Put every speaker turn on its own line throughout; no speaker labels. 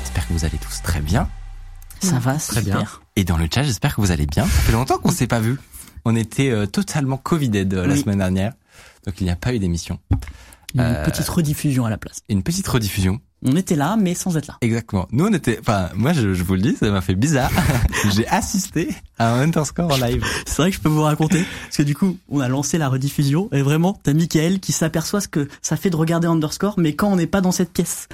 J'espère que vous allez tous très bien.
Ça va,
Très
super.
bien.
Et dans le chat, j'espère que vous allez bien. Ça fait longtemps qu'on s'est pas vu. On était euh, totalement Covided euh, la
Oui.
semaine dernière. Donc il n'y a pas eu d'émission.
Il y a
Euh,
Une petite rediffusion à la place.
Une petite rediffusion.
On était là, mais sans être là.
Exactement. Nous, on était, enfin, moi, je, je vous le dis, ça m'a fait bizarre. J'ai assisté à un underscore en live.
C'est vrai que je peux vous raconter, parce que du coup, on a lancé la rediffusion, et vraiment, t'as Michael qui s'aperçoit ce que ça fait de regarder Underscore, mais quand on n'est pas dans cette pièce,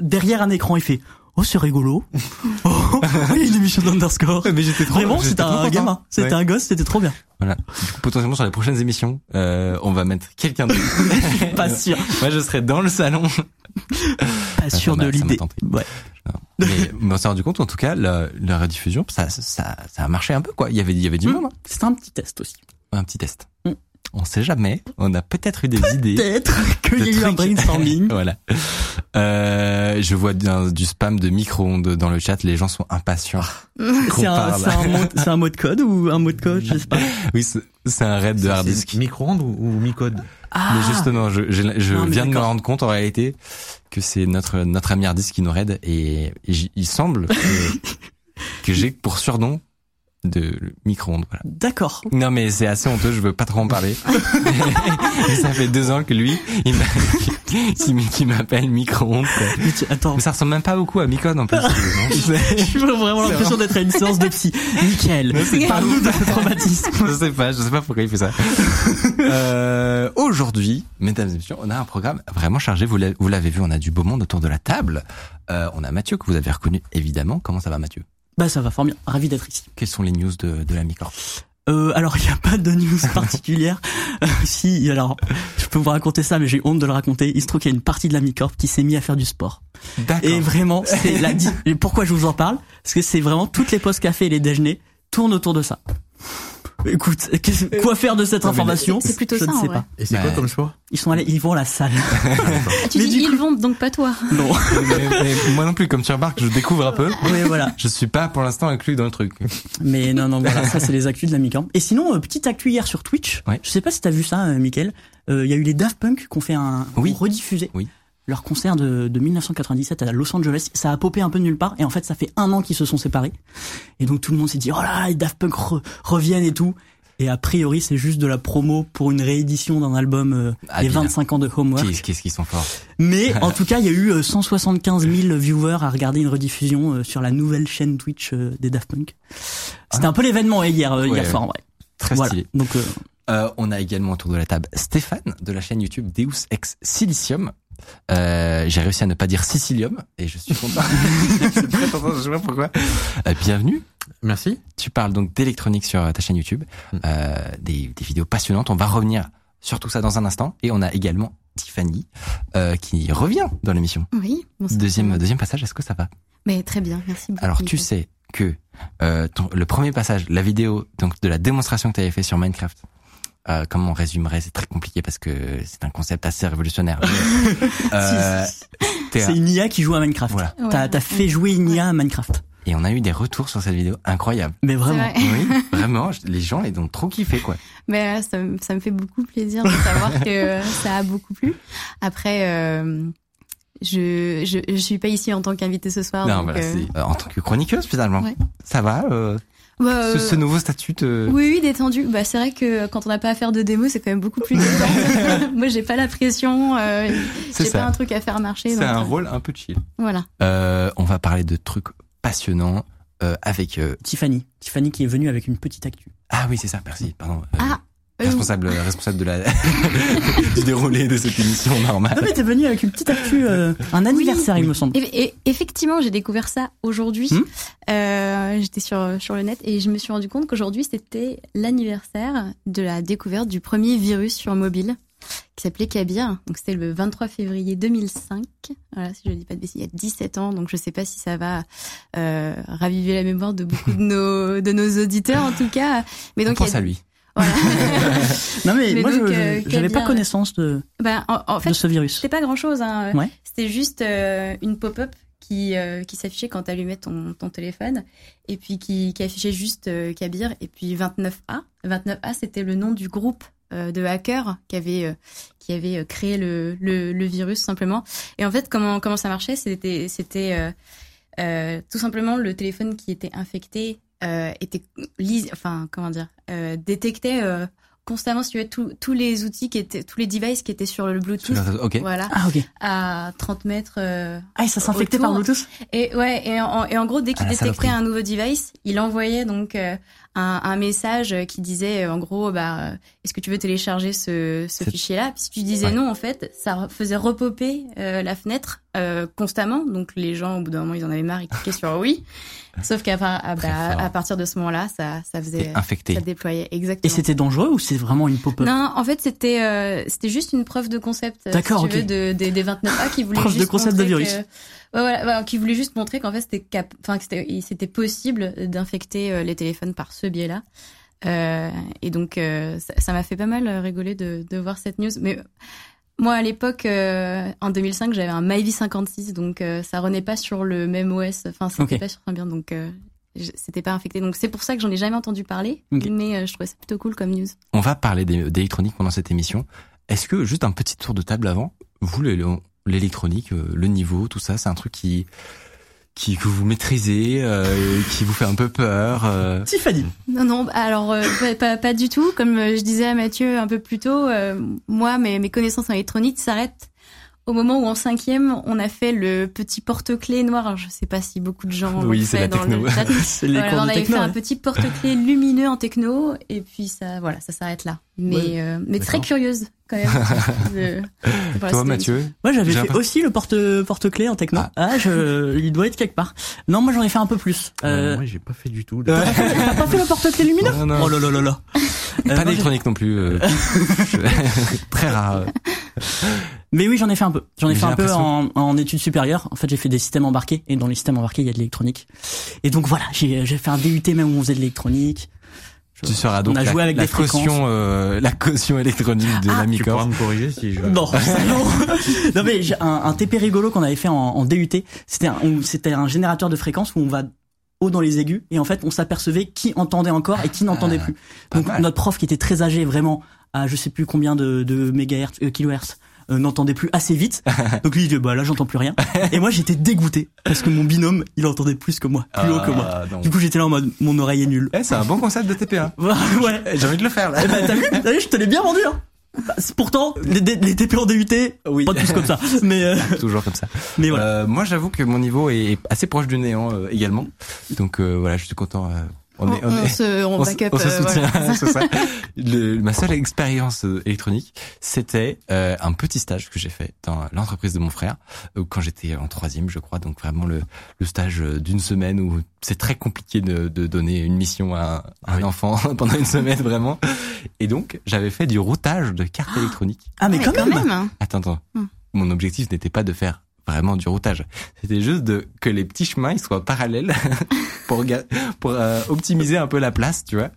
derrière un écran, il fait « Oh, c'est rigolo Oh, il y a une émission d'Underscore
Mais j'étais !» trop,
Vraiment,
j'étais
c'était
trop
un
content.
gamin, c'était
Ouais.
un gosse, c'était trop bien.
Voilà. Du coup, potentiellement, sur les prochaines émissions, euh, on va mettre quelqu'un d'autre.
Pas sûr,
Moi, je serai dans le salon.
pas sûr
m'a-
de
ça m'a
l'idée.
tenté.
Ouais.
Mais mais on s'est rendu compte, en tout cas, la, la rediffusion, ça, ça, ça a marché un peu, quoi. Il y avait, il y avait du monde. hein.
Mm. C'est un petit test aussi.
Un petit test.
Mm.
On sait jamais. On a peut-être eu des idées.
Peut-être qu'il y a
de
eu un
trucs.
brainstorming.
voilà. Euh, je vois bien du spam de micro-ondes dans le chat. Les gens sont impatients. qu'on
Ah. C'est un,
parle.
c'est un mot- c'est un mot de code ou un mot de code, je sais pas.
Oui, c'est c'est un raid de hard
C'est-
disk.
c'est Micro-ondes ou, ou micode
Ah,
Mais justement, je, je, je
Non, mais
viens de me
d'accord.
rendre compte en réalité que c'est notre notre ami Ardis qui nous raid et, et j'y- il semble que, que j'ai pour surnom de le micro-ondes. Voilà.
D'accord.
Non mais c'est assez honteux, je veux pas trop en parler. Mais ça fait deux ans que lui, il m'a- qui m- qui m'appelle micro-ondes. quoi.
Mais tu- attends,
Mais ça ressemble même pas beaucoup à Micode en plus.
J'ai vraiment l'impression d'être à une séance de psy. Nickel. Parle-nous de ce traumatisme.
Je sais pas, je sais pas pourquoi il fait ça. Euh, Aujourd'hui, mesdames et messieurs, on a un programme vraiment chargé. Vous l'avez- vous l'avez vu, on a du beau monde autour de la table. Euh, on a Mathieu que vous avez reconnu évidemment. Comment ça va Mathieu
Bah ça va fort bien. Ravi d'être ici.
Quelles sont les news de, de la Micorp
Euh, alors il n'y a pas de news particulière. Euh, si, alors je peux vous raconter ça, mais j'ai honte de le raconter. Il se trouve qu'il y a une partie de la Micorp qui s'est mis à faire du sport. Et vraiment, c'est la di- et Pourquoi je vous en parle Parce que c'est vraiment toutes les pauses café et les déjeuners tournent autour de ça. Écoute, qu'est-ce- quoi faire de cette
Non, mais la-
information
C'est plutôt
Je
ça,
ne
en
sais
vrai.
pas.
Et c'est
Bah,
quoi comme choix
Ils sont allés, ils vont à la salle.
Ah, tu
Mais
dis
du
ils vont, donc pas toi.
Non,
Mais- mais moi non plus, comme tu remarques, je découvre un peu.
mais voilà.
Je suis pas pour l'instant inclus dans le truc.
Mais non, non, voilà, ça c'est les actus de la mi-camp. Et sinon, euh, petite actu hier sur Twitch.
Ouais.
Je sais pas si t'as vu ça, euh, Mickaël. Euh, Il y a eu les Daft Punk qui ont fait un,
Oui.
ont rediffusé
Oui.
leur concert de, de 1997 à Los Angeles. Ça a popé un peu de nulle part. Et en fait, ça fait un an qu'ils se sont séparés. Et donc tout le monde s'est dit, oh là, les Daft Punk re- reviennent et tout. Et a priori, c'est juste de la promo pour une réédition d'un album euh, les
Habile.
25 ans de Homework.
Qu'est-ce qu'est-ce qu'ils sont forts
Mais en tout cas, il y a eu euh, 175 000 viewers à regarder une rediffusion euh, sur la nouvelle chaîne Twitch euh, des Daft Punk. C'était un peu l'événement ouais, hier, euh,
Ouais,
hier
ouais.
soir, ouais.
Très
voilà.
stylé.
Donc euh,
Euh, on a également autour de la table Stéphane de la chaîne YouTube Deus Ex Silicium. Euh, J'ai réussi à ne pas dire Sicilium et je suis content. je suis très content, je sais pas pourquoi. Euh, bienvenue.
Merci.
Tu parles donc d'électronique sur euh, ta chaîne YouTube, euh, des, des vidéos passionnantes. On va revenir sur tout ça dans un instant et on a également Tiffany euh, qui revient dans l'émission.
Oui. bonsoir.
Deuxième deuxième passage. Est-ce que ça va
Mais très bien, merci beaucoup.
alors tu
Mickaël.
sais que euh, ton- le premier passage, la vidéo donc de la démonstration que tu avais fait sur Minecraft, euh, comment on résumerait C'est très compliqué parce que c'est un concept assez révolutionnaire. mais, euh, t'es
c'est
un-
une IA qui joue à Minecraft.
voilà.
Ouais.
T'as t'as fait jouer une IA à Minecraft.
Et on a eu des retours sur cette vidéo incroyables.
Mais
C'est
vraiment.
vrai.
Oui, vraiment, je- les gens ils ont trop kiffé quoi.
Mais ouais, ça, me- ça me fait beaucoup plaisir de savoir que euh, ça a beaucoup plu. Après, euh, je, je je suis pas ici en tant qu'invité ce soir.
non,
donc,
voilà,
euh,
c'est- euh, en tant que chroniqueuse finalement,
Ouais.
ça va. euh,
bah,
ce,
euh,
ce nouveau statut te.
Oui, oui, détendu. Bah, c'est vrai que quand on n'a pas à faire de démo, c'est quand même beaucoup plus détendu. Moi, j'ai pas la pression. Euh,
c'est
j'ai pas
ça.
un truc à faire marcher.
C'est
donc,
un
euh,
rôle un peu chill.
Voilà.
Euh, on va parler de trucs passionnants euh, avec. euh,
Tiffany, Tiffany qui est venue avec une petite actu.
Ah oui, c'est ça. Merci. Pardon. Euh,
Ah, Euh,
responsable, euh, responsable de la du déroulé de cette émission
Non
normale.
Ah, mais t'es venue avec une petite actu, euh, un anniversaire il me semble.
Et, et- effectivement, j'ai découvert ça aujourd'hui.
Hmm.
Euh, J'étais sur, sur le net et je me suis rendu compte qu'aujourd'hui, c'était l'anniversaire de la découverte du premier virus sur mobile. qui s'appelait Kabir. Donc c'était le 23 février 2005. Voilà, si je ne dis pas de bêtises, il y a 17 ans. Donc je ne sais pas si ça va euh, raviver la mémoire de beaucoup de nos de nos auditeurs en tout cas. Mais
On
donc il y a-
pense à lui.
Voilà.
Non mais,
Mais
moi
donc,
je-
euh,
je j'avais pas
Kabir-
connaissance de,
Ben, en, en fait,
de ce virus.
c'était pas grand chose. Hein.
Ouais.
C'était juste euh, une pop-up qui, euh, qui s'affichait quand tu allumais ton, ton téléphone et puis qui, qui affichait juste euh, Kabir et puis 29A. 29A, c'était le nom du groupe euh, de hackers qui avait, euh, qui avait euh, créé le, le, le virus simplement. Et en fait, comment, comment ça marchait C'était c'était, euh, euh, tout simplement le téléphone qui était infecté euh, était lis- enfin comment dire euh, détectait euh, constamment si tu veux, tous tous les outils qui étaient tous les devices qui étaient sur le
Sur
Bluetooth
le réseau, Ok.
voilà,
Ah ok.
à 30 mètres. euh,
Ah et ça s'infectait
Autour.
par Bluetooth.
Et ouais, et en, et en gros, dès qu'il
Ah, la
détectait
saloperie.
un nouveau device, il envoyait donc euh, un, un message qui disait euh, en gros, bah, euh, est-ce que tu veux télécharger ce, ce
C'est-
fichier-là Puis si tu disais
Ouais.
non, en fait, ça re- faisait repoper euh, la fenêtre euh, constamment. Donc les gens, au bout d'un moment, ils en avaient marre, ils cliquaient sur oui. Sauf qu'à par- à,
Très
bah,
fort.
à partir de ce moment-là, ça, ça faisait,
T'es infecté.
ça déployait
Et
exactement.
c'était dangereux ou c'est vraiment une pop-up
Non, en fait, c'était euh, c'était juste une preuve de concept. euh,
D'accord,
si tu
ok.
veux, de, des, des 29A qui voulait
Preuve de
juste
concept de
montrer
virus.
que- ouais, voilà, voilà, qui voulait juste montrer qu'en fait, c'était cap... enfin, que c'était il- c'était possible d'infecter euh, les téléphones par ce biais-là. Euh, et donc, euh, ça ça m'a fait pas mal euh, rigoler de, de voir cette news. Mais moi, à l'époque, euh, en 2005, j'avais un MyVie 56, donc euh, ça renaît pas sur le même OS. Enfin, c'était
Ok.
pas sur Symbian, donc euh, je- c'était pas infecté. Donc c'est pour ça que j'en ai jamais entendu parler,
Ok.
mais euh, je trouvais ça plutôt cool comme news.
On va parler d'é- d'électronique pendant cette émission. Est-ce que, juste un petit tour de table avant, vous, le- le- l'électronique, euh, le niveau, tout ça, c'est un truc qui, qui, que vous maîtrisez, euh, qui vous fait un peu peur euh,
Tiffany.
Non, non, bah, alors euh, pas, pas, pas du tout. Comme euh, je disais à Mathieu un peu plus tôt, euh, moi, mes, mes connaissances en électronique s'arrêtent au moment où en cinquième, on a fait le petit porte-clés noir. Alors, je sais pas si beaucoup de gens
Oui,
l'ont
c'est
fait
la
dans
techno.
le chat.
C'est les
Voilà,
cours
on
de
avait
techno.
fait
ouais.
un petit porte-clés lumineux en techno, et puis ça, voilà, ça s'arrête là. Mais,
Ouais.
euh, mais très
D'accord.
curieuse quand même. de-
Toi,
voilà, c'était-
Mathieu
Moi, j'avais
J'ai
fait
un-
aussi le porte porte clés en techno.
Ah.
Ah, je, il doit être quelque part. Non, moi j'en ai fait un peu plus.
Euh,
Euh,
Moi, j'ai pas fait du tout.
T'as pas fait- t'as pas fait le porte clés lumineux
Non, non.
Oh là là là là. Euh,
Pas
non, j'ai-
d'électronique non plus. euh, Très rare.
Mais oui, j'en ai fait un peu. J'en ai
Mais
fait
j'ai
un peu en, en études supérieures. En fait, j'ai fait des systèmes embarqués et dans les systèmes embarqués, il y a de l'électronique. Et donc voilà, j'ai j'ai fait un DUT même où on faisait de l'électronique.
Tu seras donc
On a
la,
joué avec
la
des fréquences.
caution, euh, la caution électronique de
Ah,
la
Tu
Micor.
pourras me corriger si
Euh,
je.
Non, ça, non. non mais j'ai un, un TP rigolo qu'on avait fait en, en DUT, c'était un, où c'était un générateur de fréquences où on va haut dans les aigus et en fait on s'apercevait qui entendait encore et qui n'entendait plus.
Ah, pas
Donc
mal.
notre prof qui était très âgé vraiment à je sais plus combien de, de mégahertz, euh, kilohertz euh, n'entendait plus assez vite. Donc lui il dit bah là j'entends plus rien. Et moi j'étais dégoûté parce que mon binôme il entendait plus que moi, plus haut que moi.
Ah, non.
Du coup j'étais là en mode mon oreille est nulle.
Eh, c'est un bon concept de TPA.
ouais.
J'ai envie de le faire là.
Eh ben, t'as vu, t'as vu, je te l'ai bien vendu. Hein. Bah, c'est- Pourtant, les, les- les TP en DUT,
Oui.
pas tous comme ça. Mais, euh,
Toujours comme ça.
mais voilà.
Euh, moi, j'avoue que mon niveau est assez proche du néant euh, également. Donc euh, voilà, je suis content. euh,
On,
on, est, on,
on
est-
se, on
on se-
back up.
on se
oh. euh,
soutient.
voilà.
c'est ça. Le- ma seule expérience euh, électronique, c'était euh, un petit stage que j'ai fait dans l'entreprise de mon frère euh, quand j'étais en troisième, je crois. Donc vraiment le, le stage euh, d'une semaine où c'est très compliqué de, de donner une mission à un, un enfant pendant une semaine vraiment. Et donc j'avais fait du routage de cartes électroniques.
Ah, mais, quand, même.
Attends, attends.
Hmm.
Mon objectif n'était pas de faire vraiment du routage. C'était juste de que les petits chemins ils soient parallèles pour ga- pour euh, optimiser un peu la place, tu vois.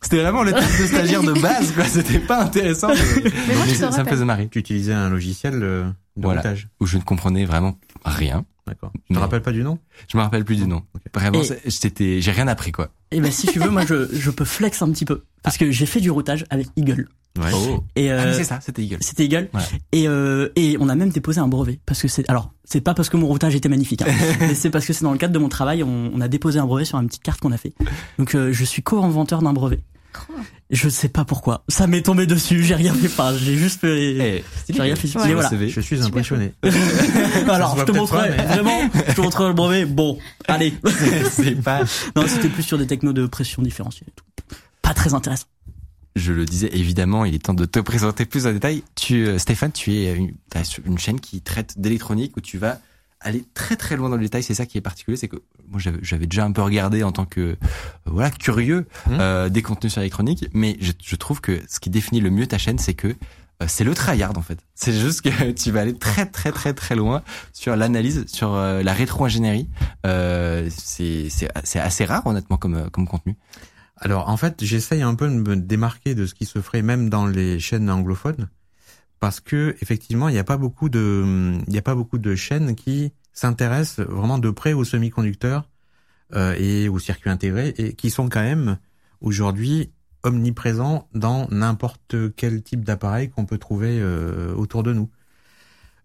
C'était vraiment le taf de stagiaire de base, quoi. C'était pas intéressant. mais-
Mais moi,
mais
je te
ça me
rappelle.
faisait marrer.
Tu utilisais un logiciel euh, de
Voilà.
montage.
Où je ne comprenais vraiment rien.
D'accord. Tu
Mais-
te rappelles pas du nom
Je me rappelle plus du nom.
Ok.
Vraiment,
Et-
c'est- c'était, j'ai rien appris, quoi.
Et ben, si tu veux, moi, je, je peux flex un petit peu. Parce que j'ai fait du routage avec Eagle.
Ouais.
Et,
Ah, mais
euh,
c'est ça, c'était Eagle.
c'était Eagle.
Ouais.
Et, euh, et on a même déposé un brevet. Parce que c'est, alors, c'est pas parce que mon routage était magnifique. hein. mais c'est parce que c'est dans le cadre de mon travail, on, on a déposé un brevet sur une petite carte qu'on a fait. Donc, euh, je suis co-inventeur d'un brevet. Je sais pas pourquoi. Ça m'est tombé dessus. J'ai rien fait. Enfin, j'ai juste fait,
Eh,
j'ai rien fait.
Ouais.
Mais voilà.
Je suis
Super
impressionné.
Alors,
se
je te
voit peut-être
montrerai,
pas, mais-
vraiment, je te montrerai le brevet. Bon, allez.
c'est pas
non, c'était plus sur des technos de pression différentielle et tout. Pas très intéressant.
je le disais évidemment, il est temps de te présenter plus en détail. Tu, euh, Stéphane, tu es une, t'as sur- une chaîne qui traite d'électronique où tu vas aller très très loin dans le détail. C'est ça qui est particulier, c'est que moi j'avais- j'avais déjà un peu regardé en tant que euh, voilà curieux
Mhm.
euh, des contenus sur l'électronique, mais je, je trouve que ce qui définit le mieux ta chaîne, c'est que euh, c'est le tryhard en fait. C'est juste que tu vas aller très très très très loin sur l'analyse, sur euh, la rétro-ingénierie. Euh, c'est c'est- c'est assez rare honnêtement comme euh, comme contenu.
Alors en fait, j'essaye un peu de me démarquer de ce qui se ferait même dans les chaînes anglophones, parce que effectivement, il n'y a pas beaucoup de, il n'y a pas beaucoup de chaînes qui s'intéressent vraiment de près aux semi-conducteurs euh, et aux circuits intégrés et qui sont quand même aujourd'hui omniprésents dans n'importe quel type d'appareil qu'on peut trouver euh, autour de nous.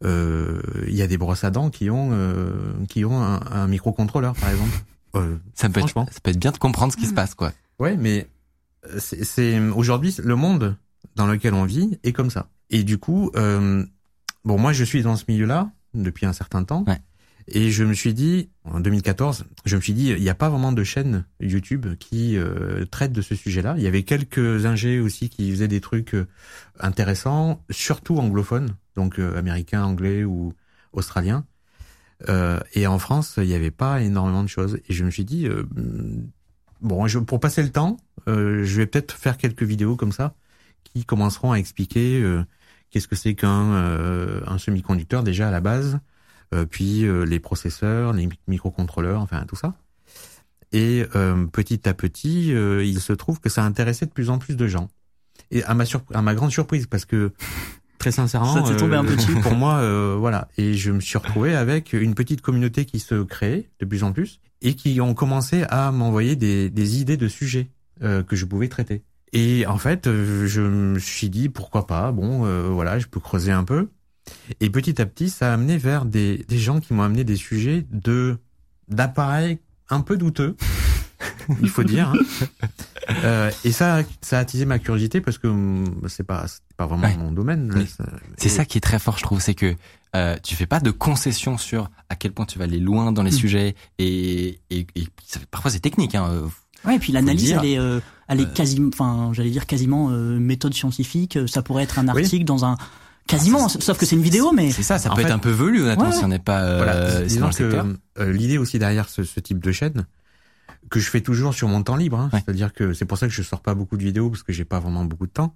Euh, Il y a des brosses à dents qui ont euh, qui ont un, un microcontrôleur par exemple. Euh,
Ça peut être
Franchement.
ça peut être bien de comprendre ce qui se passe quoi.
Ouais, mais euh, c'est- c'est aujourd'hui le monde dans lequel on vit est comme ça. Et du coup, euh, bon, moi je suis dans ce milieu-là depuis un certain temps,
Ouais.
et je me suis dit en 2014, je me suis dit il n'y a pas vraiment de chaîne YouTube qui euh, traite de ce sujet-là. Il y avait quelques ingés aussi qui faisaient des trucs euh, intéressants, surtout anglophones, donc euh, américains, anglais ou australiens. Euh, et en France, il n'y avait pas énormément de choses. Et je me suis dit, euh, bon, je, pour passer le temps, euh, je vais peut-être faire quelques vidéos comme ça qui commenceront à expliquer euh, qu'est-ce que c'est qu'un euh, un semi-conducteur déjà à la base, euh, puis euh, les processeurs, les mic- microcontrôleurs, enfin tout ça. Et euh, petit à petit, euh, il se trouve que ça intéressait de plus en plus de gens. Et à ma, surp- à ma grande surprise, parce que très sincèrement,
Ça t'est tombé un peu dessus.
pour moi, euh, voilà. Et je me suis retrouvé avec une petite communauté qui se créait de plus en plus et qui ont commencé à m'envoyer des, des idées de sujets euh, que je pouvais traiter. Et en fait, euh, je me suis dit pourquoi pas. Bon, euh, voilà, je peux creuser un peu. Et petit à petit, ça a amené vers des, des gens qui m'ont amené des sujets de d'appareils un peu douteux, il faut dire. hein. Euh, et ça, ça a attisé ma curiosité parce que hum, c'est pas c'est pas vraiment
Ouais.
mon domaine.
Mais
ça-
C'est
et-
ça qui est très fort, je trouve, c'est que euh, tu fais pas de concessions sur à quel point tu vas aller loin dans les
Mm.
sujets et, et, et ça- parfois c'est technique. Hein, euh,
Ouais, et puis l'analyse,
Faut le
elle est, euh, elle est
Euh,
quasiment, enfin, j'allais dire quasiment euh, méthode scientifique. euh, Ça pourrait être un article dans un quasiment,
C'est-
sauf que c'est une vidéo, mais
C'est ça, ça
En
peut
fait-
être un peu velu honnêtement
Ouais,
si on n'est pas euh,
Voilà, dis-
c'est dans
disons
le
que
secteur.
euh, l'idée aussi derrière ce, ce type de chaîne que je fais toujours sur mon temps libre, hein,
Ouais.
c'est-à-dire que c'est pour ça que je sors pas beaucoup de vidéos parce que j'ai pas vraiment beaucoup de temps.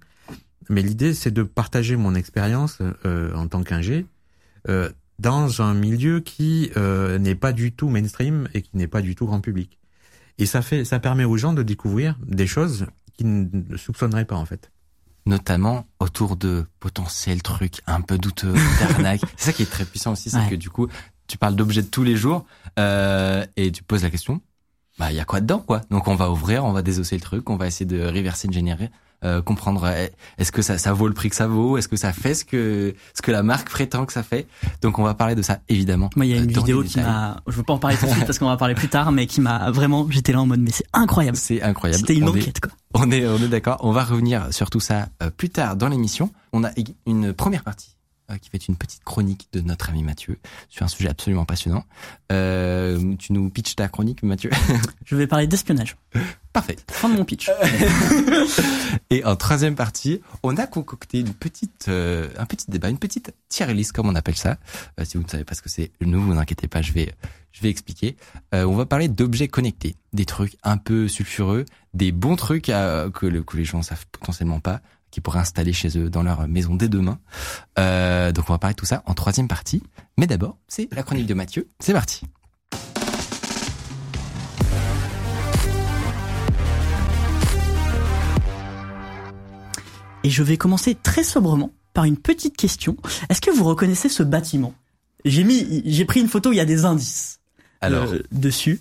Mais l'idée c'est de partager mon expérience euh, en tant qu'ingé euh, dans un milieu qui euh, n'est pas du tout mainstream et qui n'est pas du tout grand public. Et ça fait, ça permet aux gens de découvrir des choses qu'ils ne soupçonneraient pas en fait.
notamment autour de potentiels trucs un peu douteux, d'arnaques. c'est ça qui est très puissant aussi, c'est
Ouais.
que du coup, tu parles d'objets de tous les jours euh, et tu poses la question, bah il y a quoi dedans quoi Donc on va ouvrir, on va désosser le truc, on va essayer de reverse engineer, euh, comprendre euh, est-ce que ça, ça vaut le prix que ça vaut, est-ce que ça fait ce que ce que la marque prétend que ça fait. Donc on va parler de ça évidemment.
Moi, il y a
euh,
une
dans les
vidéo qui
détails.
m'a. Je veux pas en parler tout de suite parce qu'on va en parler plus tard, mais qui m'a vraiment. J'étais là en mode, mais c'est incroyable.
c'est incroyable.
C'était une
On est-
enquête, quoi.
On est, on est d'accord. On va revenir sur tout ça euh, plus tard dans l'émission. On a ég- une première partie euh, qui fait une petite chronique de notre ami Mathieu sur un sujet absolument passionnant. Euh, tu nous pitches ta chronique, Mathieu.
Je vais parler d'espionnage.
Parfait.
Fin de mon pitch.
Et en troisième partie, on a concocté une petite, euh, un petit débat, une petite tier list comme on appelle ça. Euh, si vous ne savez pas ce que c'est, ne vous inquiétez pas, je vais, je vais expliquer. Euh, on va parler d'objets connectés, des trucs un peu sulfureux, des bons trucs à- que, le, que les gens savent potentiellement pas, qui pourraient installer chez eux dans leur maison dès demain. Euh, donc on va parler de tout ça en troisième partie. Mais d'abord, c'est la chronique de Mathieu. C'est parti.
Et je vais commencer très sobrement par une petite question. Est-ce que vous reconnaissez ce bâtiment J'ai mis, j'ai pris une photo. Il y a des indices
Alors,
euh, dessus.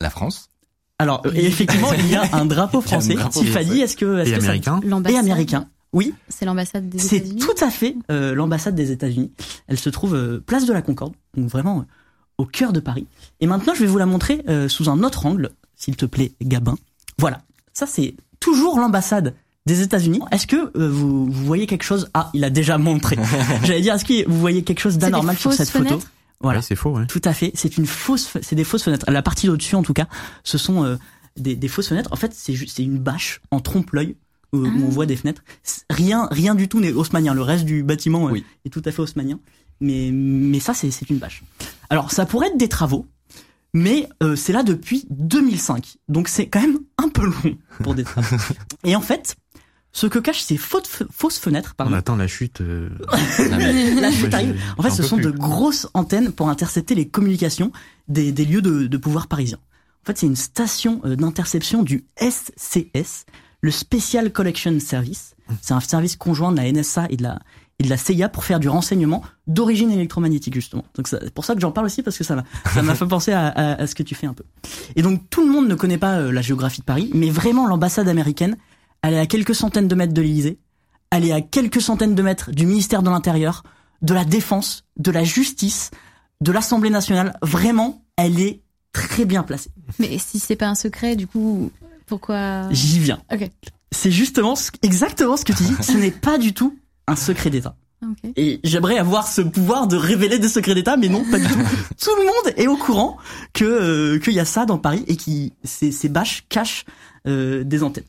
la France.
Alors, et effectivement, il y a un drapeau
Il y Euh, a un
français.
drapeau
Tiffany,
français.
est-ce que, est-ce
Et
que ça-
américain,
et
L'ambassade.
américain. Oui,
C'est l'ambassade des
C'est
États-Unis.
tout à fait euh, l'ambassade des États-Unis. Elle se trouve euh, place de la Concorde, donc vraiment euh, au cœur de Paris. Et maintenant, je vais vous la montrer euh, sous un autre angle, s'il te plaît, Gabin. Voilà, ça c'est toujours l'ambassade des États-Unis. Est-ce que euh, vous, vous voyez quelque chose Ah, il a déjà montré. J'allais dire, est-ce que vous voyez quelque chose
C'est des
d'anormal sur
fausses
cette photo
fenêtres
Voilà.
Ouais, c'est faux. hein. Ouais.
Tout à fait. C'est une fausse, fe- c'est des fausses fenêtres. La partie au-dessus, en tout cas, ce sont euh, des, des fausses fenêtres. En fait, c'est ju- c'est une bâche en trompe-l'œil où, où on voit des fenêtres. C'est- Rien, rien du tout n'est haussmanien. Le reste du bâtiment euh,
Oui.
est tout à fait haussmanien. Mais, mais ça, c'est c'est une bâche. Alors, ça pourrait être des travaux, mais euh, c'est là depuis 2005. Donc, c'est quand même un peu long pour des travaux. Et en fait, Ce que cachent ces fautes- fausses fenêtres,
On
pardon.
attend la chute. euh,
Non, mais-
La chute
moi, je-
arrive. En fait,
j'en
ce
peux
sont
plus.
de grosses antennes pour intercepter les communications des, des lieux de, de pouvoir parisiens. En fait, c'est une station euh, d'interception du SCS, le Special Collection Service. C'est un service conjoint de la NSA et de la, et de la CIA pour faire du renseignement d'origine électromagnétique, justement. Donc, ça- c'est pour ça que j'en parle aussi, parce que ça m'a ça m'a fait penser à, à- à ce que tu fais un peu. Et donc, tout le monde ne connaît pas euh, la géographie de Paris, mais vraiment, l'ambassade américaine, elle est à quelques centaines de mètres de l'Élysée, elle est à quelques centaines de mètres du ministère de l'Intérieur, de la Défense, de la Justice, de l'Assemblée nationale. Vraiment, elle est très bien placée.
Mais si c'est pas un secret, du coup, pourquoi
J'y viens.
Ok.
C'est justement ce- exactement ce que tu dis. Ce n'est pas du tout un secret d'État.
Ah, Ok.
Et j'aimerais avoir ce pouvoir de révéler des secrets d'État, mais non, pas du tout. Tout le monde est au courant que euh, qu'il y a ça dans Paris et qui ces, ces bâches cachent euh, des antennes.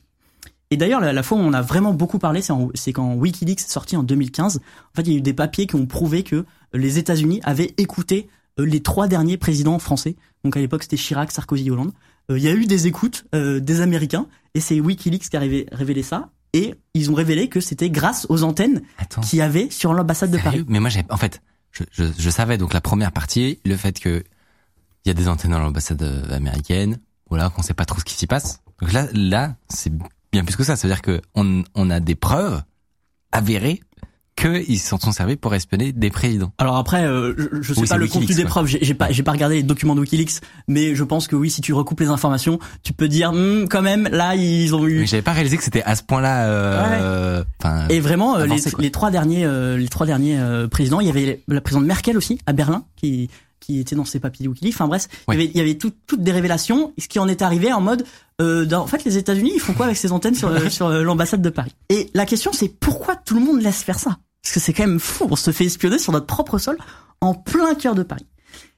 Et d'ailleurs, la, la fois où on a vraiment beaucoup parlé, c'est en- c'est quand WikiLeaks est sorti en 2015. En fait, il y a eu des papiers qui ont prouvé que les États-Unis avaient écouté euh, les trois derniers présidents français. Donc à l'époque, c'était Chirac, Sarkozy, Hollande. Euh, Il y a eu des écoutes euh, des Américains et c'est WikiLeaks qui a révé- révélé ça. Et ils ont révélé que c'était grâce aux antennes
Attends.
qu'il y avait sur l'ambassade de
Sérieux
Paris.
Mais moi, j'ai, en fait, je, je, je savais donc la première partie, le fait que il y a des antennes dans l'ambassade euh, américaine, voilà, qu'on sait pas trop ce qui s'y passe. Donc là, là, c'est bien plus que ça. Ça veut dire que on, on a des preuves avérées qu'ils s'en sont servis pour espionner des présidents.
Alors après, euh, je, je sais
Oui,
pas
c'est
le contenu
WikiLeaks,
des
quoi.
preuves. J'ai j'ai pas, j'ai pas regardé les documents de WikiLeaks, mais je pense que oui, si tu recoupes les informations, tu peux dire Hmm, quand même là ils ont eu.
Mais j'avais pas réalisé que c'était à ce point-là. euh, enfin,
Et vraiment, euh,
Avancé,
les,
quoi.
les trois derniers, euh, les trois derniers euh, présidents, il y avait la présidente Merkel aussi à Berlin qui qui était dans ses papiers de WikiLeaks. Enfin bref,
Ouais.
il y avait, il y avait tout- toutes des révélations, ce qui en est arrivé en mode, euh, dans- en fait, les États-Unis, ils font quoi avec ces antennes sur euh, sur euh, l'ambassade de Paris Et la question, c'est pourquoi tout le monde laisse faire ça Parce que c'est quand même fou, on se fait espionner sur notre propre sol, en plein cœur de Paris.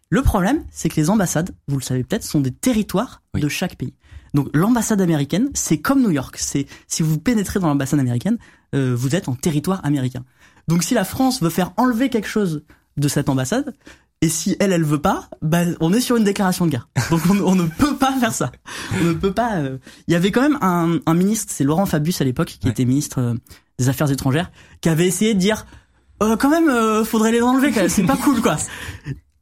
Le problème, c'est que les ambassades, vous le savez peut-être, sont des territoires
Oui.
de chaque pays. Donc l'ambassade américaine, c'est comme New York. C'est si vous pénétrez dans l'ambassade américaine, euh, vous êtes en territoire américain. Donc si la France veut faire enlever quelque chose de cette ambassade, et si elle, elle veut pas, bah, on est sur une déclaration de guerre. Donc on, on ne peut pas faire ça. On ne peut pas. euh. Il y avait quand même un, un ministre, c'est Laurent Fabius à l'époque, qui
Ouais.
était ministre euh, des Affaires étrangères, qui avait essayé de dire euh, quand même, euh, faudrait les enlever. quand même, C'est pas cool, quoi.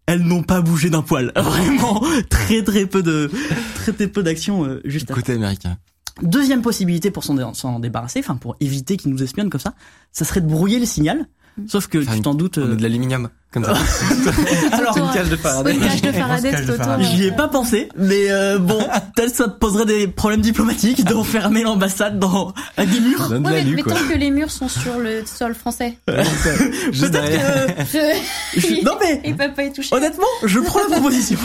Elles n'ont pas bougé d'un poil. Vraiment, très très peu de très très peu d'actions euh, juste. après.
côté américain.
Deuxième possibilité pour s'en dé- s'en débarrasser, enfin pour éviter qu'ils nous espionnent comme ça, ça serait de brouiller le signal. Sauf que
Faire
tu
une-
t'en doutes.
On
euh,
a de l'aluminium comme ça.
Alors,
Une cage
de Faraday.
Une cage de
Une
Faraday
cage de
tout autour. hein.
Faraday.
J'y ai pas pensé, mais euh, bon, peut-être ça te poserait des problèmes diplomatiques d'enfermer l'ambassade dans à des murs.
Donne
Ouais, mais,
l'alu,
mais
quoi.
tant que les murs sont sur le sol français,
Juste
Peut-être
derrière.
que
je-
je- non mais
ils peuvent pas y toucher.
honnêtement, je prends la proposition.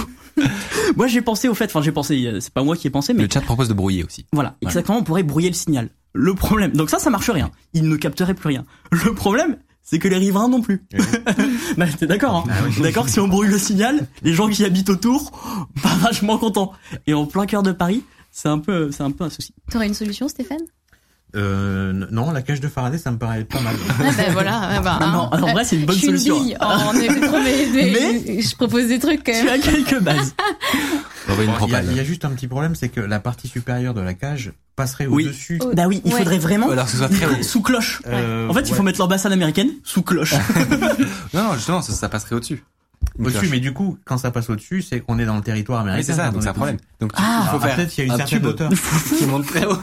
moi j'ai pensé au fait, enfin j'ai pensé, euh, c'est pas moi qui ai pensé, mais
Le chat propose de brouiller aussi.
Voilà, exactement, on pourrait brouiller le signal. Le problème, donc ça, ça marche rien. Ils ne capteraient plus rien. Le problème, c'est que les riverains non plus. bah, t'es d'accord, hein T'es D'accord, que si on brouille le signal, les gens qui habitent autour, pas vachement contents. Et en plein cœur de Paris, c'est un peu, c'est un peu un souci.
T'aurais une solution, Stéphane
euh, n- non, la cage de Faraday, ça me paraît pas mal.
Ah ben Ah, voilà.
Non, non, en vrai, c'est une bonne
je suis
solution.
Une bille en électro, mais, mais je propose des trucs quand
hein. Tu as
même.
quelques bases.
On aurait une
Bon, Il y, a- il y a
propale.
juste un petit problème, c'est que la partie supérieure de la cage passerait
Oui.
au-dessus.
Oh,
bah oui, il
Ouais.
faudrait vraiment
Ou Alors que ce soit très haut.
sous cloche.
Euh,
En fait, il faut
ouais.
mettre l'ambassade américaine sous cloche.
Non, non, justement, ça, ça passerait au-dessus. Une
au-dessus,
cloche.
mais du coup, quand ça passe au-dessus, c'est qu'on est dans le territoire américain.
Oui, c'est ça,
Ah, on
donc c'est
est
un problème. Donc tu-
Ah,
il faut
Ah,
faire
peut-être qu'il y a une
un
certaine
tube
hauteur.
qui monte très haut.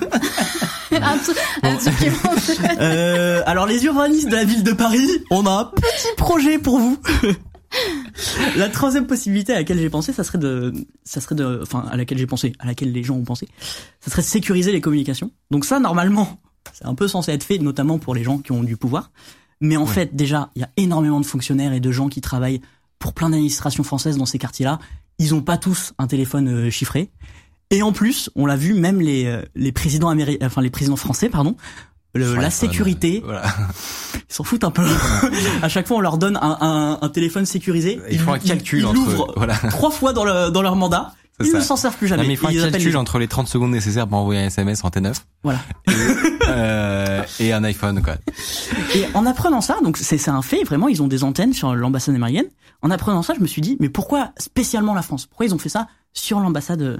un truc, un truc qui monte.
Euh, alors les urbanistes de la ville de Paris, on a un petit projet pour vous. la troisième possibilité à laquelle j'ai pensé, ça serait de, ça serait de, enfin à laquelle j'ai pensé, à laquelle les gens ont pensé, ça serait de sécuriser les communications. Donc ça, normalement, c'est un peu censé être fait, notamment pour les gens qui ont du pouvoir. Mais en fait, déjà, il y a énormément de fonctionnaires et de gens qui travaillent pour plein d'administrations françaises dans ces quartiers-là. Ils ont pas tous un téléphone euh, chiffré. Et en plus, on l'a vu, même les, euh, les présidents américains, enfin les présidents français, pardon, le- la
Ouais,
sécurité,
Voilà.
ils s'en foutent un peu. à chaque fois, on leur donne un, un- un téléphone sécurisé.
Ils font un calcul
ils
entre-
l'ouvrent
voilà.
trois fois dans, le- dans leur mandat.
C'est
Ils
ça.
ne s'en servent plus jamais.
Non, mais il faut
Ils
un
appellent
calcul
les-
entre les 30 secondes nécessaires pour envoyer un SMS en T9
Voilà.
euh, et un iPhone, quoi.
Et en apprenant ça, donc c'est c'est un fait, vraiment, ils ont des antennes sur l'ambassade américaine. En apprenant ça, je me suis dit, mais pourquoi spécialement la France Pourquoi ils ont fait ça sur l'ambassade euh,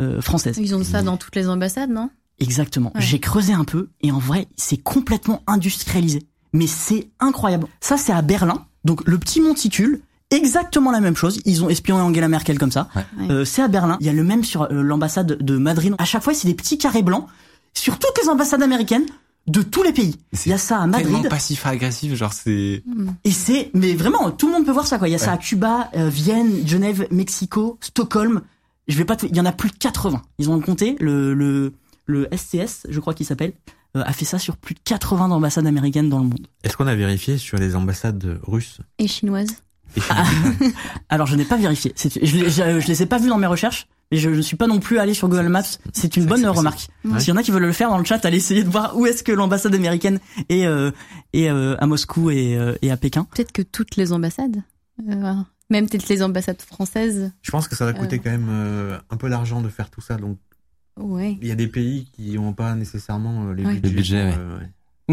euh, française
Ils ont ça dans toutes les ambassades, non
Exactement.
Ouais.
J'ai creusé un peu et en vrai, c'est complètement industrialisé. Mais c'est incroyable. Ça, c'est à Berlin. Donc le petit monticule, exactement la même chose. Ils ont espionné Angela Merkel comme ça.
Ouais.
Euh, c'est à Berlin. Il y a le même sur euh, l'ambassade de Madrid. À chaque fois, c'est des petits carrés blancs sur toutes les ambassades américaines de tous les pays.
Et c'est
Il y a ça à
Tellement
Madrid.
passif agressif, genre c'est.
Et c'est, mais vraiment, tout le monde peut voir ça, quoi. Il y a ça à Cuba, euh, Vienne, Genève, Mexico, Stockholm. Je vais pas tout- il y en a plus de 80. Ils ont compté, le, le, le STS, je crois qu'il s'appelle, euh, a fait ça sur plus de 80 ambassades américaines dans le monde.
Est-ce qu'on a vérifié sur les ambassades russes
Et chinoise.
et
Ah.
chinoises
Alors, je n'ai pas vérifié. C'est- Je, l'ai- je, je les ai pas vus dans mes recherches, mais je ne suis pas non plus allé sur Google Maps. C'est une
c'est
bonne
possible.
remarque.
Ouais.
S'il y en a qui veulent le faire dans le chat, allez essayer de voir où est-ce que l'ambassade américaine est, euh, est euh, à Moscou et, euh, et à Pékin.
Peut-être que toutes les ambassades. euh, même peut-être les ambassades françaises.
Je pense que ça va coûter quand même euh, un peu l'argent de faire tout ça. Donc,
Ouais.
il y a des pays qui n'ont pas nécessairement euh, les
Ouais.
budgets.
Le budget,
pour, euh, ouais.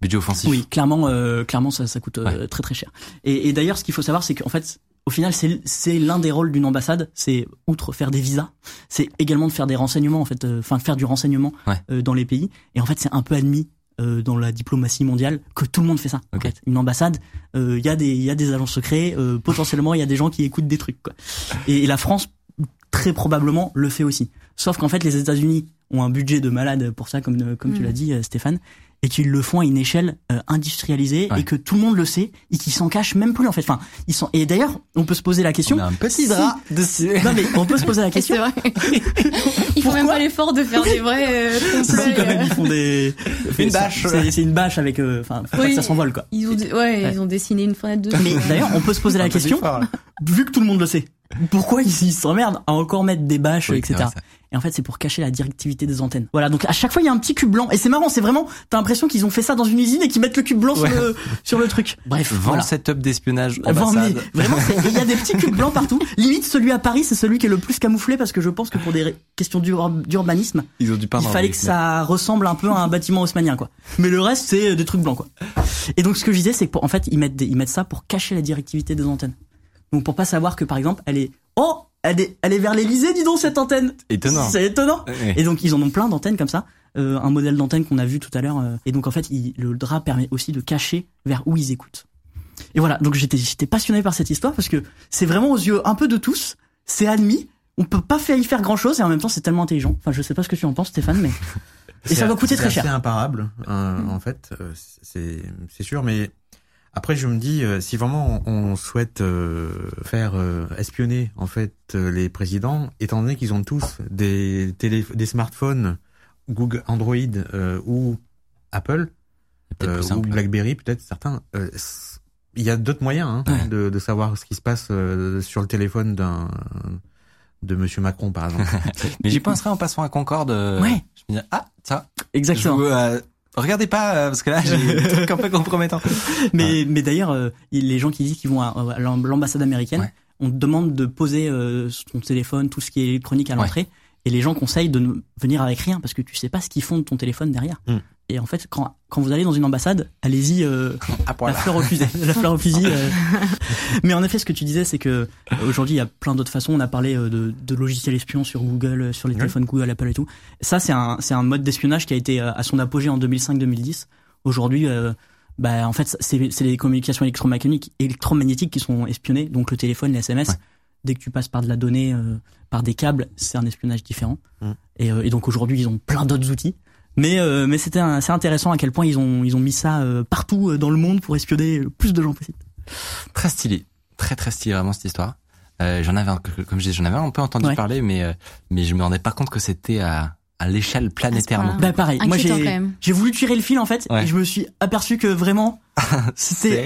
Budget offensif.
Oui, clairement, euh, clairement, ça, ça coûte euh, très très cher. Et, et d'ailleurs, ce qu'il faut savoir, c'est qu'en fait, au final, c'est c'est l'un des rôles d'une ambassade, c'est outre faire des visas, c'est également de faire des renseignements, en fait, euh, enfin de faire du renseignement
Ouais.
euh, dans les pays. Et en fait, c'est un peu admis euh, dans la diplomatie mondiale que tout le monde fait ça. en
Ok.
fait. Une ambassade, euh, il y a des il y a des agents secrets, euh, potentiellement il y a des gens qui écoutent des trucs. Quoi. Et, et la France, très probablement, le fait aussi. Sauf qu'en fait, les États-Unis ont un budget de malade pour ça, comme euh, comme tu
Mm.
l'as dit, euh, Stéphane et qu'ils le font à une échelle euh, industrialisée
Ouais.
et que tout le monde le sait et qu'ils s'en cachent même plus en fait. Enfin, ils sont et d'ailleurs, on peut se poser la question.
On a un petit
si-
drap dessus.
Non mais on peut se poser la
Et
question.
c'est vrai. Ils font
Pourquoi
même pas l'effort de faire des vrais euh,
Si,
complots.
quand même,
euh.
ils font des
Une bâche.
C'est c'est une bâche avec euh, enfin faut pas
Oui.
que ça s'envole quoi.
Ils ont, dé- ouais,
Ouais.
ils ont dessiné une fenêtre de.
Mais d'ailleurs, on peut se poser la question vu que tout le monde le sait. Pourquoi ils ils s'emmerdent à encore mettre des bâches
Oui, c'est
etc.
vrai, ça.
Et en fait, c'est pour cacher la directivité des antennes. Voilà, donc à chaque fois, il y a un petit cube blanc. Et c'est marrant, c'est vraiment, t'as l'impression qu'ils ont fait ça dans une usine et qu'ils mettent le cube blanc
Ouais.
sur, le, sur le truc. Bref,
Vend
voilà.
setup d'espionnage
Vraiment, mais
ambassade.
vraiment, c'est- il y a des petits cubes blancs partout. Limite, celui à Paris, c'est celui qui est le plus camouflé parce que je pense que pour des ré- questions d'ur- d'urbanisme,
Ils ont dû
il fallait que ça ressemble un peu à un bâtiment haussmanien, quoi. Mais le reste, c'est euh, des trucs blancs, quoi. Et donc, ce que je disais, c'est qu'en fait, ils mettent, des- ils mettent ça pour cacher la directivité des antennes. Donc, pour pas savoir que, par exemple, elle est, oh, elle est, elle est vers l'Elysée, dis donc, cette antenne.
Étonnant.
C'est étonnant.
Ouais.
Et donc ils en ont plein d'antennes comme ça. Euh, un modèle d'antenne qu'on a vu tout à l'heure. euh, et donc en fait, il- le drap permet aussi de cacher vers où ils écoutent. Et voilà, donc j'étais j'étais passionné par cette histoire parce que c'est vraiment aux yeux un peu de tous, c'est admis, on peut pas faire y faire grand chose et en même temps c'est tellement intelligent. Enfin, je sais pas ce que tu en penses Stéphane, mais Et ça
C'est-
doit coûter très
C'est
cher.
assez imparable, hein,
Mm.
en fait, euh, c'est c'est sûr. Mais après, je me dis, euh, si vraiment on, on souhaite euh, faire euh, espionner en fait euh, les présidents, étant donné qu'ils ont tous des télé, des smartphones Google, Android euh, ou Apple
Peut-être
euh,
plus
ou
simple.
BlackBerry, peut-être certains. euh, s- il y a d'autres moyens hein,
Ouais.
de, de savoir ce qui se passe euh, sur le téléphone d'un de Monsieur Macron, par exemple.
Mais j'y penserai en passant à Concorde. euh,
Ouais.
Je me dis, ah, ça. je
exactement.
vous, euh, regardez pas, euh, parce que là, j'ai des trucs un peu compromettants.
Mais, mais d'ailleurs, euh, il- les gens qui disent qu'ils vont à, à l'am- l'ambassade américaine,
Ouais.
on te demande de poser euh, ton téléphone, tout ce qui est électronique à l'entrée, et les gens conseillent de ne venir avec rien parce que tu sais pas ce qu'ils font de ton téléphone derrière.
Mm.
Et en fait, quand, quand vous allez dans une ambassade, allez-y euh,
Ah,
la fleur au fusil. la fleur au fusil. euh. Mais en effet, ce que tu disais, c'est que euh, aujourd'hui, il y a plein d'autres façons. On a parlé euh, de, de logiciels espions sur Google, euh, sur les
Oui.
téléphones Google, Apple et tout. Ça, c'est un, c'est un mode d'espionnage qui a été euh, à son apogée en 2005-2010. Aujourd'hui, euh, bah, en fait, c'est c'est les communications électromagnétiques, électromagnétiques qui sont espionnées, donc le téléphone, les SMS.
Ouais.
Dès que tu passes par de la donnée, euh, par des câbles, c'est un espionnage différent.
Mm.
Et, euh, et donc aujourd'hui, ils ont plein d'autres outils. Mais, euh, mais c'était un- c'est intéressant à quel point ils ont, ils ont mis ça euh, partout euh, dans le monde pour espionner le plus de gens possible.
Très stylé. Très, très stylé, vraiment, cette histoire. Euh, j'en avais, un- comme je dis, j'en avais un peu entendu
Ouais.
parler, mais, euh, mais je me rendais pas compte que c'était à, à l'échelle planétairement.
point-là.
Bah pareil, moi
Ah, Inquiétant quand
j'ai
même.
j'ai voulu tirer le fil en fait,
Ouais.
et je me suis aperçu que vraiment c'était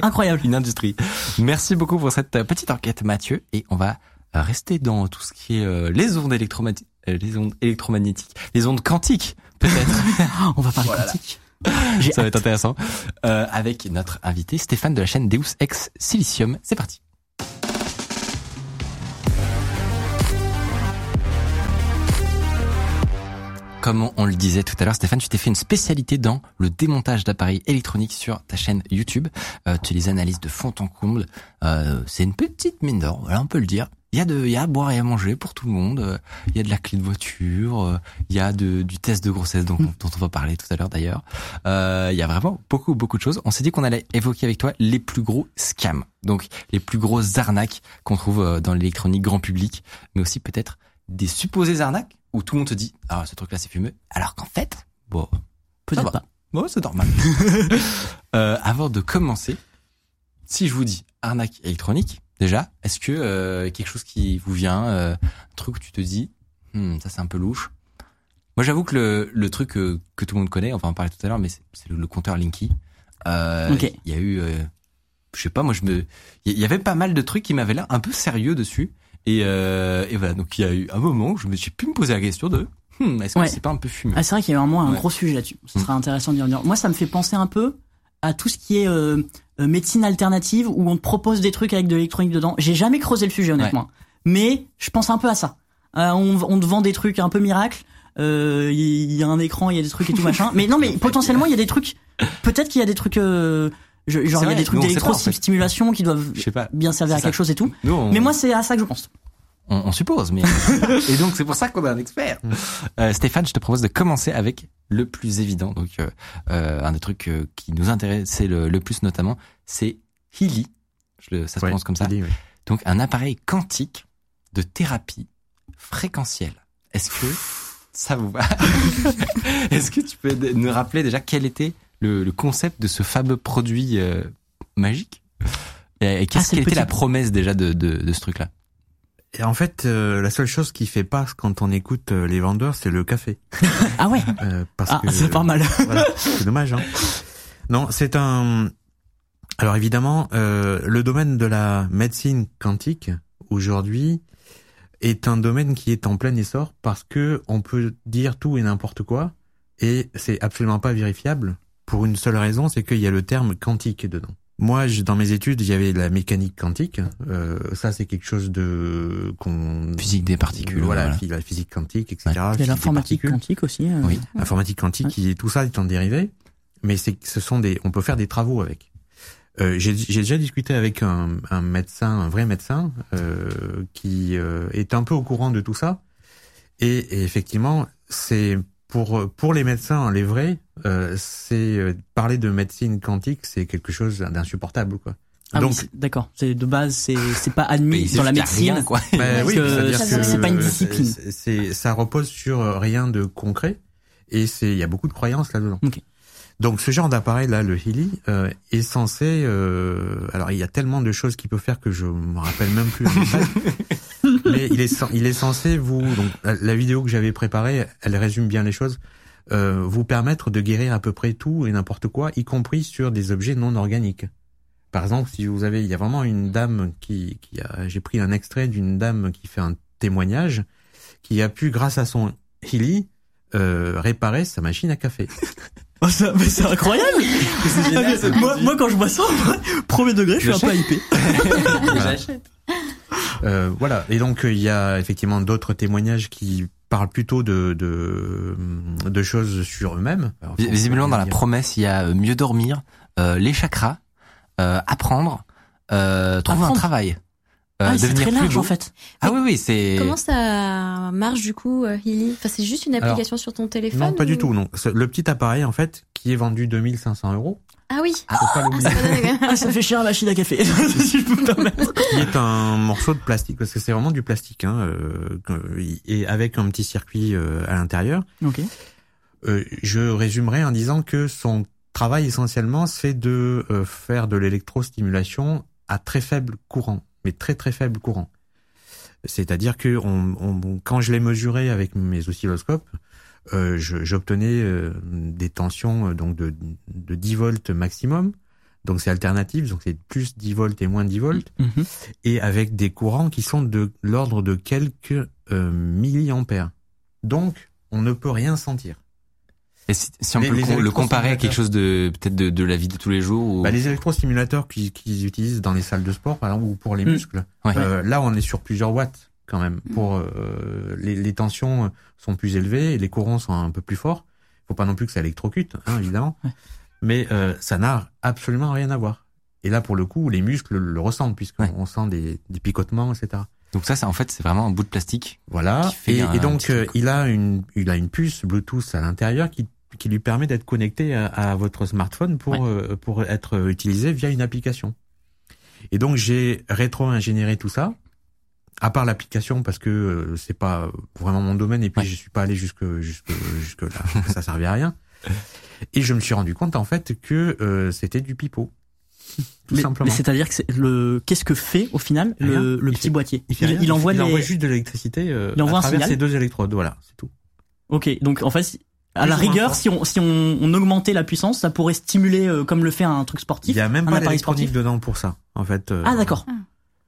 C'est-
incroyable.
une industrie. Merci beaucoup pour cette euh, petite enquête, Mathieu. Et on va euh, rester dans tout ce qui est euh, les ondes électromagnétiques, les ondes électromagnétiques, les ondes quantiques, peut-être.
On va parler
Voilà.
quantique.
Ça va être intéressant. Euh, avec notre invité Stéphane de la chaîne Deus Ex Silicium. C'est parti. Comme on- on le disait tout à l'heure, Stéphane, tu t'es fait une spécialité dans le démontage d'appareils électroniques sur ta chaîne YouTube. Euh, tu les analyses de fond en comble. Euh, c'est une petite mine d'or, voilà, on peut le dire. il y a de, il y a à boire et à manger pour tout le monde. euh, Il y a de la clé de voiture. euh, Il y a de, du test de grossesse dont, dont on va parler tout à l'heure d'ailleurs. Euh, Il y a vraiment beaucoup, beaucoup de choses. On s'est dit qu'on allait évoquer avec toi les plus gros scams. Donc, les plus grosses arnaques qu'on trouve euh, dans l'électronique grand public, mais aussi peut-être des supposées arnaques où tout le monde te dit, ah, ce truc-là, c'est fumeux. Alors qu'en fait, bon,
Peut-être
va.
pas.
Bon, c'est normal. Euh, avant de commencer, si je vous dis arnaque électronique, déjà, est-ce que euh, quelque chose qui vous vient, euh, un truc où tu te dis, Hmm, ça c'est un peu louche. Moi, j'avoue que le, le truc euh, que tout le monde connaît, on va en parler tout à l'heure, mais c'est c'est le, le compteur Linky. Euh,
Ok.
Il y a eu, euh, je sais pas, moi je me, il y avait pas mal de trucs qui m'avaient l'air un peu sérieux dessus. Et, euh, et voilà, donc il y a eu un moment où je me suis pu me poser la question de, Hmm, est-ce que
Ouais.
c'est pas un peu fumeux
Ah, c'est vrai qu'il y a vraiment un
Ouais. Mm.
gros sujet là-dessus. Ce sera intéressant d'y revenir. Moi, ça me fait penser un peu à tout ce qui est euh, euh, médecine alternative où on te propose des trucs avec de l'électronique dedans. J'ai jamais creusé le sujet honnêtement, mais je pense un peu à ça. Euh, on, on te vend des trucs un peu miracles. Euh, Il y a un écran, il y a des trucs et tout machin. Mais non, mais potentiellement il y a des trucs. Peut-être qu'il y a des trucs. euh, je- genre
C'est
il y a
vrai,
des trucs
nous, on sait pas, en fait.
d'électrostimulation qui doivent
Je sais pas.
bien servir à
C'est ça.
quelque chose et tout.
Nous, on-
Mais moi, c'est à ça que je pense.
On, on suppose, mais et donc c'est pour ça qu'on a un expert. Euh, Stéphane, je te propose de commencer avec le plus évident. Donc euh, euh, un des trucs euh, qui nous intéressait le, le plus notamment, c'est Healy. Je le, ça se
Ouais,
prononce comme ça.
il dit, ouais.
Donc un appareil quantique de thérapie fréquentielle. Est-ce que ça vous va Est-ce que tu peux nous rappeler déjà quel était le, le concept de ce fameux produit euh, magique et, et qu'est-ce
c'est le
quelle était
petit-
la promesse déjà de, de, de ce truc-là
Et en fait, euh, la seule chose qui fait pas quand on écoute euh, les vendeurs, c'est le café.
Ah ouais.
Euh, parce
Ah,
que
c'est pas mal.
Voilà, c'est dommage. Hein. Non, c'est un. Alors évidemment, euh, le domaine de la médecine quantique aujourd'hui est un domaine qui est en plein essor parce que on peut dire tout et n'importe quoi et c'est absolument pas vérifiable pour une seule raison, c'est qu'il y a le terme quantique dedans. Moi, je- dans mes études, il y avait la mécanique quantique. Euh, ça, c'est quelque chose de qu'on
Physique des particules.
Voilà,
voilà.
la physique quantique, etc.
Il y a
physique des
l'informatique
particules
quantique aussi. euh.
Oui.
informatique quantique,
Ouais.
qui, tout ça est en dérivé, mais c'est, ce sont des, on peut faire des travaux avec. Euh, j'ai, j'ai déjà discuté avec un, un médecin, un vrai médecin, euh, qui euh, est un peu au courant de tout ça, et, et effectivement, c'est pour pour les médecins, les vrais, euh, c'est euh, parler de médecine quantique, c'est quelque chose d'insupportable, quoi.
Ah
Donc,
oui, c'est- d'accord. C'est de base, c'est c'est pas admis
Mais c'est
dans la
juste qu'il y a
médecine.
rien, quoi.
Ben
Parce
oui,
que
c'est-à-dire
ça,
que
c'est pas une
discipline.
c'est- c'est- ça repose sur euh, rien de concret et c'est il y a beaucoup de croyances là-dedans.
Ok.
Donc ce genre d'appareil là, le Healy, euh, est censé. euh, alors il y a tellement de choses qu'il peut faire que je me rappelle même plus. en détail. Mais il est cen- il est censé vous donc la, la vidéo que j'avais préparée, elle résume bien les choses. euh, vous permettre de guérir à peu près tout et n'importe quoi, y compris sur des objets non organiques. Par exemple, si vous avez, il y a vraiment une dame qui, qui a, j'ai pris un extrait d'une dame qui fait un témoignage, qui a pu, grâce à son Healy, euh, réparer sa machine à café.
Oh, ça- mais c'est incroyable
génial, ce
moi,
produit.
moi, quand je vois ça, en vrai, premier degré, je
Le
suis un peu hypé.
Euh, voilà. Et donc, euh, il y a effectivement d'autres témoignages qui parlent plutôt de, de, de choses sur eux-mêmes. Euh, Alors,
Vis- Visiblement, dans la
dire-
promesse, il y a euh, mieux dormir, euh, les chakras, euh, apprendre, euh, trouver un
Apprendre.
travail, euh,
Ah, c'est
devenir
très
plus
large,
beau.
en fait.
Ah oui, oui, c'est.
Comment ça marche du coup, euh, Healy Enfin, c'est juste une application sur ton téléphone
Non, pas
ou-
du tout, non. Ce- Le petit appareil, en fait, qui est vendu 2500 euros,
Ah oui.
faut pas l'oublier.
Ah, c'est pas dingue.
Ah, ça fait cher la machine à café, si je peux me permettre.
qui est un morceau de plastique parce que c'est vraiment du plastique hein, euh, que- et avec un petit circuit euh, à l'intérieur.
Ok.
Euh, je résumerai en disant que son travail essentiellement c'est de euh, faire de l'électrostimulation à très faible courant, mais très très faible courant. C'est-à-dire que on, on- quand je l'ai mesuré avec mes oscilloscopes, euh, je- j'obtenais euh, des tensions euh, donc de, de 10 volts maximum. Donc c'est alternatif, donc c'est plus 10 volts et moins 10 volts
Mhm.
et avec des courants qui sont de l'ordre de quelques euh, milliampères. Donc, on ne peut rien sentir.
Et si, si on
Les-
peut le
les
com- le comparer à
électrostimulateur.
quelque chose de peut-être de, de la vie de tous les jours ou
Bah, les électrosimulateurs qu'ils qu'ils utilisent dans les salles de sport, par exemple, ou pour les
Mm.
muscles,
Hmm. Ouais. Hmm.
euh, là, on est sur plusieurs watts quand même. Pour euh, les, les tensions sont plus élevées et les courants sont un peu plus forts. Faut pas non plus que ça électrocute, hein, évidemment.
Ouais.
Mais euh, ça n'a absolument rien à voir. Et là, pour le coup, les muscles le ressentent puisqu'on
Ouais.
on sent des, des picotements, etc.
Donc ça, ça en fait, c'est vraiment un bout de plastique.
Voilà.
Qui fait
Et,
un-
et
un
donc,
petit
euh,
truc.
il a une, il a une puce Bluetooth à l'intérieur qui, qui lui permet d'être connecté à, à votre smartphone pour, euh, pour être utilisé via une application. Et donc, j'ai rétro-ingénieré tout ça. À part l'application, parce que euh, c'est pas vraiment mon domaine, et puis
Ouais.
je suis pas allé jusque jusque jusque là, ça servait à rien. Et je me suis rendu compte en fait que euh, c'était du pipeau, tout
mais,
simplement.
mais c'est-à-dire que c'est le qu'est-ce que fait au final
Rien.
le, le
Il
petit
fait-
boîtier
il, fait rien, il
envoie
il
des-
envoie juste de l'électricité euh,
Il envoie
à
un
travers
signal.
ces deux électrodes, voilà, c'est tout.
Ok, donc en fait, si- à la
Plus ou moins
rigueur,
fort.
si on si on, on augmentait la puissance, ça pourrait stimuler euh, comme le fait un truc
Il
sportif.
y a même
un
pas
appareil
d'électronique
sportif.
dedans pour ça, en fait. euh,
Ah d'accord.
Ah.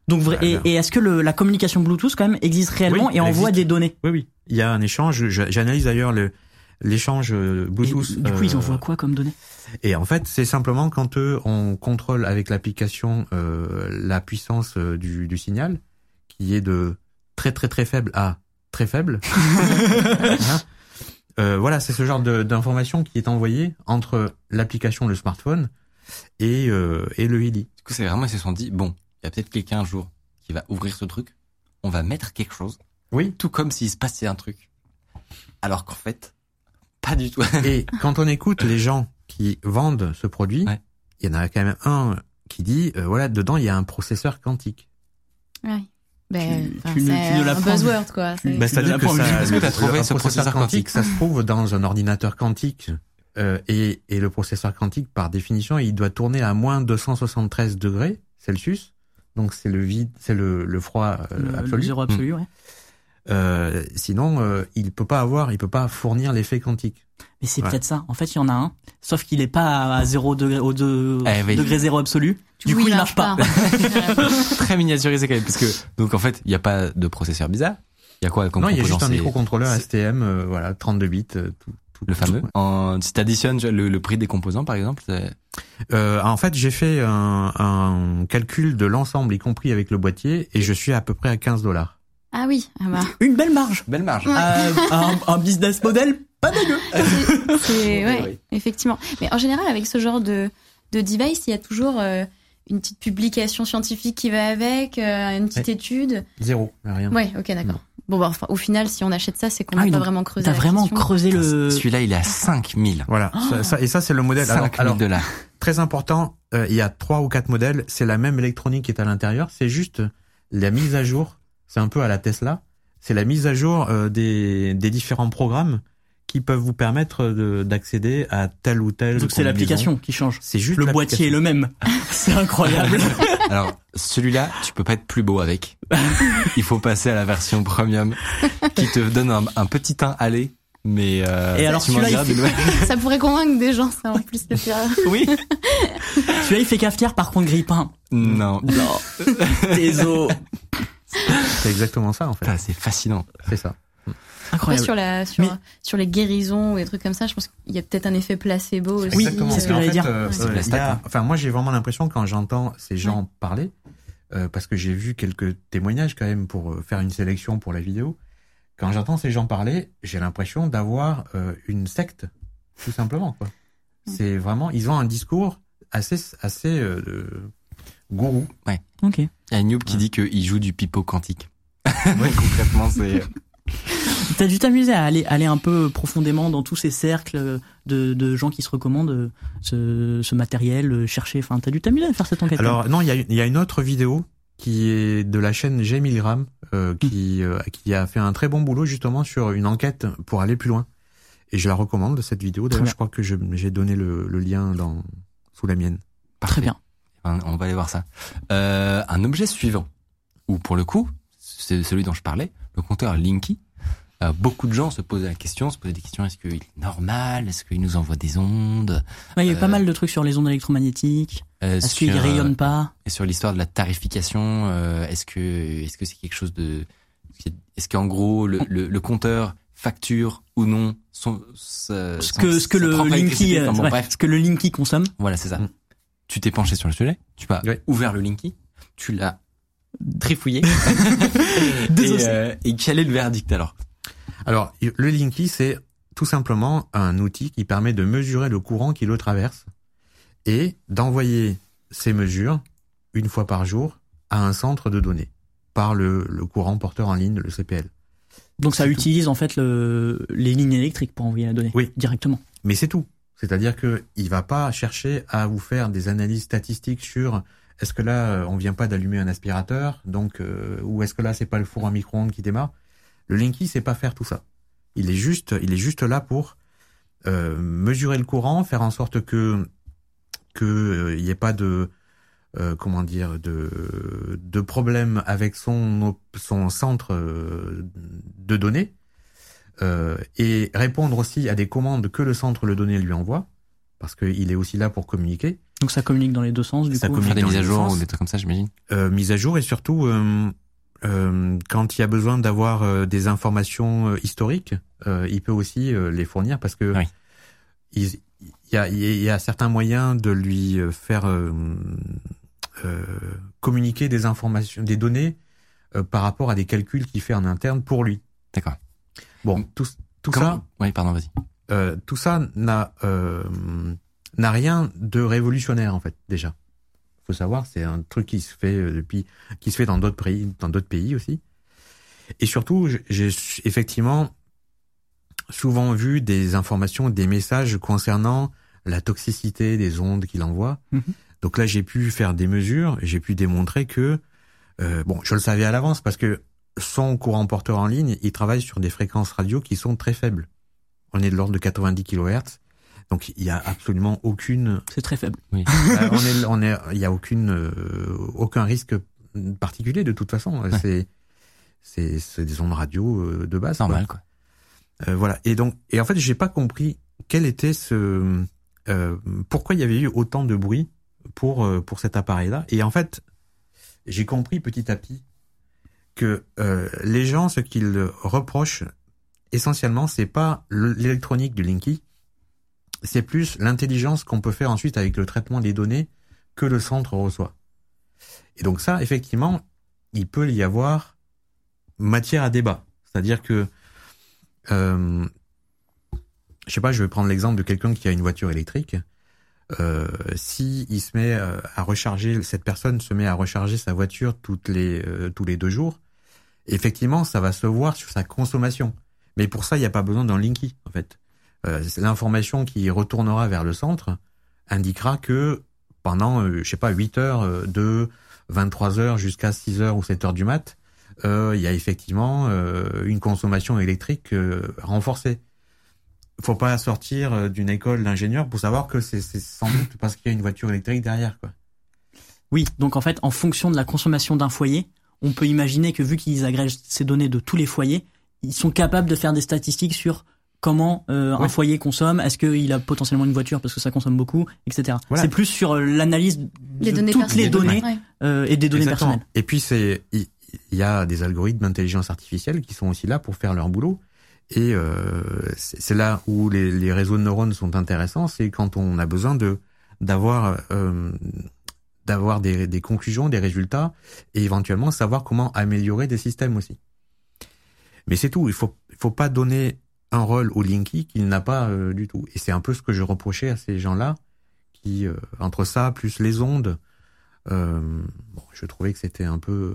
Donc vrai.
Ouais,
Et,
bien.
et est-ce que le, la communication Bluetooth quand même existe réellement
Oui,
et
elle
envoie
existe.
des données
Oui, oui. Il y a un échange. je- J'analyse d'ailleurs le l'échange euh,
Et
Bluetooth.
Du coup, ils
euh,
envoient quoi comme données
Et en fait, c'est simplement quand euh, on contrôle avec l'application euh, la puissance euh, du, du signal, qui est de très très très faible à très faible. Hein Euh, voilà, c'est ce genre de- d'information qui est envoyée entre l'application, le smartphone et, euh, et le HIDI.
Du coup, c'est vraiment, ils se sont dit, bon, il y a peut-être quelqu'un un jour qui va ouvrir ce truc. On va mettre quelque chose.
Oui.
Tout comme s'il se passait un truc. Alors qu'en fait, pas du tout.
Et quand on écoute les gens qui vendent ce produit,
Ouais.
il y en a quand même un qui dit, euh, voilà, dedans, il y a un processeur quantique.
Ouais. Ben,
Tu-
enfin,
tu ne-
c'est
tu ne
un
l'apprends-
buzzword, quoi.
tu-
C'est-
Bah,
c'est-à-dire
l'apprends, mais
est-ce que t'as
le-
trouvé
un
ce processeur quantique
Ça se trouve dans un ordinateur quantique. euh, et, et le processeur quantique, par définition, il doit tourner à moins 273 degrés Celsius. Donc c'est le vide, c'est le, le froid euh,
Le- le
absolu.
zéro absolu, ouais.
Euh, sinon, euh, il peut pas avoir, il peut pas fournir l'effet quantique.
Mais c'est
Ouais.
peut-être ça. En fait, il y en a un, sauf qu'il est pas à 0 degré au deux-
Eh oui.
degré zéro absolu. Du coup, il marche pas.
Très miniaturisé quand même. Parce que, donc en fait, il n'y a pas de processeur bizarre. Il y a quoi comme
non, il y a
composant
juste un
C'est
microcontrôleur
c'est-
STM, euh, voilà, 32 bits, euh, tout, tout-
Le fameux.
tout,
En, si t'additionnes le, le prix des composants, par exemple, c'est-
Euh, en fait, j'ai fait un, un calcul de l'ensemble, y compris avec le boîtier, et je suis à peu près à 15 dollars.
Ah oui, ah bah.
Une belle marge.
belle marge.
Euh, un, un business model pas dégueu.
C'est, ouais,
Oui.
effectivement. Mais en général, avec ce genre de, de device, il y a toujours euh, une petite publication scientifique qui va avec, euh, une petite
Ouais.
étude.
Zéro, rien.
Ouais, ok, d'accord. Bon, bah, enfin, au final, si on achète ça, c'est qu'on
Ah
n'a
oui,
pas
donc
vraiment creusé.
T'as
la
vraiment
question.
creusé le.
Ah, Celui-là, il est à 5000.
Voilà.
Ah.
Ça- ça- et ça, c'est le modèle. Alors,
5000
alors,
dollars.
très important, euh, il y a trois ou quatre modèles. C'est la même électronique qui est à l'intérieur. C'est juste la mise à jour. C'est un peu à la Tesla. C'est la mise à jour euh, des, des différents programmes qui peuvent vous permettre de- d'accéder à tel ou tel.
Donc c'est
combinaison.
l'application qui change.
C'est juste
Le boîtier est le même. C'est incroyable.
Alors, celui-là, tu peux pas être plus beau avec. Il faut passer à la version premium qui te donne un, un petit teint allé. Mais euh,
Et alors,
tu m'en diras
celui-là, il
des nouvelles.
Ça pourrait convaincre des gens, ça, en plus, le pire.
oui. Celui-là, il fait cafetière, par contre, grille pain.
Non.
Non. Désolé.
C'est exactement ça en fait.
Putain, C'est fascinant.
C'est ça.
Après,
Incroyable.
sur, la, sur,
Mais-
sur les guérisons ou des trucs comme ça, je pense qu'il y a peut-être un effet placebo aussi.
Oui,
Exactement.
c'est ce que
Et en
j'allais
fait,
dire.
euh,
C'est de la
euh, il y
stat,
a-
hein.
enfin, moi, j'ai vraiment l'impression quand j'entends ces gens parler, euh, parce que j'ai vu quelques témoignages quand même pour euh, faire une sélection pour la vidéo. Quand j'entends ces gens parler, j'ai l'impression d'avoir euh, une secte, tout simplement. quoi. C'est vraiment, ils ont un discours assez, assez euh, euh, gourou.
Ok.
Il y a Noob qui dit qu'il joue du pipeau quantique. oui, concrètement, c'est.
T'as dû t'amuser à aller, aller un peu profondément dans tous ces cercles de, de gens qui se recommandent euh, ce, ce matériel, euh, chercher. Enfin, t'as dû t'amuser à faire cette enquête.
Alors non, il y a, une- il y a une autre vidéo qui est de la chaîne J. Milgram euh, qui, euh, qui a fait un très bon boulot justement sur une enquête pour aller plus loin. Et je la recommande cette vidéo. D'ailleurs,
bien.
je crois que je- j'ai donné le, le lien dans sous la mienne.
très
Parfait.
bien.
On on va aller voir ça. Euh, un objet suivant, où pour le coup, c'est celui dont je parlais, le compteur Linky. Euh, beaucoup de gens se posent la question, se posent des questions, est-ce qu'il est normal Est-ce qu'il nous envoie des ondes
Ouais, Bah, il y a eu
Euh,
pas mal de trucs sur les ondes électromagnétiques.
Euh,
Est-ce
sur-
qu'il rayonne pas
Et sur l'histoire de la tarification, euh, est-ce que est-ce que c'est quelque chose de est-ce qu'en gros le, le, le compteur facture ou non son, sa-
ce
son-
que, ce que
sa
le
propre
Linky,
électricité
euh,
Enfin bon,
ouais,
bref,
ce que le Linky consomme.
voilà c'est ça.
Mm.
Tu t'es penché sur le sujet, tu as
Ouais.
ouvert le Linky, tu l'as trifouillé.
Désossé.
et, euh, et quel est le verdict alors
Alors le Linky, c'est tout simplement un outil qui permet de mesurer le courant qui le traverse et d'envoyer ces mesures une fois par jour à un centre de données. par le, le courant porteur en ligne, le CPL.
Donc ça
C'est
utilise en fait le, les lignes électriques pour envoyer la donnée
Oui.
directement.
Mais c'est tout. C'est-à-dire que il va pas chercher à vous faire des analyses statistiques sur est-ce que là euh, on vient pas d'allumer un aspirateur, donc euh, ou est-ce que là c'est pas le four à micro-ondes qui démarre. Le Linky sait pas faire tout ça. Il est juste, il est juste là pour euh, mesurer le courant, faire en sorte que que euh, il y ait pas de euh, comment dire de de problème avec son op- son centre euh, de données euh, et répondre aussi à des commandes que le centre de données lui envoie, parce qu'il est aussi là pour communiquer,
Donc ça communique dans les deux sens du
Ça
coup.
communique.
Faire des
dans
mises à
les
jour
sens.
ou des trucs comme ça, j'imagine.
euh, mise à jour et surtout euh, euh, quand il y a besoin d'avoir euh, des informations euh, historiques, euh, il peut aussi euh, les fournir parce que
Ah oui.
il, il y, a, il y a certains moyens de lui euh, faire euh, euh, communiquer des informations, des données euh, par rapport à des calculs qu'il fait en interne pour lui.
D'accord.
Bon, tout, tout
Comment-
ça,
Oui, pardon, vas-y.
Ah,
euh, tout ça n'a euh, n'a rien de révolutionnaire en fait déjà. Faut savoir, c'est un truc qui se fait euh, depuis, qui se fait dans d'autres pays, dans d'autres pays aussi. Et surtout, j- j'ai s- effectivement souvent vu des informations, des messages concernant la toxicité des ondes qu'il envoie.
Mhm.
Donc là, j'ai pu faire des mesures, j'ai pu démontrer que euh, bon, je le savais à l'avance parce que son courant porteur en ligne, il travaille sur des fréquences radio qui sont très faibles. On est de l'ordre de 90 kHz. Donc il y a absolument aucune
C'est très faible.
bah, on est, on est, il y a aucune, euh, aucun risque particulier de toute façon. C'est, c'est, c'est des ondes radio euh, de base.
C'est normal, quoi.
quoi. Euh, voilà. Et donc, et en fait, j'ai pas compris quel était ce, euh, pourquoi il y avait eu autant de bruit pour euh, pour cet appareil-là. Et en fait, j'ai compris petit à petit que euh, les gens, ce qu'ils reprochent essentiellement, c'est pas le- l'électronique du Linky, c'est plus l'intelligence qu'on peut faire ensuite avec le traitement des données que le centre reçoit. Et donc ça, effectivement, il peut y avoir matière à débat. C'est-à-dire que, euh, je sais pas, je vais prendre l'exemple de quelqu'un qui a une voiture électrique. Euh, si il se met euh, à recharger, cette personne se met à recharger sa voiture toutes les euh, tous les deux jours. Effectivement, ça va se voir sur sa consommation. Mais pour ça, il n'y a pas besoin d'un Linky, en fait. Euh, c'est L'information qui retournera vers le centre indiquera que pendant, euh, je sais pas, 8 heures, euh, de 23 heures jusqu'à 6 heures ou 7 heures du mat, euh, il y a effectivement euh, une consommation électrique euh, renforcée. Faut pas sortir euh, d'une école d'ingénieur pour savoir que c'est c'est sans doute parce qu'il y a une voiture électrique derrière, quoi.
Oui, donc en fait, en fonction de la consommation d'un foyer, on peut imaginer que vu qu'ils agrègent ces données de tous les foyers, ils sont capables de faire des statistiques sur comment euh, un
Ouais.
foyer consomme, est-ce qu'il a potentiellement une voiture parce que ça consomme beaucoup, etc.
Voilà.
C'est plus sur euh, l'analyse de
Les données
toutes les
personnelles.
données
Ouais.
euh, et des données
Exactement.
personnelles.
Et puis c'est il il y, a des algorithmes d'intelligence artificielle qui sont aussi là pour faire leur boulot. Et euh, c'est c'est là où les, les réseaux de neurones sont intéressants, c'est quand on a besoin de d'avoir euh, d'avoir des, des conclusions, des résultats, et éventuellement savoir comment améliorer des systèmes aussi. Mais c'est tout. Il faut il faut pas donner un rôle au Linky qu'il n'a pas euh, du tout. Et c'est un peu ce que je reprochais à ces gens-là, qui euh, entre ça plus les ondes, euh, bon, je trouvais que c'était un peu. euh,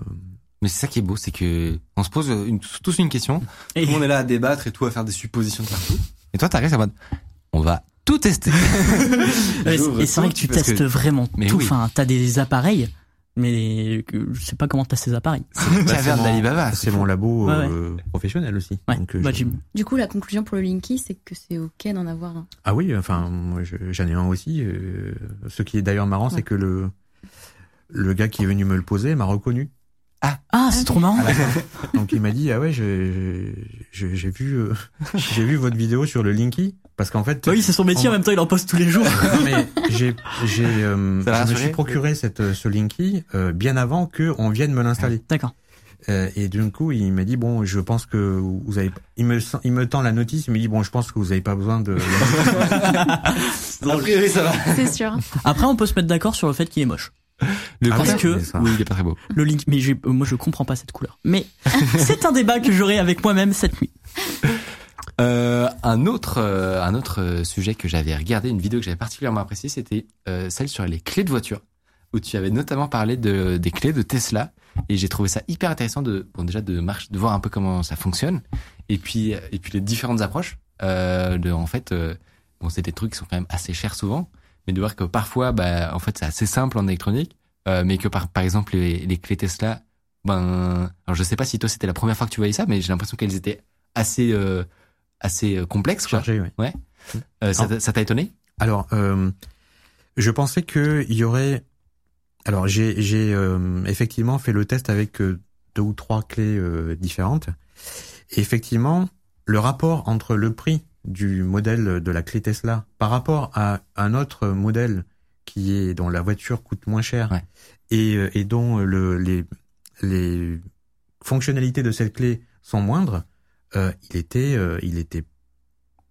Mais c'est ça qui est beau, c'est que on se pose une- tous une question.
Et-
Tout le monde est là à débattre et tout, à faire des suppositions de partout. Et toi, t'arrives en mode, on va tout tester.
Ouais,
J'ouvre
euh, et c'est vrai
tout,
que tu
parce
testes vraiment
Mais
tout.
oui.
Enfin, t'as des appareils, mais que- je sais pas comment t'as ces appareils.
C'est la
Bah,
caverne
c'est mon-
d'Alibaba.
c'est mon labo
Ouais,
euh, professionnel aussi.
Ouais.
Donc, euh,
Bah,
je-
j'im-
Du coup, la conclusion pour le Linky, c'est que c'est OK d'en avoir un.
Ah oui, enfin, moi, je- j'en ai un aussi. euh, Ce qui est d'ailleurs marrant, c'est que le le gars qui est venu me le poser m'a reconnu.
Ah, c'est trop marrant.
Donc il m'a dit ah ouais, j'ai j'ai- j'ai vu euh, j'ai vu votre vidéo sur le Linky parce qu'en fait
Bah oui, c'est son métier. En même temps, il en poste tous les jours.
Non, mais j'ai j'ai euh,
Ça l'a
je me
rassuré
suis procuré cette ce Linky euh, bien avant que on vienne me l'installer.
D'accord.
Euh, et du coup, il m'a dit bon, je pense que vous avez. Il me sent- il me tend la notice. Il me dit bon, je pense que vous avez pas besoin de. Ah
A priori, ça va.
C'est sûr.
Après, on peut se mettre d'accord sur le fait qu'il est moche.
Le
Ah
parce
ouais,
que,
mais ça-
oui, il est pas très beau.
Le link, mais j'ai- euh, moi, je comprends pas cette couleur. Mais c'est un débat que j'aurai avec moi-même cette nuit.
Euh, un autre, euh, un autre euh, sujet que j'avais regardé, une vidéo que j'avais particulièrement appréciée, c'était euh, celle sur les clés de voiture, où tu avais notamment parlé de, des clés de Tesla et Et j'ai trouvé ça hyper intéressant de, bon, déjà de marche, de voir un peu comment ça fonctionne. Et puis, euh, et puis les différentes approches. Euh, de, en fait, euh, bon, c'est des trucs qui sont quand même assez chers souvent, mais de voir que parfois, bah, en fait, c'est assez simple en électronique, euh, mais que par, par exemple les, les clés Tesla, ben, alors je sais pas si toi c'était la première fois que tu voyais ça, mais j'ai l'impression qu'elles étaient assez, euh, assez euh, complexes. Quoi.
Chargé, oui.
Ouais. Euh, ça t'a- ça t'a étonné
Alors, euh, je pensais que il y aurait. Alors, j'ai j'ai, euh, effectivement fait le test avec euh, deux ou trois clés euh, différentes. Et effectivement, le rapport entre le prix du modèle de la clé Tesla par rapport à un autre modèle qui est dont la voiture coûte moins cher
Ouais.
et, euh, et dont le, les, les fonctionnalités de cette clé sont moindres, euh, il était euh, il était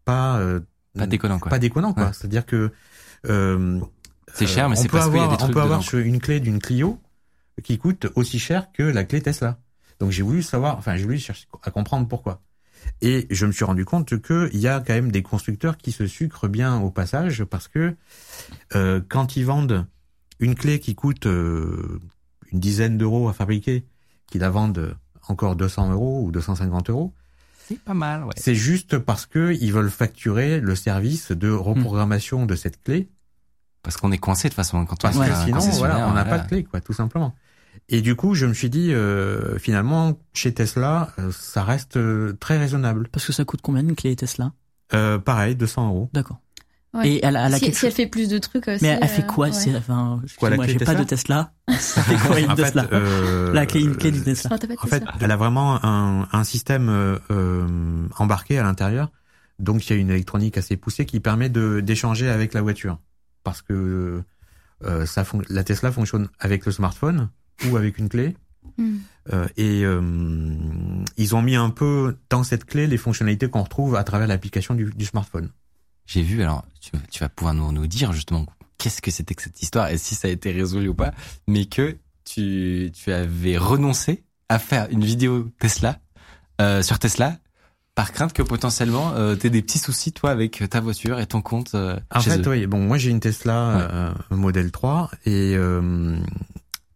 pas euh,
Pas déconnant quoi.
pas déconnant quoi.
Ouais.
C'est-à-dire que euh,
C'est cher, mais
on
c'est
peut
parce qu'il y a
avoir-
des trucs
on peut avoir
dedans,
sur une clé d'une Clio qui coûte aussi cher que la clé Tesla. Donc j'ai voulu savoir, enfin j'ai voulu chercher à comprendre pourquoi. Et je me suis rendu compte que il y a quand même des constructeurs qui se sucrent bien au passage parce que euh, quand ils vendent une clé qui coûte euh, une dizaine d'euros à fabriquer, qu'ils la vendent encore 200 euros ou 250 euros,
C'est pas mal, ouais.
c'est juste parce que ils veulent facturer le service de reprogrammation de cette clé,
Parce qu'on est coincé de toute façon quand
parce
on est
que
un
sinon,
concessionnaire,
voilà, on n'a
voilà.
pas de clé, quoi, tout simplement. Et du coup, je me suis dit, euh, finalement, chez Tesla, euh, ça reste euh, très raisonnable.
Parce que ça coûte combien une clé Tesla
Euh, pareil, 200 euros.
D'accord.
Ouais.
Et elle, elle a
si,
quelque
si
chose-
elle fait plus de trucs aussi.
Ah, Mais elle, elle fait
euh,
quoi
ouais.
c'est- enfin,
Quoi, la
Moi,
clé
j'ai pas de Tesla. Ça fait quoi une
En fait,
Tesla
euh,
La clé, une clé du
Je
Tesla.
crois que t'as pas
En
de
fait,
ça.
elle a vraiment un, un système euh, euh, embarqué à l'intérieur, donc il y a une électronique assez poussée qui permet de d'échanger avec la voiture, parce que euh, ça fon- la Tesla fonctionne avec le smartphone ou avec une clé,
Hmm.
euh, et euh, ils ont mis un peu dans cette clé les fonctionnalités qu'on retrouve à travers l'application du, du smartphone.
J'ai vu, alors tu, tu vas pouvoir nous, nous dire justement qu'est-ce que c'était que cette histoire et si ça a été résolu ou pas, mais que tu, tu avais renoncé à faire une vidéo Tesla euh, sur Tesla par crainte que potentiellement euh, t'aies des petits soucis toi avec ta voiture et ton compte euh,
Ah, En
chez
fait,
eux.
oui. Bon, moi j'ai une Tesla
Ouais.
euh, modèle 3 et euh,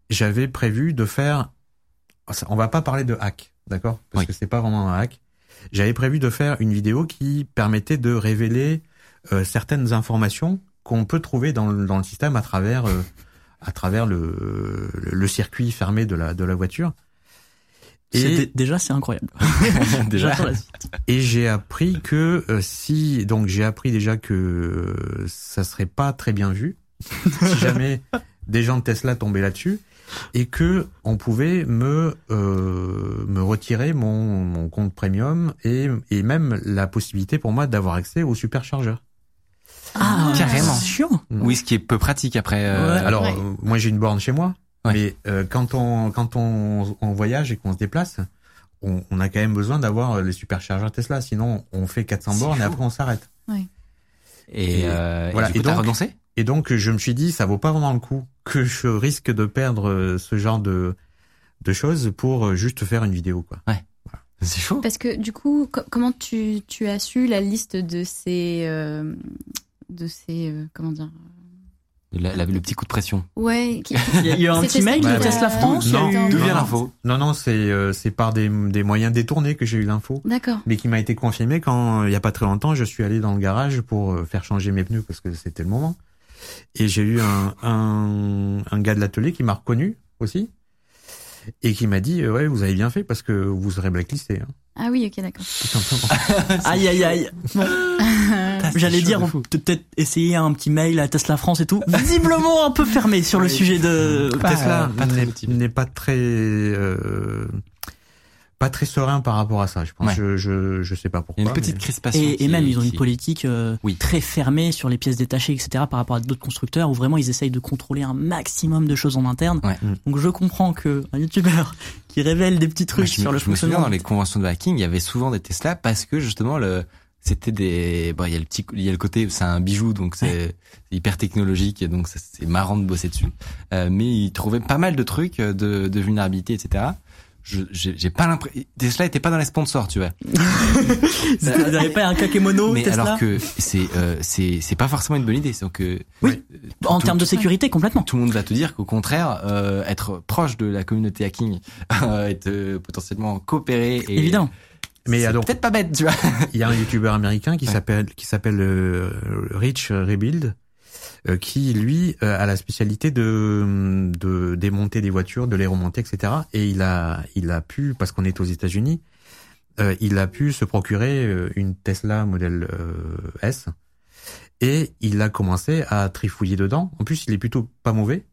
j'avais prévu de faire. oh, On va pas parler de hack, d'accord Parce
Oui.
que c'est pas vraiment un hack. J'avais prévu de faire une vidéo qui permettait de révéler euh, certaines informations qu'on peut trouver dans le, dans le système à travers euh, à travers le, le, le circuit fermé de la de la voiture.
C'est
Et
dé- Déjà, c'est incroyable.
déjà.
J'attends la suite.
et j'ai appris que euh, si donc j'ai appris déjà que euh, ça serait pas très bien vu si jamais des gens de Tesla tombaient là-dessus et que on pouvait me euh, me retirer mon, mon compte premium et et même la possibilité pour moi d'avoir accès au superchargeur.
Ah,
Carrément.
C'est chiant.
Oui, ce qui est peu pratique après. euh,
Ouais.
Alors
Ouais.
euh, moi j'ai une borne chez moi
Ouais.
mais euh, quand on quand on, on voyage et qu'on se déplace on, on a quand même besoin d'avoir les superchargeurs Tesla sinon on fait 400
C'est
bornes et
fou.
après on s'arrête.
et,
et-
euh,
voilà.
et du
Et
coup, t'as
donc-
renoncé
Et donc je me suis dit ça vaut pas vraiment le coup que je risque de perdre euh, ce genre de de choses pour euh, juste faire une vidéo quoi.
C'est chaud.
Parce que du coup, co- comment tu, tu as su la liste de ces. euh, de ces. euh, comment dire
La- la- le petit coup de pression.
Ouais. qui-
Il y a eu un
C'était
petit mail
celle
de
qui
Ouais.
Tesla
t'a-
France. il y a
Non,
eu-
non,
D'où vient
non.
l'info
Non non, c'est euh, c'est par des des moyens détournés que j'ai eu l'info
D'accord.
mais qui m'a été confirmé quand euh, il y a pas très longtemps, je suis allé dans le garage pour euh, faire changer mes pneus parce que c'était le moment. Et j'ai eu un un un gars de l'atelier qui m'a reconnu aussi et qui m'a dit euh, ouais, vous avez bien fait parce que vous serez blacklisté hein,
Ah oui, ok, d'accord.
tout simplement.
Aïe, aïe, aïe. J'allais
chaud
dire,
de
on peut peut-être essayer un petit mail à Tesla France et tout. Visiblement un peu fermé sur le sujet de...
Pas,
Tesla
euh, pas très
n'est-
motivé.
n'est pas très euh, pas très serein par rapport à ça. Je pense,
Ouais.
je, je je sais pas
Il
pourquoi.
y a une petite
mais-
crispation.
Et, et
qui-
même, ils ont une
qui-
politique euh,
Oui.
très fermée sur les pièces détachées, etc. par rapport à d'autres constructeurs où vraiment ils essayent de contrôler un maximum de choses en interne.
Ouais.
Mm.
Donc je comprends que un youtubeur qui révèle des petits trucs
Moi, je, me-
sur
je
le
me souviens
fonctionnement.
dans les conventions de hacking, il y avait souvent des Tesla parce que justement le c'était des bon il y a le petit il y a le côté c'est un bijou donc c'est hyper technologique et donc ça, c'est marrant de bosser dessus Euh, mais ils trouvaient pas mal de trucs euh, de, de vulnérabilité etc je j'ai j'ai pas l'impression Tesla était pas dans les sponsors tu vois
Vous n'avez pas un kakémono
mais
Oh, Tesla
alors que c'est euh, c'est c'est pas forcément une bonne idée donc que
Oui. En termes de sécurité, complètement.
tout le monde va te dire qu'au contraire euh, être proche de la communauté hacking euh, et de potentiellement coopérer et
Évidemment.
mais
Mais alors,
peut-être pas bête tu vois
il y a un youtubeur américain qui
Ouais.
s'appelle qui s'appelle euh, Rich Rebuild euh, qui lui euh, a la spécialité de de démonter des voitures, de les remonter, etc. Et il a il a pu parce qu'on est aux États-Unis, euh, il a pu se procurer euh, une Tesla modèle euh, S et il a commencé à trifouiller dedans. En plus, il est plutôt pas mauvais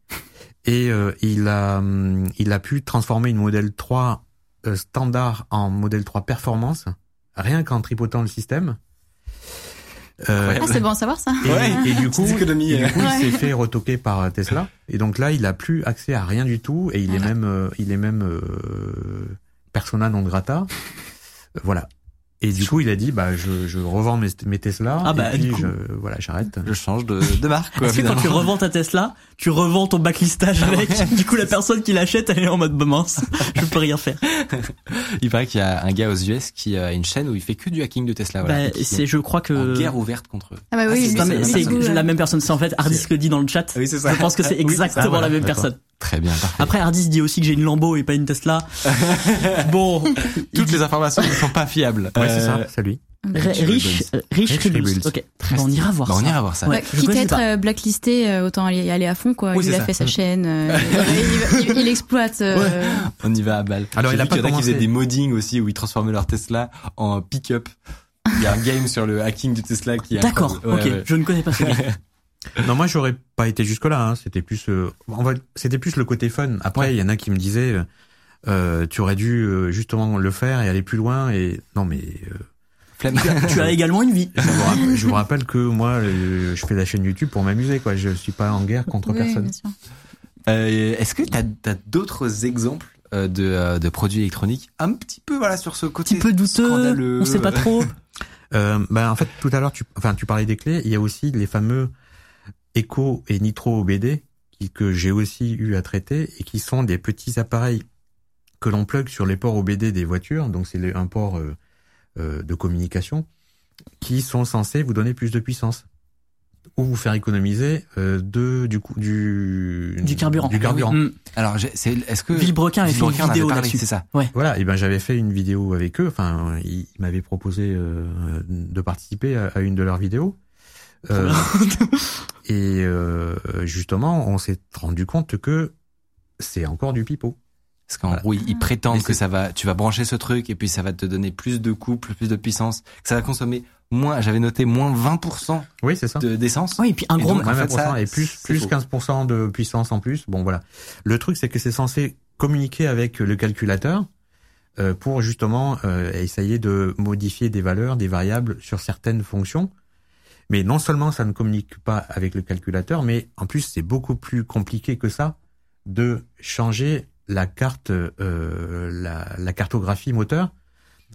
et euh, il a hum, il a pu transformer une modèle 3 euh, standard en modèle 3 performance rien qu'en tripotant le système. Euh,
Ah, c'est bon à savoir ça.
et, et du coup,
Des économies,
et du
euh.
coup, il
Ouais.
s'est fait retoquer par euh, Tesla. Et donc là, il a plus accès à rien du tout. Et il est même, euh, il est même euh, persona non grata. Euh, Voilà. Et du coup, il a dit, bah, je, je revends mes, mes Tesla.
Ah bah,
et puis
du coup.
je- voilà, j'arrête.
je change de, de marque quoi
Parce que quand
finalement.
tu revends ta Tesla, tu revends ton backlistage
Ah
avec. Du coup, la personne qui l'achète, elle est en mode bah mince, je peux rien
Ah
faire.
il paraît qu'il y a un gars aux US qui euh, a une chaîne où il fait que du hacking de Tesla voilà,
Bah,
et qui
c'est,
est
je crois
en
que.
guerre ouverte contre eux
Ah bah
Ah,
oui,
c'est
lui,
Non, mais
lui,
c'est
du coup,
la
euh,
même personne. C'est en fait Hardis le dit dans le chat.
oui Ah c'est
Je pense que c'est exactement
voilà,
la même
d'accord.
personne.
très bien parfait
Après, Hardis dit aussi que j'ai une Lambo et pas une Tesla. bon,
toutes les informations ne sont pas fiables
Ouais, c'est
Euh,
ça, c'est lui.
Ri- riche, euh, riche,
Riche
Rebuilds.
Rebuilds.
Ok, Bah, on ira voir
bah,
ça.
on ira voir ça
Ouais,
bah,
je
quitte à
connaissais
être
pas.
euh, blacklisté, euh, autant y y aller à fond quoi.
Oui,
il
c'est
a
ça.
fait sa chaîne, euh, il, il- il exploite. euh,
On y va à balle.
Alors,
J'ai
il a
vu
pas
qu'il y en a qui
commencé.
faisaient des moddings aussi où ils transformaient leur Tesla en pick-up. Il y a un game sur le hacking du Tesla qui est
D'accord,
incroyable.
ok,
Ouais, ouais.
je ne connais pas ce gars.
Non, moi, j'aurais pas été jusque là. C'était plus, euh, en fait, c'était plus le côté fun. Après, il y en a qui me disaient, euh, euh, tu aurais dû euh, justement le faire et aller plus loin. Et non, mais euh,
Flemme.
tu as également une vie.
je, vous rappelle, je vous rappelle que moi, euh, je fais la chaîne YouTube pour m'amuser. Quoi, je suis pas en guerre contre
oui,
personne.
bien sûr.
Euh, Est-ce que t'as as, d'autres exemples euh, de, euh, de produits électroniques un petit peu voilà sur ce
Petit
côté
peu douteux,
scandaleux.
on sait pas trop.
Euh, ben, en fait, tout à l'heure, tu, enfin, tu parlais des clés. Il y a aussi les fameux Echo et Nitro OBD qui, que j'ai aussi eu à traiter et qui sont des petits appareils que l'on plug sur les ports OBD des voitures. Donc, c'est le- un port euh, euh, de communication qui sont censés vous donner plus de puissance ou vous faire économiser euh, de du coup du
Du carburant.
Du carburant.
Mm.
Alors j'ai- c'est- est-ce que
Villebrequin avait fait une
Villebrequin en avait
vidéo
parlé,
là-dessus.
C'est ça.
Voilà, et ben j'avais fait une vidéo avec eux. Enfin, ils ils m'avaient proposé euh, de participer à, à une de leurs vidéos. Euh, et euh, justement, on s'est rendu compte que c'est encore du pipeau.
Parce qu'en
Voilà.
gros, ils, ils prétendent
Mais
que
c'est-
ça va, tu vas brancher ce truc et puis ça va te donner plus de couple, plus de puissance, que ça va consommer moins. J'avais noté moins 20%
Oui, c'est ça.
de- d'essence.
Hein Ouais, et puis un
Et
gros.
donc, en fait,
20%
ça,
et plus
c'est
plus
faux.
15% de puissance en plus. Bon voilà. Le truc c'est que c'est censé communiquer avec le calculateur euh, pour justement euh, essayer de modifier des valeurs, des variables sur certaines fonctions. Mais non seulement ça ne communique pas avec le calculateur, mais en plus c'est beaucoup plus compliqué que ça de changer la carte, euh, la, la cartographie moteur.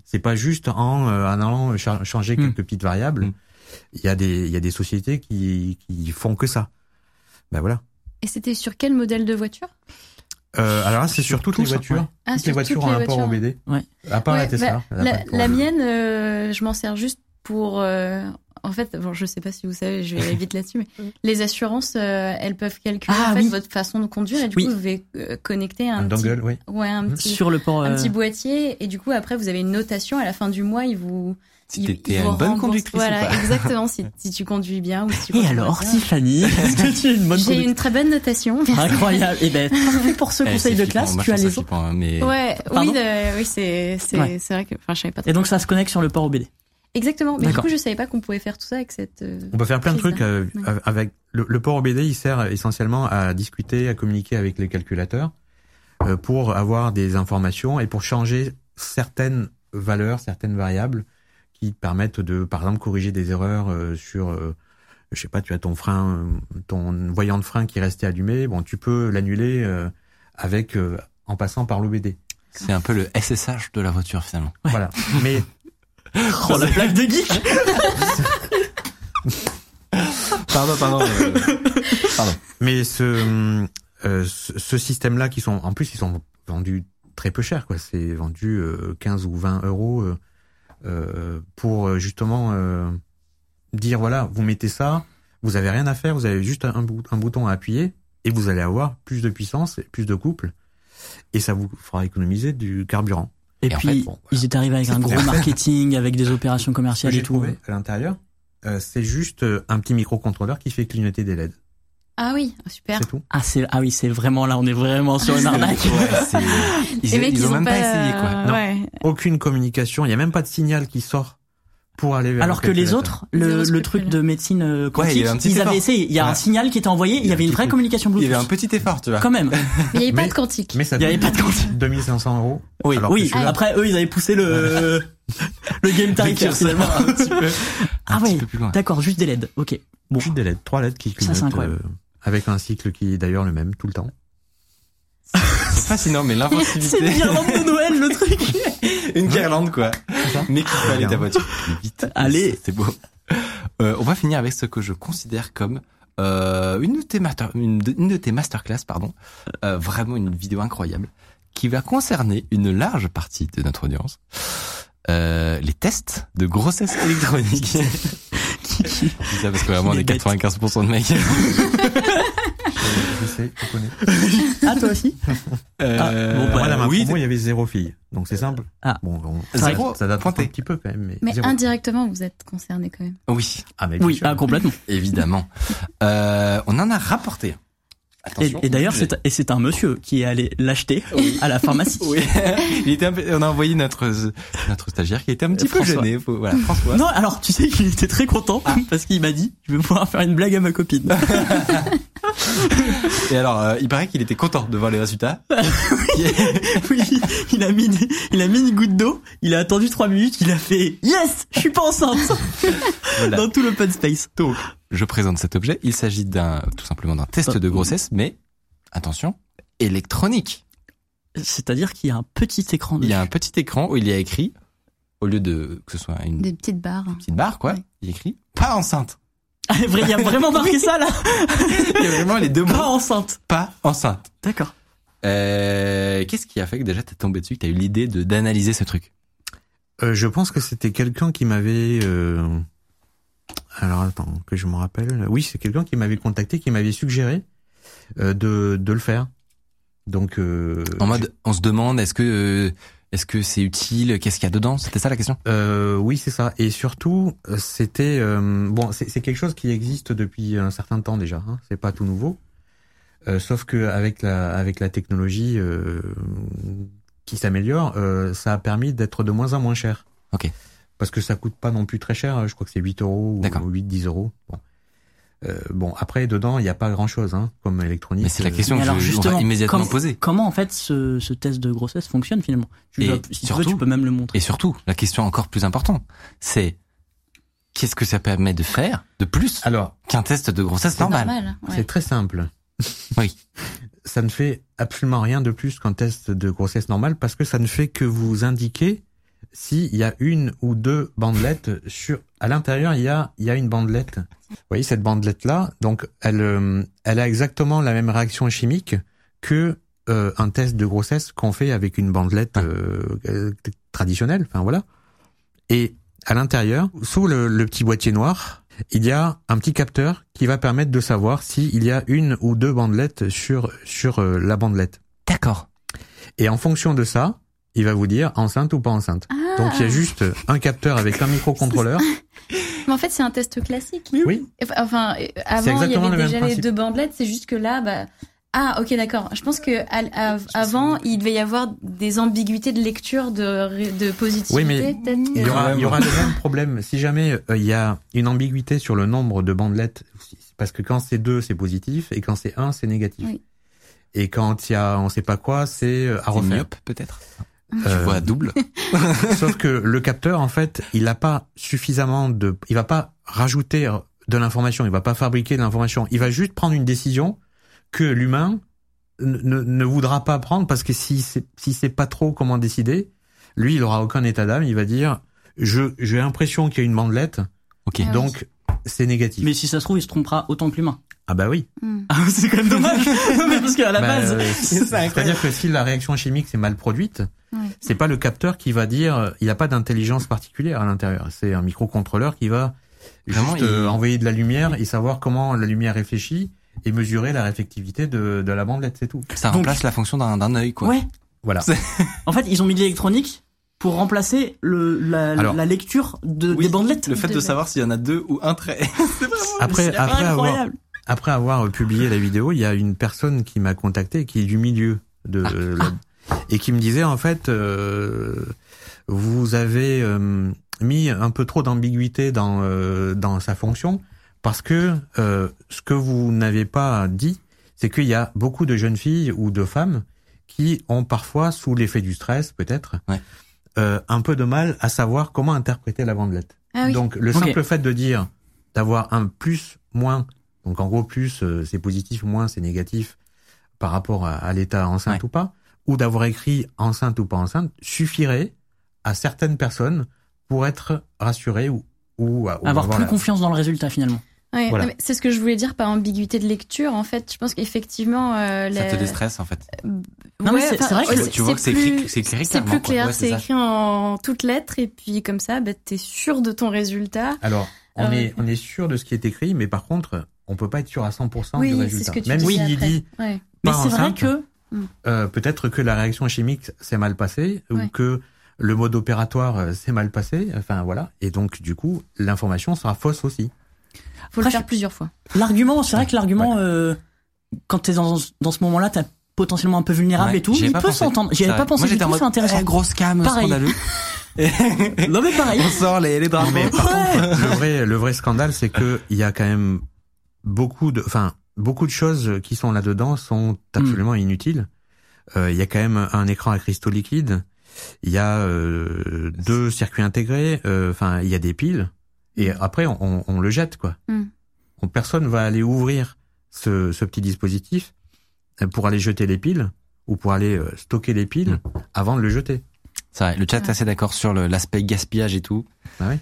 C'est pas juste en, euh, en allant cha- changer
Hmm.
Mm.
quelques petites variables.
Mm.
Il y a des, il y a des sociétés qui, qui font que ça. Ben voilà.
Et c'était sur quel modèle de voiture
Euh, alors là, c'est sur toutes les
tout ça, ouais.
voitures.
Ah,
Toutes les
sur
voitures hein, ont un port OBD.
Ouais.
À part la
Ouais, bah,
Tesla. elle a pas
La,
de port
la
OBD.
mienne, euh, je m'en sers juste pour. euh, en fait, bon, je sais pas si vous savez, je vais aller vite là-dessus, mais les assurances, euh, elles peuvent calculer
Ah,
en fait,
oui.
votre façon de conduire et du
Oui.
coup, vous pouvez euh, connecter un,
Un
petit,
dongle, oui.
ouais, un
Mhm.
petit,
Sur le port.
un
euh,
petit boîtier et du coup, après, vous avez une notation à la fin du mois, ils vous.
Si
ils-
t'étais
ils
une
vous
bonne
remboursent.
conductrice ou
Voilà,
pas.
exactement. Si, si tu conduis bien ou si
Et
tu conduis pas
alors,
bien.
Tiffany, est-ce que tu es une bonne
J'ai
conductrice
une très bonne notation. merci.
Incroyable. Et ben, parfait pour ce
Eh,
conseil
c'est
de
flippant.
classe,
Moi, je
tu as
trouve ça
les autres.
flippant, hein, mais
Ouais,
Pardon
oui, de- oui, c'est c'est
Ouais.
c'est vrai que enfin je savais pas. trop.
Et donc, ça se connecte sur le port OBD.
Exactement, mais du
D'accord.
coup je savais pas qu'on pouvait faire tout ça avec cette. euh,
On peut faire plein de
prise,
trucs euh,
ouais.
av- avec le, le port OBD. Il sert essentiellement à discuter, à communiquer avec les calculateurs euh, pour avoir des informations et pour changer certaines valeurs, certaines variables qui te permettent de, par exemple, corriger des erreurs euh, sur, euh, je sais pas, tu as ton frein, euh, ton voyant de frein qui restait allumé. Bon, tu peux l'annuler euh, avec euh, en passant par l'OBD.
c'est un peu le SSH de la voiture finalement.
Voilà. Mais
Oh, la blague de geek
Pardon, pardon. euh,
Mais ce, euh, ce, ce système-là, qui sont en plus, ils sont vendus très peu cher, quoi. C'est vendu euh, 15 ou 20 euros euh, euh, pour euh, justement euh, dire voilà, vous mettez ça, vous avez rien à faire, vous avez juste un, bou- un bouton à appuyer et vous allez avoir plus de puissance, et plus de couple, et ça vous fera économiser du carburant.
Et,
Et en
puis,
fait,
bon, voilà.
ils étaient arrivés avec
C'est
un
pour
gros
faire.
marketing, avec des opérations
Ce que
commerciales
j'ai
et tout. hein.
trouvé à l'intérieur, euh, c'est juste euh, un petit microcontrôleur qui fait clignoter des LED.
Ah oui, super.
C'est tout.
Ah, c'est, ah oui, c'est vraiment là, on est vraiment sur une arnaque. Eh,
Ouais, c'est- ils,
Les mecs,
ils ont même pas, essayé, quoi.
euh,
Non.
ouais.
Aucune communication, il n'y a même pas de signal qui sort pour aller vers
Alors
le
que les
calculateur.
autres, le,
Zéro
le
scrupule.
truc de médecine euh,
Ouais, il y
quantique,
avait un petit
ils
effort.
avaient essayé. Il y a
Ouais.
un signal qui était envoyé, il y
un
avait une
petit
vraie
truc.
communication
Il y
Bluetooth.
avait un petit effort, tu vois.
Quand même.
Mais il n'y a
Mais-
pas de quantique.
Mais ça
Il y avait
coûte
pas de quantité.
2500 euros.
Oui,
Alors que
oui.
celui-là-
Après, eux, ils avaient poussé le, le game timer, finalement.
Un
Ah
petit
ouais.
peu plus loin.
D'accord, juste des LED. Ok. Bon.
Juste des LED, trois LED qui
Ça, c'est
clignotent,
incroyable.
euh, avec un cycle qui est d'ailleurs le même tout le temps.
C'est fascinant, mais
C'est
l'inventivité.
une guirlande de Noël, le truc.
Une guirlande, quoi.
ça
Mais qui peut aller ta voiture. Vite.
Allez.
C'est beau. Euh, on va finir avec ce que je considère comme euh, une, de tes master- une, de, une de tes masterclass, pardon. Euh, vraiment une vidéo incroyable qui va concerner une large partie de notre audience. Euh, les tests de grossesse électronique. Je dis ça parce que vraiment, on
Il est
est
bête.
95% de mecs.
Euh, Je sais, je connais.
Ah, toi aussi?
Euh,
bon, bah,
Moi, dans ma
oui,
promo, il y avait zéro fille. Donc c'est simple.
Ah.
Bon, on-
Zéro
ça date
pointé.
un petit peu quand même. Mais,
Mais
zéro.
indirectement, vous êtes concerné quand même.
oui,
Ah, mais bien
Oui,
sûr.
ah, complètement.
évidemment. Euh, on en a rapporté.
Et,
Attention.
et d'ailleurs, c'est, et c'est un monsieur qui est allé l'acheter à la pharmacie.
Oui. Il était un peu- on a envoyé notre notre stagiaire qui était un petit peu
François.
gêné. Faut- Voilà, François.
Non, alors tu sais qu'il était très content
Ah.
parce qu'il m'a dit je vais pouvoir faire une blague à ma copine.
Et alors, euh, il paraît qu'il était content de voir les résultats.
oui, il a mis des- il a mis une goutte d'eau, il a attendu trois minutes, il a fait yes, je suis pas enceinte
Voilà.
dans tout l'open space.
Donc, je présente cet objet. Il s'agit d'un tout simplement d'un test de grossesse, mais attention, électronique.
C'est-à-dire qu'il y a un petit écran.
Il y a un
dessus.
petit écran où il y a écrit, au lieu de que ce soit une
Des petites barres.
petite barre, quoi,
Ouais.
il y a écrit pas enceinte.
Ah, vrai, il y a vraiment marqué ça là.
Il y a vraiment les deux
Pas
mots.
enceinte.
Pas enceinte.
D'accord.
Euh, Qu'est-ce qui a fait que déjà t'es tombé dessus, que t'as eu l'idée de d'analyser ce truc
Euh, je pense que c'était quelqu'un qui m'avait. euh, Alors attends, que je me rappelle. Oui, c'est quelqu'un qui m'avait contacté, qui m'avait suggéré euh, de, de le faire. Donc. euh,
En mode, on se demande, est-ce que euh, est-ce que c'est utile Qu'est-ce qu'il y a dedans C'était ça la question.
Euh, oui, c'est ça. Et surtout, euh, c'était euh, bon, c'est c'est quelque chose qui existe depuis un certain temps déjà. Hein. C'est pas tout nouveau. Euh, sauf que avec la avec la technologie euh, qui s'améliore, euh, ça a permis d'être de moins en moins cher.
Ok.
Parce que ça coûte pas non plus très cher. hein. Je crois que c'est 8 euros
D'accord.
ou 8 10 euros. Bon. Euh, bon, après dedans, il n'y a pas grand chose hein, comme électronique.
Mais c'est la
Euh,
question
Mais
que
alors,
je, on va
justement,
immédiatement
comme-
poser.
Comment en fait ce, ce test de grossesse fonctionne finalement tu
Et
dois- Si tu veux,
surtout-
tu peux même le montrer.
Et surtout, la question encore plus importante, c'est qu'est-ce que ça permet de faire de plus
Alors,
qu'un test de grossesse
C'est
normale
normal. hein. ouais.
C'est très simple.
Oui.
Ça ne fait absolument rien de plus qu'un test de grossesse normale parce que ça ne fait que vous indiquer s'il y a une ou deux bandelettes sur, à l'intérieur, il y a, il y a une bandelette. Vous voyez, cette bandelette-là, donc, elle, euh, elle a exactement la même réaction chimique que euh, un test de grossesse qu'on fait avec une bandelette euh, euh, traditionnelle. Enfin, voilà. Et à l'intérieur, sous le, le petit boîtier noir, il y a un petit capteur qui va permettre de savoir s'il y a une ou deux bandelettes sur, sur euh, la bandelette.
D'accord.
Et en fonction de ça, il va vous dire enceinte ou pas enceinte. Donc il y a juste un capteur avec un microcontrôleur.
Mais en fait, c'est un test classique.
Oui,
Enfin, euh, avant, il y
exactement le
avait
même
déjà les
principe.
deux bandelettes. C'est juste que là, bah. Ah, ok, d'accord. Je pense que à- à- avant, il devait y avoir des ambiguïtés de lecture, de, ré- de positivité,
Oui, mais
peut-être.
il y aura,
Ouais,
il y aura le même problème. Si jamais euh, il y a une ambiguïté sur le nombre de bandelettes, parce que quand c'est deux, c'est positif, et quand c'est un, c'est négatif.
Oui.
Et quand il y a on sait pas quoi, c'est euh, à
C'est
refaire.
myope peut-être. Tu
Euh,
vois à double.
Sauf que le capteur, en fait, il n'a pas suffisamment de, il va pas rajouter euh, de l'information, il va pas fabriquer de l'information, il va juste prendre une décision que l'humain ne, ne- ne voudra pas prendre parce que si c'est, si c'est pas trop comment décider, lui, il aura aucun état d'âme, il va dire, je, j'ai l'impression qu'il y a une bandelette,
Ok.
Ah oui.
donc c'est négatif.
Mais si ça se trouve, il se trompera autant que l'humain.
Ah bah oui.
Hmm.
Ah, c'est quand même dommage. Non, mais parce qu'à la
Bah,
base,
euh,
c'est ça, incroyable.
C'est-à-dire que si la réaction chimique s'est mal produite,
Ouais.
c'est pas le capteur qui va dire, euh, il n'y a pas d'intelligence particulière à l'intérieur. C'est un microcontrôleur qui va
Vraiment,
juste, euh,
il-
envoyer de la lumière et savoir comment la lumière réfléchit et mesurer la réflectivité de, de la bandelette, c'est tout.
Ça
Donc-
remplace la fonction d'un d'un œil, quoi.
ouais.
Voilà.
C'est-
En fait, ils ont mis de l'électronique pour remplacer le, la,
Alors.
la lecture de,
Oui,
des bandelettes.
Le fait de
Deux.
savoir s'il y en a deux ou un trait. C'est vraiment-
Après,
C'est
après avoir,
incroyable.
après avoir euh, publié la vidéo, il y a une personne qui m'a contacté qui est du milieu de euh, la- et qui me disait en fait euh, vous avez euh, mis un peu trop d'ambiguïté dans euh, dans sa fonction parce que euh, ce que vous n'avez pas dit, c'est qu'il y a beaucoup de jeunes filles ou de femmes qui ont parfois sous l'effet du stress peut-être
Ouais.
euh, un peu de mal à savoir comment interpréter la bandelette.
Ah oui.
Donc le
Ok.
simple fait de dire d'avoir un plus moins, donc en gros plus euh, c'est positif, moins c'est négatif par rapport à, à l'état enceinte
Ouais.
ou pas, ou d'avoir écrit enceinte ou pas enceinte suffirait à certaines personnes pour être rassurées ou, ou, à- ou
avoir
bah
plus
la-
confiance dans le résultat finalement.
Ouais,
Voilà.
non, mais c'est ce que je voulais dire par ambiguïté de lecture. En fait, je pense qu'effectivement, euh,
Ça
la-
te déstresse, en fait.
Non, mais
Ouais,
c'est-
enfin,
c'est vrai que
ouais,
tu vois que c'est écrit-
plus-
c'est écrit
c'est
clairement,
plus
quoi.
clair,
Ouais, c'est
c'est
ça.
écrit en toutes lettres et puis comme ça, bah, t'es sûr de ton résultat.
Alors on
Ah ouais.
est on est sûr de ce qui est écrit, mais par contre on peut pas être sûr à 100%
Oui,
du
c'est
résultat.
ce que tu
Même
disais
s'il
après.
dit
Ouais.
Mais
pas
c'est vrai
enceinte,
que
euh, peut-être que la réaction chimique s'est mal passée ou
Ouais.
que le mode opératoire euh, s'est mal passé. Enfin voilà. Et donc du coup, l'information sera fausse aussi.
Faut
Après,
le faire
je-
plusieurs fois.
l'argument, c'est vrai que l'argument, euh, quand t'es dans, dans ce moment-là, t'es potentiellement un peu vulnérable
Ouais,
et tout,
j'y avais
il
pas
peut
pensé.
s'entendre. J'y avais
Ça-
pas pensé,
Moi,
du
j'étais en
tout, c'est
mode,
intéressant.
eh, grosse cam,
Pareil.
scandaleux.
Non mais pareil.
On sort les, les drames.
Mais par
Ouais.
contre, le vrai, le vrai scandale, c'est que il y a quand même beaucoup de, enfin, beaucoup de choses qui sont là-dedans sont absolument inutiles. Euh, Il y a quand même un écran à cristaux liquides. Il y a euh, deux circuits intégrés. euh, Enfin, il y a des piles. Et après, on, on- on le jette, quoi.
Mm.
On- Personne va aller ouvrir ce, ce petit dispositif euh, pour aller jeter les piles ou pour aller euh, stocker les piles avant de le jeter.
C'est vrai, le chat est
Ouais.
assez d'accord sur le- l'aspect gaspillage et tout.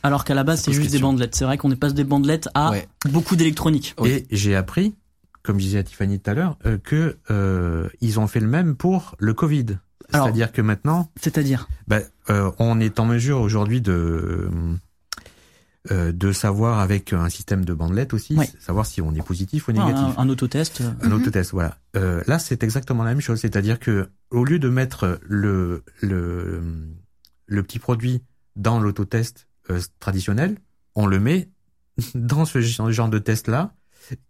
Alors qu'à la base,
Ça
c'est
pose
juste des
question.
bandelettes. C'est vrai qu'on dépasse des bandelettes à
Ouais.
beaucoup d'électronique.
Oui.
Et j'ai appris, comme je disais à Tiffany tout à l'heure, euh, que euh, ils ont fait le même pour le Covid.
Alors-
C'est-à-dire que maintenant,
C'est-à-dire.
bah, euh, on est en mesure aujourd'hui de euh, de savoir avec un système de bandelettes aussi,
Ouais.
savoir si on est positif ou
Ouais,
négatif.
Un, un autotest. euh,
Un autre
Mhm.
test, voilà. Euh, là, c'est exactement la même chose, c'est-à-dire que au lieu de mettre le le le petit produit dans l'autotest euh, traditionnel, on le met dans ce gen- genre de test là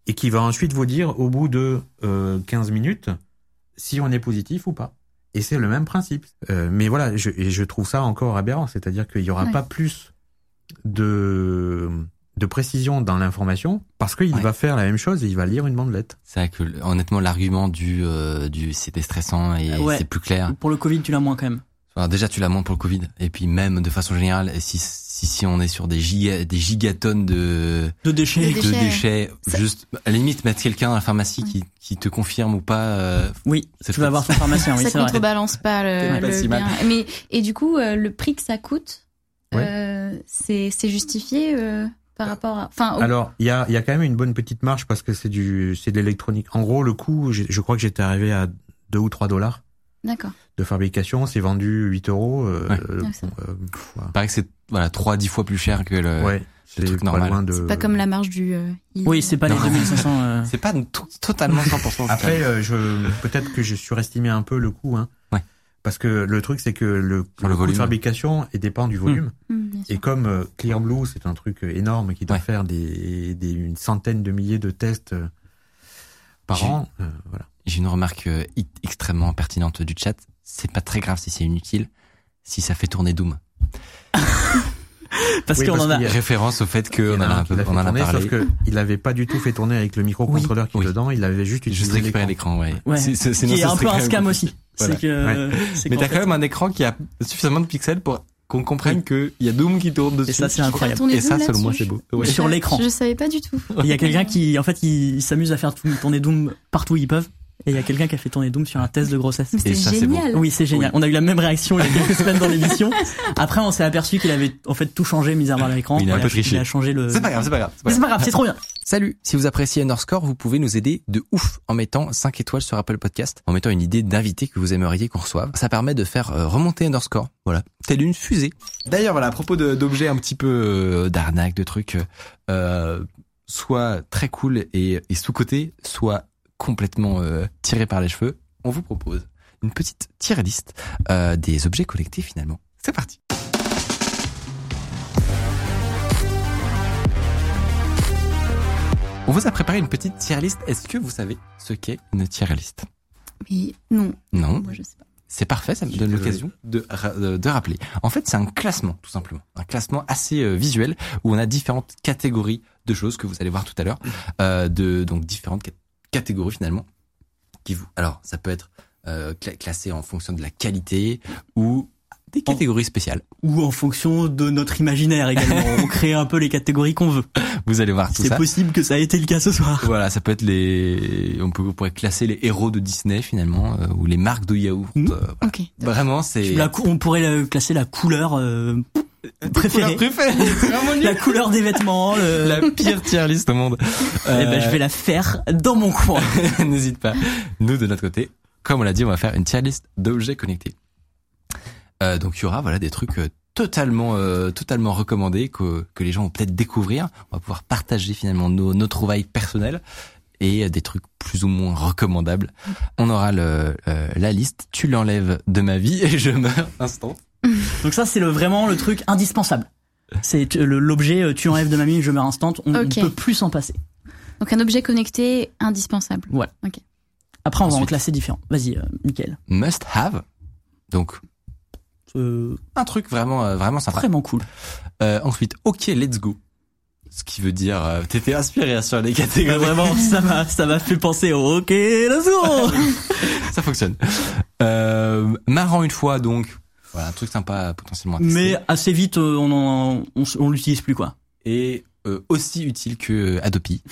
et qui va ensuite vous dire au bout de euh, 15 minutes si on est positif ou pas. Et c'est le même principe. Euh, mais voilà, je, et je trouve ça encore aberrant, c'est-à-dire qu'il n'y aura
Ouais.
pas plus de de précision dans l'information parce qu'il
Ouais.
va faire la même chose et il va lire une bandelette.
C'est vrai que, le- honnêtement, l'argument du, euh, du c'était stressant et
Ouais.
c'est plus clair.
Pour le Covid, tu l'as moins quand même.
Alors déjà, tu la montes pour le Covid. Et puis même, de façon générale, et si, si, si on est sur des, giga- des gigatonnes de,
De
De
déchets.
de
déchets.
déchets,
Ça-
juste, à la limite, mettre quelqu'un à la pharmacie qui, qui te confirme ou pas, euh,
Oui,
Ah C'est
tu vas
fou.
voir ton pharmacien, oui, c'est
ça
vrai.
contrebalance pas le,
C'est pas
le
si mal.
bien. Mais et du coup, euh, le prix que ça coûte,
Ouais.
euh, c'est c'est justifié euh, par rapport à. Enfin, au-
Alors, il y a, il y a quand même une bonne petite marge parce que c'est du, c'est de l'électronique. En gros, le coût, j'ai- je crois que j'étais arrivé à 2 ou 3 dollars
d'accord.
de fabrication. C'est vendu 8 euros. euh,
Ouais.
euh,
Ah, ça
euh, pff,
il paraît que c'est, voilà, trois, dix fois plus cher que Euh, le,
ouais, c'est
truc
pas
normal.
loin de-
C'est pas comme la marge du. euh, il-
Oui, c'est pas les
Non.
2500. euh,
c'est pas tout- totalement 100%
Après, euh, je, peut-être que j'ai surestimé un peu le coût, hein.
Ouais.
Parce que le truc, c'est que le,
le
coût de
volume.
fabrication est dépend du volume.
Hum, bien sûr.
Et comme euh, Clear Blue, c'est un truc euh, énorme qui doit
Ouais.
faire des, des, une centaine de milliers de tests euh, par
J'ai-
an, euh, voilà.
J'ai une remarque euh, i- extrêmement pertinente du chat. C'est pas très grave si c'est inutile, si ça fait tourner Doom.
Parce
Oui,
qu'on
parce
en a.
qu'il y a-
Référence au fait
Il y
que on
en
en
a
a
un
un
qui
peu,
l'a fait
on en a
tourner,
parlé.
Sauf que il n'avait pas du tout fait tourner avec le microcontrôleur qui est
Oui.
dedans. Il avait juste
Juste
utilisé
récupérer
l'écran.
l'écran, ouais.
Ouais.
C'est- c'est- sinon,
Qui est
ça
un
serait
peu un
quand même
scam
compliqué.
aussi.
Voilà.
C'est que. c'est
Mais
qu'en
t'as
fait-
quand même un écran qui a suffisamment de pixels pour qu'on comprenne qu'il y a Doom qui tourne dessus.
Et ça, c'est
Faut faire
incroyable.
tourner
Et ça,
Zoom
selon moi,
là-dessus.
c'est beau. Ouais.
Sur
Je-
l'écran.
Je savais pas du tout.
Il y a quelqu'un qui, en fait, il s'amuse à faire tout- tourner Doom partout où ils peuvent. Et il y a quelqu'un qui a fait tourner Doom sur un test de grossesse.
Mais c'était
ça, c'est beau.
génial.
Oui, c'est génial. On a eu la même réaction il y a quelques semaines dans l'émission. Après, on s'est aperçu qu'il avait en fait tout changé, mis à part l'écran.
Oui, il a un peu
ch-
triché.
Il a changé le.
C'est pas grave, c'est pas grave. c'est pas
Mais c'est
grave.
pas grave, c'est trop bien.
Salut Si vous appréciez Underscore, vous pouvez nous aider de ouf en mettant 5 étoiles sur Apple Podcast, en mettant une idée d'invité que vous aimeriez qu'on reçoive. Ça permet de faire euh, remonter Underscore, voilà, telle une fusée.
D'ailleurs, voilà, à propos de- d'objets un petit peu
Euh, D'arnaque, de trucs, euh, euh, soit très cool et, et sous-cotés, soit complètement euh, tirés par les cheveux, on vous propose une petite tier liste euh, des objets collectés finalement. C'est parti On vous a préparé une petite tier list. Est-ce que vous savez ce qu'est une tier list
Mais non,
Non.
moi je sais pas.
C'est parfait, ça me donne l'occasion de, ra- euh, de rappeler. En fait, c'est un classement, tout simplement. Un classement assez euh, visuel où on a différentes catégories de choses que vous allez voir tout à l'heure. euh, de Donc, différentes cat- catégories, finalement, qui vous... Alors, ça peut être euh, cla- classé en fonction de la qualité ou des catégories spéciales.
Ou en fonction de notre imaginaire également. on crée un peu les catégories qu'on veut.
Vous allez voir tout
C'est
ça.
possible que ça a été le cas ce soir.
Voilà, ça peut être les... On peut, on pourrait classer les héros de Disney, finalement, euh, ou les marques de yaourt.
Mhm.
euh,
Ok.
vraiment, c'est...
La cou- on pourrait la classer la couleur euh, préférée. La couleur des vêtements. le-
La pire tier list au monde.
Eh ben,
Euh,
je vais la faire dans mon coin.
N'hésite pas. Nous, de notre côté, comme on l'a dit, on va faire une tier list d'objets connectés. Euh, donc, il y aura voilà des trucs euh, totalement, euh, totalement recommandés que, que les gens vont peut-être découvrir. On va pouvoir partager finalement nos, nos trouvailles personnelles et euh, des trucs plus ou moins recommandables. On aura le, euh, la liste. Tu l'enlèves de ma vie et je meurs instant.
Donc ça, c'est le, vraiment le truc indispensable. C'est euh, le- l'objet euh, tu enlèves de ma mine, je meurs instant. On ne
Ok.
peut plus s'en passer.
Donc un objet connecté indispensable.
Après, on va en
Ensuite.
classer différents. Vas-y, euh, Mickaël.
Must have. Donc,
Euh,
un truc vraiment, euh, vraiment sympa.
vraiment cool.
Euh, ensuite, ok, let's go. Ce qui veut dire, euh, t'étais inspiré sur les catégories.
vraiment, ça m'a, ça m'a fait penser au OK, let's go.
ça fonctionne. Euh, marrant une fois, donc. Voilà, un truc sympa potentiellement. à tester.
Mais assez vite, euh, on en, on, s- on l'utilise plus quoi.
Et euh, aussi utile que euh, Adopi.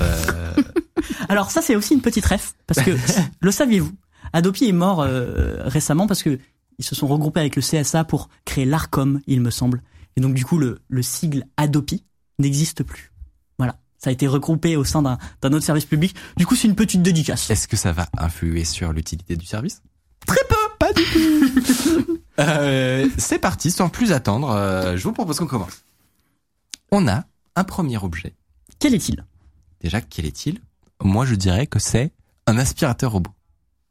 Euh,
Alors ça, c'est aussi une petite ref parce que le saviez-vous, Adopi est mort euh, récemment parce que ils se sont regroupés avec le CSA pour créer l'Arcom, il me semble. Et donc du coup, le, le sigle Adopi n'existe plus. Voilà, ça a été regroupé au sein d'un, d'un autre service public. Du coup, c'est une petite dédicace.
Est-ce que ça va influer sur l'utilité du service Très peu, pas du tout. Euh, C'est parti, sans plus attendre, euh, je vous propose qu'on commence. On a un premier objet.
Quel est-il
Déjà, quel est-il Moi, je dirais que c'est un aspirateur robot.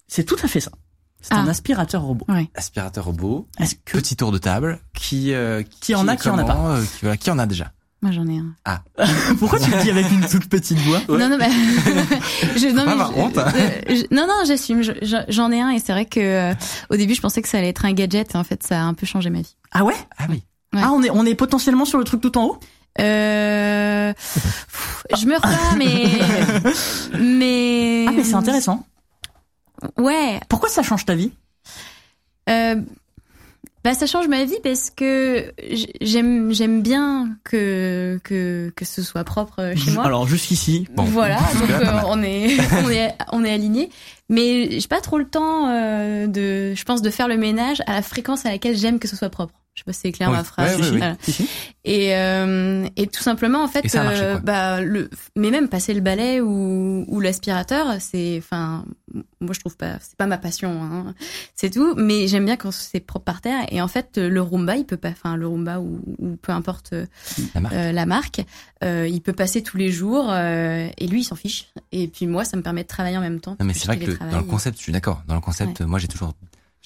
C'est tout à fait ça. C'est
Ah.
un aspirateur robot.
Aspirateur robot,
Est-ce que
petit tour de table, qui euh,
Qui en a, qui en a
comment,
pas.
euh, qui, voilà, qui en a déjà
Moi j'en ai un.
pourquoi tu le dis avec une toute petite voix
Ouais.
Non, non, mais. je, non,
Faut pas
mais
avoir
je-
honte, hein.
je- je- non, non, j'assume. je- je- J'en ai un et c'est vrai que euh, au début, je pensais que ça allait être un gadget et en fait, ça a un peu changé ma vie.
Ah ouais
Ah oui.
Ouais.
Ah, on est, on est potentiellement sur le truc tout en haut
Euh, pff, je me pas, mais. Mais.
Ah, mais c'est intéressant.
Ouais.
Pourquoi ça change ta vie
Euh, bah, ça change ma vie parce que j- j'aime j'aime bien que, que, que ce soit propre chez moi.
Alors, jusqu'ici.
Bon.
voilà, donc
Pas
euh,
mal.
on est on est on est aligné, mais j'ai pas trop le temps euh, de je pense de faire le ménage à la fréquence à laquelle j'aime que ce soit propre. Je sais pas si c'est clair
Oui.
ma phrase.
Ouais, ouais,
Voilà. Et euh, et tout simplement en fait
Et ça a marché, quoi.
bah le mais même passer le balai ou ou l'aspirateur, c'est enfin moi je trouve pas c'est pas ma passion hein. C'est tout, mais j'aime bien quand c'est propre par terre et en fait le Roomba, il peut pas enfin le Roomba ou, ou peu importe
La marque.
euh, la marque. Euh, il peut passer tous les jours euh, et lui, il s'en fiche. Et puis moi, ça me permet de travailler en même temps.
Non, mais
puisque
c'est vrai
je
que
télétravaille.
dans le concept, je suis d'accord. Dans le concept, moi, j'ai toujours,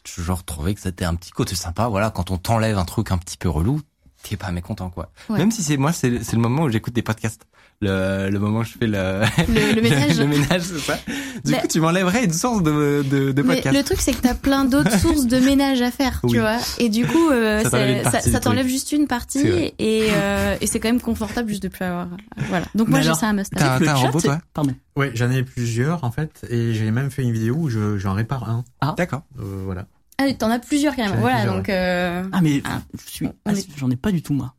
j'ai toujours trouvé que c'était un petit côté sympa. Voilà, quand on t'enlève un truc un petit peu relou, t'es pas mécontent, quoi.
Ouais.
Même si c'est moi, c'est c'est le moment où j'écoute des podcasts. Le, le moment où je fais le,
Le, le ménage.
le ménage, c'est ça. Du
Mais-
coup, tu m'enlèverais une source de, de, de
mais
podcast.
le truc, c'est que t'as plein d'autres sources de ménage à faire, tu
Oui.
vois. Et du coup, euh,
Ça
ça,
t'enlève une
ça-
partie
ça
du
t'enlève
truc.
juste une
C'est
partie
vrai.
et, euh, et c'est quand même confortable juste de plus avoir. euh, Voilà. Donc
Mais
moi, j'ai
alors,
ça à Mustang.
T'as un-
Le
t'as un
chat,
robot, toi
Pardon.
Ouais, j'en ai plusieurs en fait, et j'ai même fait une vidéo où je- j'en répare un.
D'accord.
Euh, voilà.
Ah, t'en as plusieurs quand même.
J'en ai
Voilà,
plusieurs,
donc. euh,
Ah, mais
Ah.
je suis.
On est-
J'en ai pas du tout, moi.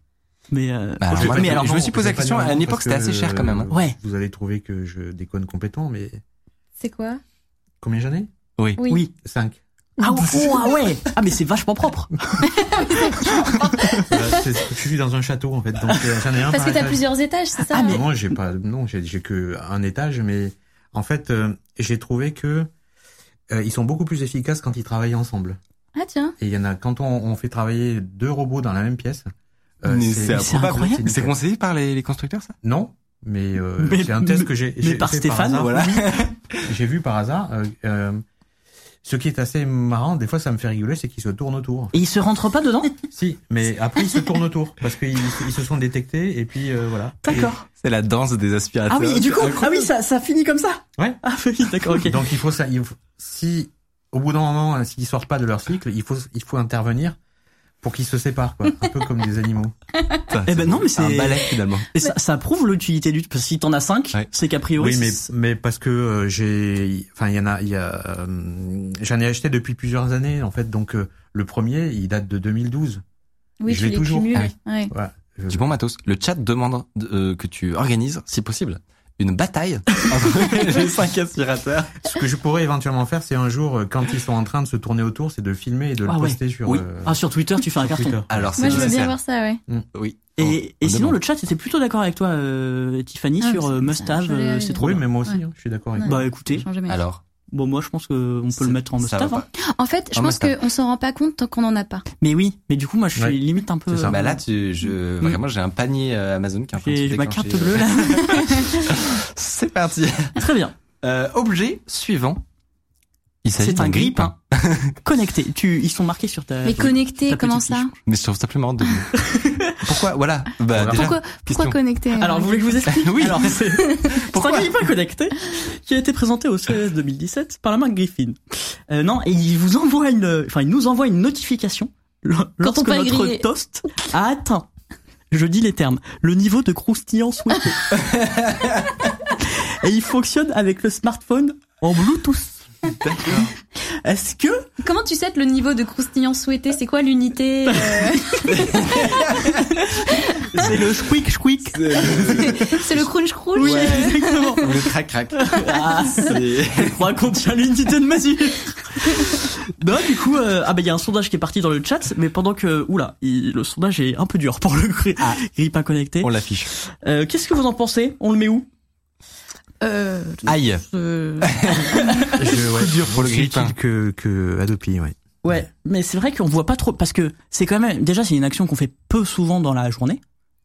Mais. euh,
Bah, alors,
Je-
moi,
je-
mais alors, je
non,
me suis posé la
vais pas
question.
dire
À
non,
une époque,
parce
c'était assez
que,
cher quand même. hein.
euh,
Ouais.
Vous allez trouver que je déconne complètement, mais
C'est quoi
combien j'en ai
Oui.
Oui.
Cinq.
Ah, ouais, oh, ah ouais Ah mais c'est vachement propre
Euh, c'est- je suis dans un château en fait, donc euh, j'en ai un.
Ah,
par
Parce que t'as
étage.
plusieurs étages, c'est ça
Ah, mais-
hein
Non, j'ai pas. Non, j'ai j'ai que un étage, mais en fait, euh, j'ai trouvé que euh, ils sont beaucoup plus efficaces quand ils travaillent ensemble.
Ah, tiens.
Et il y en a quand on, on fait travailler deux robots dans la même pièce. euh,
Mais c'est
c'est improbable. incroyable.
nickel.
C'est conseillé par les, les constructeurs, ça
Non, mais, euh,
Mais-
c'est un test
mais-
que j'ai.
mais
j'ai
par
fait
Stéphane,
hasard.
voilà.
j'ai vu par hasard. euh, euh, ce qui est assez marrant, des fois ça me fait rigoler, c'est qu'ils se tournent autour.
Et il se rentre pas dedans
Si, mais après ils se tournent autour parce qu'ils ils se sont détectés et puis euh, voilà.
D'accord.
C'est la danse des aspirateurs.
Ah oui, et du coup, ah oui, ça, ça finit comme ça
Ouais.
Ah oui, d'accord, ok.
Donc il faut ça. il faut- si au bout d'un moment, hein, s'ils sortent pas de leur cycle, il faut il faut intervenir pour qu'ils se séparent, quoi. Un peu comme des animaux.
Putain,
Eh
c'est
ben non, mais c'est-
un balai finalement.
Et ça, ça prouve l'utilité du... Parce que si t'en as 5,
Ouais.
c'est qu'a priori...
Oui, mais
c'est-
mais parce que euh, j'ai, enfin il y en a, il y a, euh, j'en ai acheté depuis plusieurs années en fait. Donc euh, le premier, il date de 2012.
Oui,
Je
tu
l'ai
les
toujours.
cumules.
Ah
ouais.
Voilà. Je-
Du bon matos. Le chat demande euh, que tu organises, si possible, une bataille entre les cinq aspirateurs.
Ce que je pourrais éventuellement faire, c'est un jour euh, quand ils sont en train de se tourner autour, c'est de filmer et de
Ah
le
ouais.
poster sur
Oui.
euh,
Ah, sur Twitter, tu fais un
sur
carton.
Twitter. Oh,
Alors,
Moi,
c'est
je veux
nécessaire.
bien voir ça, ouais.
Oui.
Et, et
On
sinon,
demande.
le chat était plutôt d'accord avec toi, euh, Tiffany,
Ah,
sur
mais
euh,
ça-
Mustave,
ça, je l'ai
euh,
allumé.
c'est trop
Oui,
bien.
même moi aussi,
Ouais.
hein, je suis d'accord avec.
Ouais.
toi.
Bah écoutez,
Changer mes-
Alors,
bon moi je pense que on peut le
c'est-
mettre en
ça va
Mustave.
pas.
hein.
En fait, je
En
pense
mustard.
qu'on s'en rend pas compte tant qu'on en a pas.
Mais oui, mais du coup moi je suis
Ouais.
limite un peu.
C'est ça.
Bah là, tu, je,
hein. Mm.
vraiment, j'ai un panier euh, Amazon qui est en train de se
j'ai ma
déclencher.
carte bleue là.
C'est parti.
Très bien.
Euh, objet suivant. Il s'agit
C'est
d'un
un grip
grippin.
Connecté. Tu, ils sont marqués sur
Ah,
ta.
Mais connecté,
ta
comment
petite
ça
fiche.
Mais je trouve ça plus marrant de. Pourquoi Voilà. Bah,
Voilà.
déjà,
Pourquoi, pourquoi
question.
connecté
Alors vous voulez que je vous explique
Oui.
Alors c'est c'est un
Pourquoi
grippin connecté qui a été présenté au CES 2017 par la marque Griffin. Euh, non, et il vous envoie une, enfin il nous envoie une notification lo- lorsque
pain est
notre
grillé.
toast a atteint. Je dis les termes. Le niveau de croustillant souhaité. et il fonctionne avec le smartphone en Bluetooth. Est-ce que
Comment tu sais le niveau de croustillant souhaité C'est quoi l'unité euh,
c'est le squeak squeak
C'est le crunch crunch
Oui,
euh,
exactement.
Le crac crac.
Ah, c'est. Je crois qu'on tient l'unité de mesure. Non, du coup, euh, ah bah il y a un sondage qui est parti dans le chat, mais pendant que, oula, il- le sondage est un peu dur pour le gri- grippin connecté.
Ah. On l'affiche.
Euh, Qu'est-ce que vous en pensez On le met où
euh,
Aïe.
euh,
Je, ouais,
Bah, dur pour le
je suis
grippin.
utile que que Adopi, ouais.
Ouais, mais c'est vrai qu'on voit pas trop parce que c'est quand même déjà c'est une action qu'on fait peu souvent dans la journée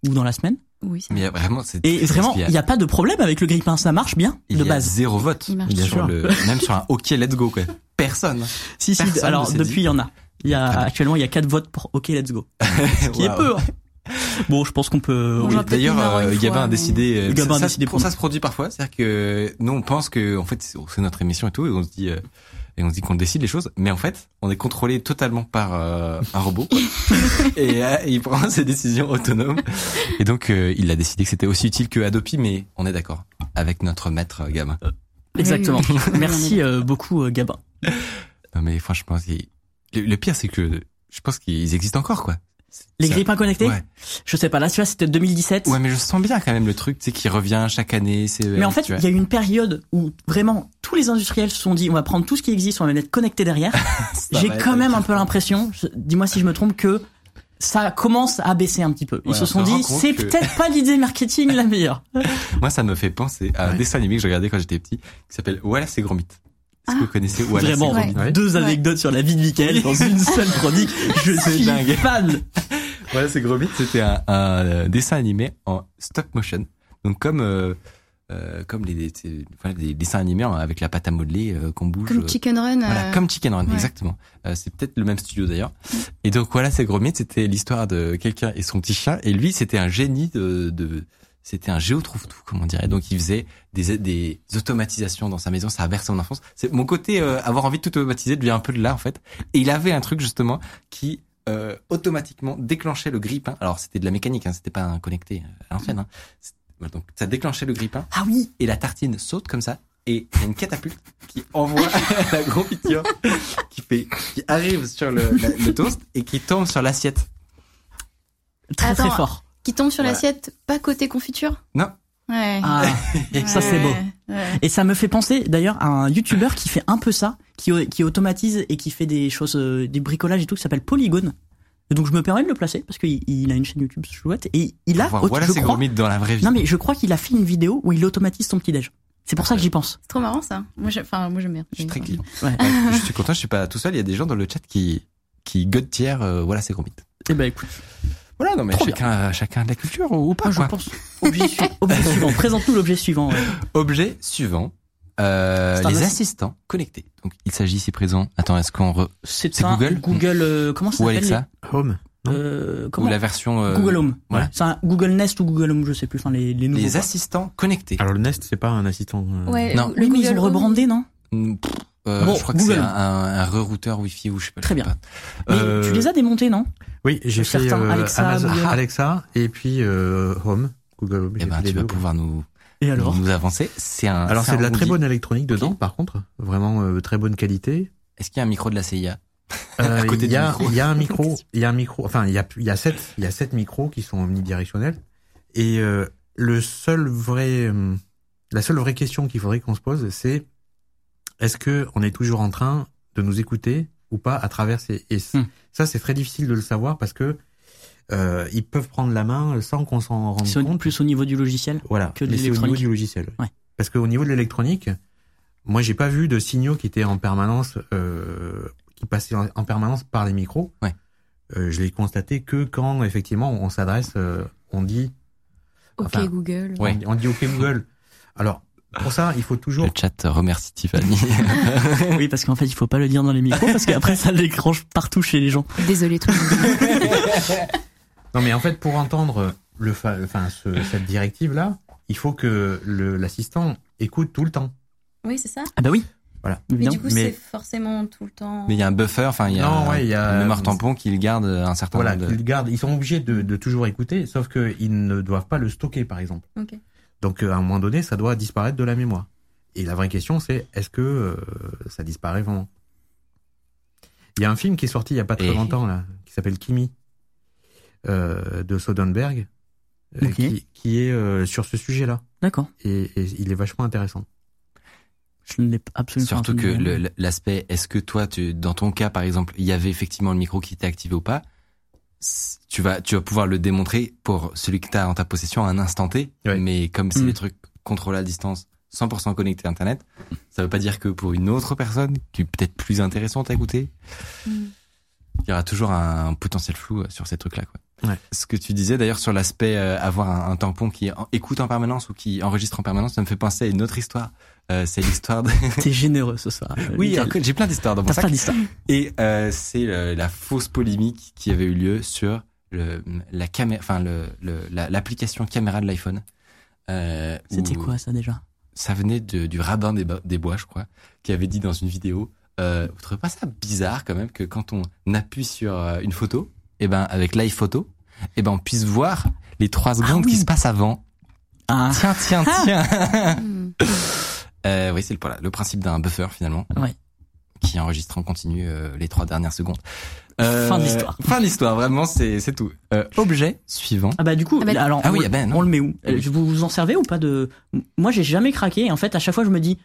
ou dans la semaine.
Oui, ça
Mais euh, vraiment, c'est.
Et vraiment,
il y a-
il n'y a pas de problème avec le grippin, ça marche bien
il
de
y a
base.
zéro vote.
Il marche
Sur
toujours.
le- même sur un OK, let's go, quoi. Personne.
Si si.
personne ne
Alors
s'est
depuis,
dit.
il y en a. Il y a
Ah bon.
actuellement il y a quatre votes pour OK, let's go, qui est
Waouh.
peu. hein. Bon, je pense qu'on peut.
Bonjour.
Oui,
J'aurais peut-être
D'ailleurs,
mis Laurent
euh,
une
Gabin
fois,
a
mais-
décidé. euh,
Gabin a
ça,
décidé
ça,
pour
ça se produit parfois, c'est-à-dire que nous on pense que en fait c'est c'est notre émission et tout, et on se dit euh, et on se dit qu'on décide les choses, mais en fait on est contrôlé totalement par euh, un robot quoi. et euh, il prend ses décisions autonomes. Et donc euh, il a décidé que c'était aussi utile que Adopi, mais on est d'accord avec notre maître euh, Gabin.
Exactement.
Oui, oui, oui.
Merci euh, beaucoup, euh, Gabin.
Non mais franchement, c'est- le, le pire c'est que je pense qu'ils existent encore quoi.
Les
Ça-
grippins connectés
Ouais.
Je sais pas, là, celui-là, c'était 2017.
ouais, mais je sens bien quand même le truc, tu sais, qui revient chaque année. c'est
Mais en fait, il y a eu une période où vraiment tous les industriels se sont dit on va prendre tout ce qui existe, on va mettre connecté derrière. J'ai quand même un peu l'impression, je- dis-moi si je me trompe, que ça commence à baisser un petit peu. Ils
Ouais,
se
on
sont
se rend
dit
compte
c'est
que-
peut-être pas l'idée marketing la meilleure.
Moi, ça me fait penser à un
Ouais.
dessin animé que je regardais quand j'étais petit, qui s'appelle Wallace et Gromit. Est-ce que
Ah.
vous connaissez Wallace
Vraiment,
et Gromit
Ouais.
deux anecdotes sur la vie de Michael dans une seule chronique. Je
C'est
suis
dingue.
fan.
Wallace et Gromit, c'était un, un, euh, dessin animé en stop motion. Donc comme euh, euh, comme les, c'est- voilà, des dessins animés hein, avec la pâte à modeler euh, qu'on bouge. euh,
Comme Chicken Run.
Voilà,
euh,
comme Chicken Run,
ouais.
exactement. Euh, c'est peut-être le même studio d'ailleurs. Et donc voilà, c'est Gromit, c'était l'histoire de quelqu'un et son petit chien. Et lui, c'était un génie de, de c'était un géotrouve tout, comme on dirait. Donc il faisait des, des automatisations dans sa maison. Ça berce mon enfance. C'est mon côté euh, avoir envie de tout automatiser devient un peu de là en fait. Et il avait un truc justement qui euh, automatiquement déclenchait le grippin. Alors c'était de la mécanique, hein, c'était pas un connecté à l'ancienne. Hein. C'est- Donc ça déclenchait le grippin
Ah oui,
et la tartine saute comme ça et il y a une catapulte qui envoie la confiture qui fait qui arrive sur le, la- le toast et qui tombe sur l'assiette.
très très
Attends.
fort.
Qui tombe sur
Voilà.
l'assiette, pas côté confiture
Non,
Ouais.
Ah, ça c'est beau.
Ouais.
Et ça me fait penser d'ailleurs à un youtubeur qui fait un peu ça, qui, qui automatise et qui fait des choses, euh, des bricolages et tout, qui s'appelle Polygone. Et donc je me permets de le placer parce qu'il il a une chaîne YouTube chouette et oh, il a,
Enfin,
auto-
voilà
je
ces gros
crois,
mythes dans la vraie vie.
non mais je crois qu'il a fait une vidéo où il automatise son petit déj. C'est pour ça que j'y pense.
C'est trop marrant ça. Moi, j'ai- enfin, moi j'aime bien.
Je suis très client.
Ouais.
Ouais, je suis content, je suis pas tout seul. Il y a des gens dans le chat qui qui godetièrent, euh, voilà ces gros mythes.
Eh ben écoute,
Voilà, non mais
Trop
chacun a- chacun a de la culture ou, ou pas
moi, je
quoi.
pense. Objet, su- objet suivant. Présente-nous l'objet suivant. euh.
Objet suivant. euh,
C'est un
les
assi-
assistants connectés. Donc, il s'agit ici présent. Attends, est-ce qu'on re...
C'est
C'est
un
Google
Google. euh, comment ça
ou
s'appelle
Alexa
Home.
les- euh,
ou
comment
la version euh,
Google Home.
voilà.
C'est un Google Nest ou Google Home, je sais plus. Enfin les les nouveaux.
Les
quoi.
assistants connectés.
Alors le Nest, c'est pas un assistant. euh,
Ouais,
Non.
le
Oui, mais ils
Google
ont
Home.
rebrandé, non
Mm, pff, euh,
Bon,
je crois que
Google.
c'est un, un, un rerouteur Wi-Fi ou je sais pas.
Très bien.
je sais pas.
Mais
Euh,
tu les as démontés, non
Oui, j'ai fait
Certains,
euh,
Alexa,
Amazon-
Google.
Alexa et puis euh, Home, Google Home.
eh
j'ai
ben,
fait les
tu vas
deux.
pouvoir nous,
Et alors
nous avancer. C'est un.
Alors c'est
un
de la très
Woody.
bonne électronique dedans, par contre, vraiment euh, très bonne qualité.
Est-ce qu'il y a un micro de la CIA
Euh,
côté
il
du
y a,
micro.
il y a un micro, il y a un micro, enfin il y a il y a sept, il y a sept micros qui sont omnidirectionnels. Et euh, le seul vrai, euh, la seule vraie question qu'il faudrait qu'on se pose, c'est est-ce que on est toujours en train de nous écouter ou pas à travers ces et c-
Hmm.
ça c'est très difficile de le savoir parce que euh, ils peuvent prendre la main sans qu'on s'en rende
C'est au-
compte.
plus au niveau du logiciel.
Voilà,
que de
mais c'est au niveau
l'électronique.
du logiciel.
Ouais.
Parce qu'au niveau de l'électronique, moi, j'ai pas vu de signaux qui étaient en permanence, euh, qui passaient en, en permanence par les micros.
Ouais.
Euh, je l'ai constaté que quand, effectivement, on s'adresse, euh, on dit,
Ok
Enfin,
Google.
Ouais.
on, on dit OK Google. Alors, pour ça, il faut toujours.
Le chat remercie Tiffany.
oui, parce qu'en fait, il faut pas le dire dans les micros, parce qu'après, ça l'écrange partout chez les gens.
Désolé tout le monde.
Non, mais en fait, pour entendre le, fa- enfin, ce- cette directive là, il faut que le- l'assistant écoute tout le temps.
oui, c'est ça.
Ah bah oui.
Voilà.
Mais
Évidemment.
du coup,
mais-
c'est forcément tout le temps.
Mais il y a un buffer, enfin il y a
Non, ouais, il y a-
un mémoire tampon qui le garde un certain
Voilà,
nombre de...
qu'ils gardent. Ils sont obligés de, de toujours écouter, sauf qu'ils ne doivent pas le stocker, par exemple.
Ok.
Donc euh, à un moment donné, ça doit disparaître de la mémoire. Et la vraie question, c'est est-ce que euh, ça disparaît vraiment Il y a un film qui est sorti il y a pas très
Et-
longtemps là, qui s'appelle Kimi euh, de Soderbergh, euh,
Ok.
qui, qui est euh, sur ce sujet-là.
D'accord.
Et, et il est vachement intéressant.
Je ne l'ai pas- absolument pas
Surtout que
entendu.
le- le- l'aspect, est-ce que toi, tu, dans ton cas par exemple, il y avait effectivement le micro qui était activé ou pas c- tu vas, tu vas pouvoir le démontrer pour celui que tu as en ta possession à un instant T,
Ouais.
mais comme c'est
Mm.
des trucs contrôlés à distance, 100% connectés à Internet, ça veut pas dire que pour une autre personne, qui est peut-être plus intéressante à écouter,
Mm.
il y aura toujours un potentiel flou euh, sur ces trucs-là. Quoi.
Ouais.
Ce que tu disais d'ailleurs sur l'aspect euh, avoir un, un tampon qui en- écoute en permanence ou qui enregistre en permanence, ça me fait penser à une autre histoire. Euh, c'est l'histoire de...
T'es généreux ce soir. euh,
oui,
Michael.
alors que j'ai plein d'histoires dans mon
T'as
sac.
pas dit ça.
Et euh, c'est euh, la fausse polémique qui avait eu lieu sur le, la caméra, enfin le, le- la- l'application caméra de l'iPhone. Euh,
C'était
où-
quoi ça déjà
ça venait de- du rabbin des, Bo- des bois, je crois, qui avait dit dans une vidéo, euh, vous trouvez pas ça bizarre quand même que quand on appuie sur euh, une photo, et ben avec l'iPhoto, et ben on puisse voir les trois secondes
Ah oui.
qui se passent avant.
Ah,
Tiens, tiens, tiens.
Mm.
Euh, oui, c'est le, voilà, le principe d'un buffer finalement,
Ouais.
qui enregistre en continu euh, les trois dernières secondes. Euh,
Fin de l'histoire.
Fin d'histoire, vraiment, c'est c'est tout. Euh, objet suivant.
ah bah du coup,
Ah bah-
alors
Ah oui,
on,
ah ben non.
on le met où Euh, Vous vous en servez ou pas de Moi, j'ai jamais craqué. et En fait, à chaque fois, je me dis,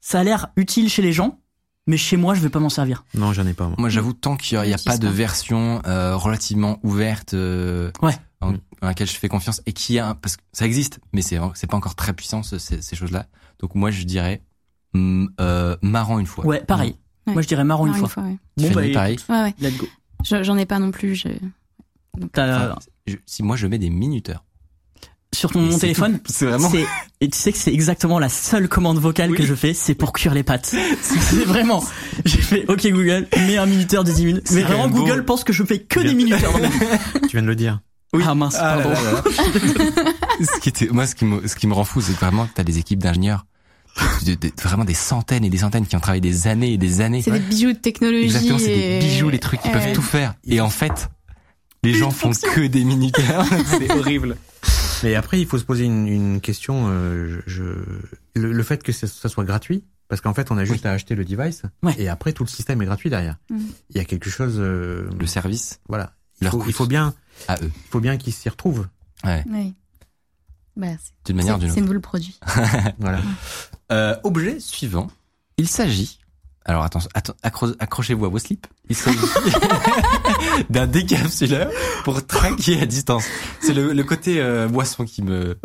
ça a l'air utile chez les gens, mais chez moi, je vais pas m'en servir.
Non, j'en ai pas moi.
Moi, j'avoue, tant qu'il n'y a, il y a
J'utilise
pas de
pas.
version euh, relativement ouverte euh,
Ouais.
en, à laquelle je fais confiance et qui a, parce que ça existe, mais c'est c'est pas encore très puissant ce- ces, ces choses-là. Donc moi, je dirais mm, euh, marrant une fois.
Ouais, pareil.
Ouais.
Moi, je dirais marrant
Non,
une fois.
ouais.
Bon
Fanny,
bah,
pareil.
Ouais, ouais.
let's go.
Je- J'en ai pas non plus. je-
T'as- euh,
Enfin, je- si moi je mets des minuteurs.
sur ton
Et
mon
c'est
téléphone,
tout. c'est vraiment.
C'est- et tu sais que c'est exactement la seule commande vocale que je fais, c'est pour cuire les pâtes. C'est vraiment. J'ai fait OK Google, mets un minuteur de 10 minutes. Mais
C'est
vraiment
beau.
Google pense que je fais que des
Bien.
minuteurs. dans ma vie.
tu viens de le dire.
Ah mince,
Ah là
pardon.
là là là. ce qui était, moi, ce qui me, ce qui me rend fou, c'est que vraiment, t'as des équipes d'ingénieurs, de- de- vraiment des centaines et des centaines qui ont travaillé des années et des années.
C'est des bijoux de technologie.
Exactement, c'est des
et-
bijoux, les trucs qui
et-
peuvent tout faire. Et en fait, les gens font que des minuteurs. c'est horrible.
Mais après, il faut se poser une, une question. euh, je, je- le, le fait que ça, ça soit gratuit, parce qu'en fait, on a juste à acheter le device,
Ouais.
et après, tout le système est gratuit derrière.
Mhm.
Il y a quelque chose. euh,
Le service
voilà. Il
leur
faut,
coûte
il faut bien,
à eux.
il faut bien qu'ils s'y retrouvent.
Oui. Bah, c'est-
D'une manière ou d'une
c'est
autre.
c'est nous le produit.
Voilà.
Euh, objet suivant. Il s'agit. Alors attends, atten- accro- accrochez-vous à vos slips. Il s'agit d'un décapsuleur pour traquer à distance. C'est le, le côté euh, boisson qui me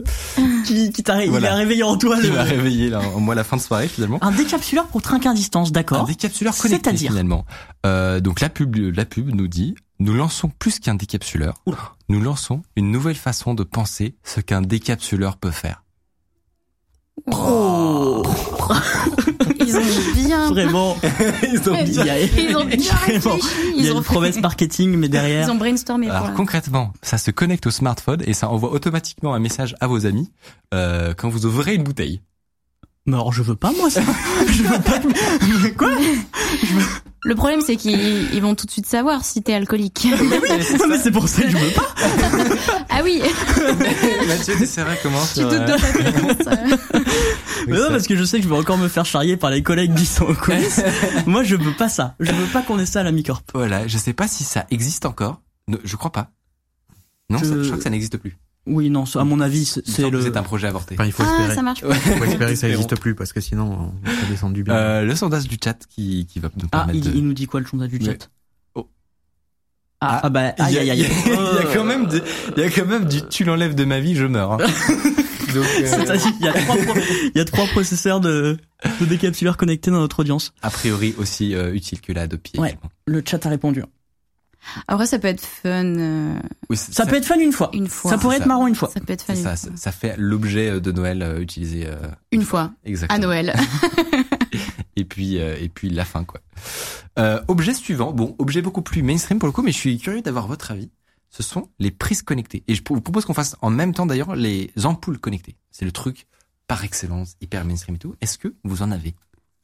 Qui, qui t'a,
Voilà.
il a réveillé en toi
qui m'a
le...
réveillé là, en- moi la fin de soirée finalement.
Un décapsuleur pour trinquer à distance,
Un
d'accord.
décapsuleur connecté
Hein C'est-à-dire
finalement. Euh, donc la pub, la pub nous dit nous lançons plus qu'un décapsuleur. Nous lançons une nouvelle façon de penser ce qu'un décapsuleur peut faire.
Oh,
Ils ont bien.
vraiment.
Ils ont
Il y a,
Ils ont bien
vraiment,
réfléchi.
il y
Ils
a
ont
une promesse marketing, mais derrière.
Ils ont brainstormé pour
Alors
la-
concrètement, ça se connecte au smartphone et ça envoie automatiquement un message à vos amis euh, quand vous ouvrez une bouteille.
Mais alors, je veux pas, moi, ça. je veux pas. Mais quoi
Le problème, c'est qu'ils ils vont tout de suite savoir si t'es alcoolique.
Eh Non, mais c'est pour ça que je veux pas.
ah oui,
Mathieu Desserret commence.
tu doutes de la réponse. euh.
Mais non, parce que je sais que je vais encore me faire charrier par les collègues qui sont au coulisses. moi, je veux pas ça. Je veux pas qu'on ait ça à la Micorp.
Voilà, je sais pas si ça existe encore. Ne- je crois pas. Non,
Je-
ça- je crois que ça n'existe plus.
Oui, non, à mon avis,
Il
c'est
me
c'est
semble que
le.
C'est un projet avorté.
Enfin, il faut
Ah,
espérer.
ça marche pas.
Il faut espérer que ça
Espérons.
n'existe plus parce que sinon, on serait descendu bien.
Euh, le sondage du chat qui, qui va nous
Ah,
permettre
il,
de...
il nous dit quoi le sondage du
Mais-
chat
Oh.
Ah, ah bah,
Il y
aïe
a-
aïe
il y
aïe.
a- il y a quand même des- Il y a quand même du tu l'enlèves de ma vie, je meurs. hein. Donc, euh,
C'est-à-dire qu'il y a trois pro- il y a trois processeurs de, de décapsuleurs connectés dans notre audience.
a priori aussi euh, utile que la de pied.
Ouais.
également.
Le chat a répondu.
Après, ça peut être fun. euh,
Oui, c'est-
Ça, peut être fun une fois.
Une fois.
ça
C'est
pourrait être
ça.
marrant une fois.
Ça peut être fun.
c'est ça, ça, ça fait l'objet de Noël euh, utilisé euh,
Une fois,
exactement.
à Noël.
et puis euh, et puis la fin quoi. Euh, objet suivant, bon objet beaucoup plus mainstream pour le coup, mais je suis curieux d'avoir votre avis. Ce sont les prises connectées et je vous propose qu'on fasse en même temps d'ailleurs les ampoules connectées. C'est le truc par excellence hyper mainstream et tout. Est-ce que vous en avez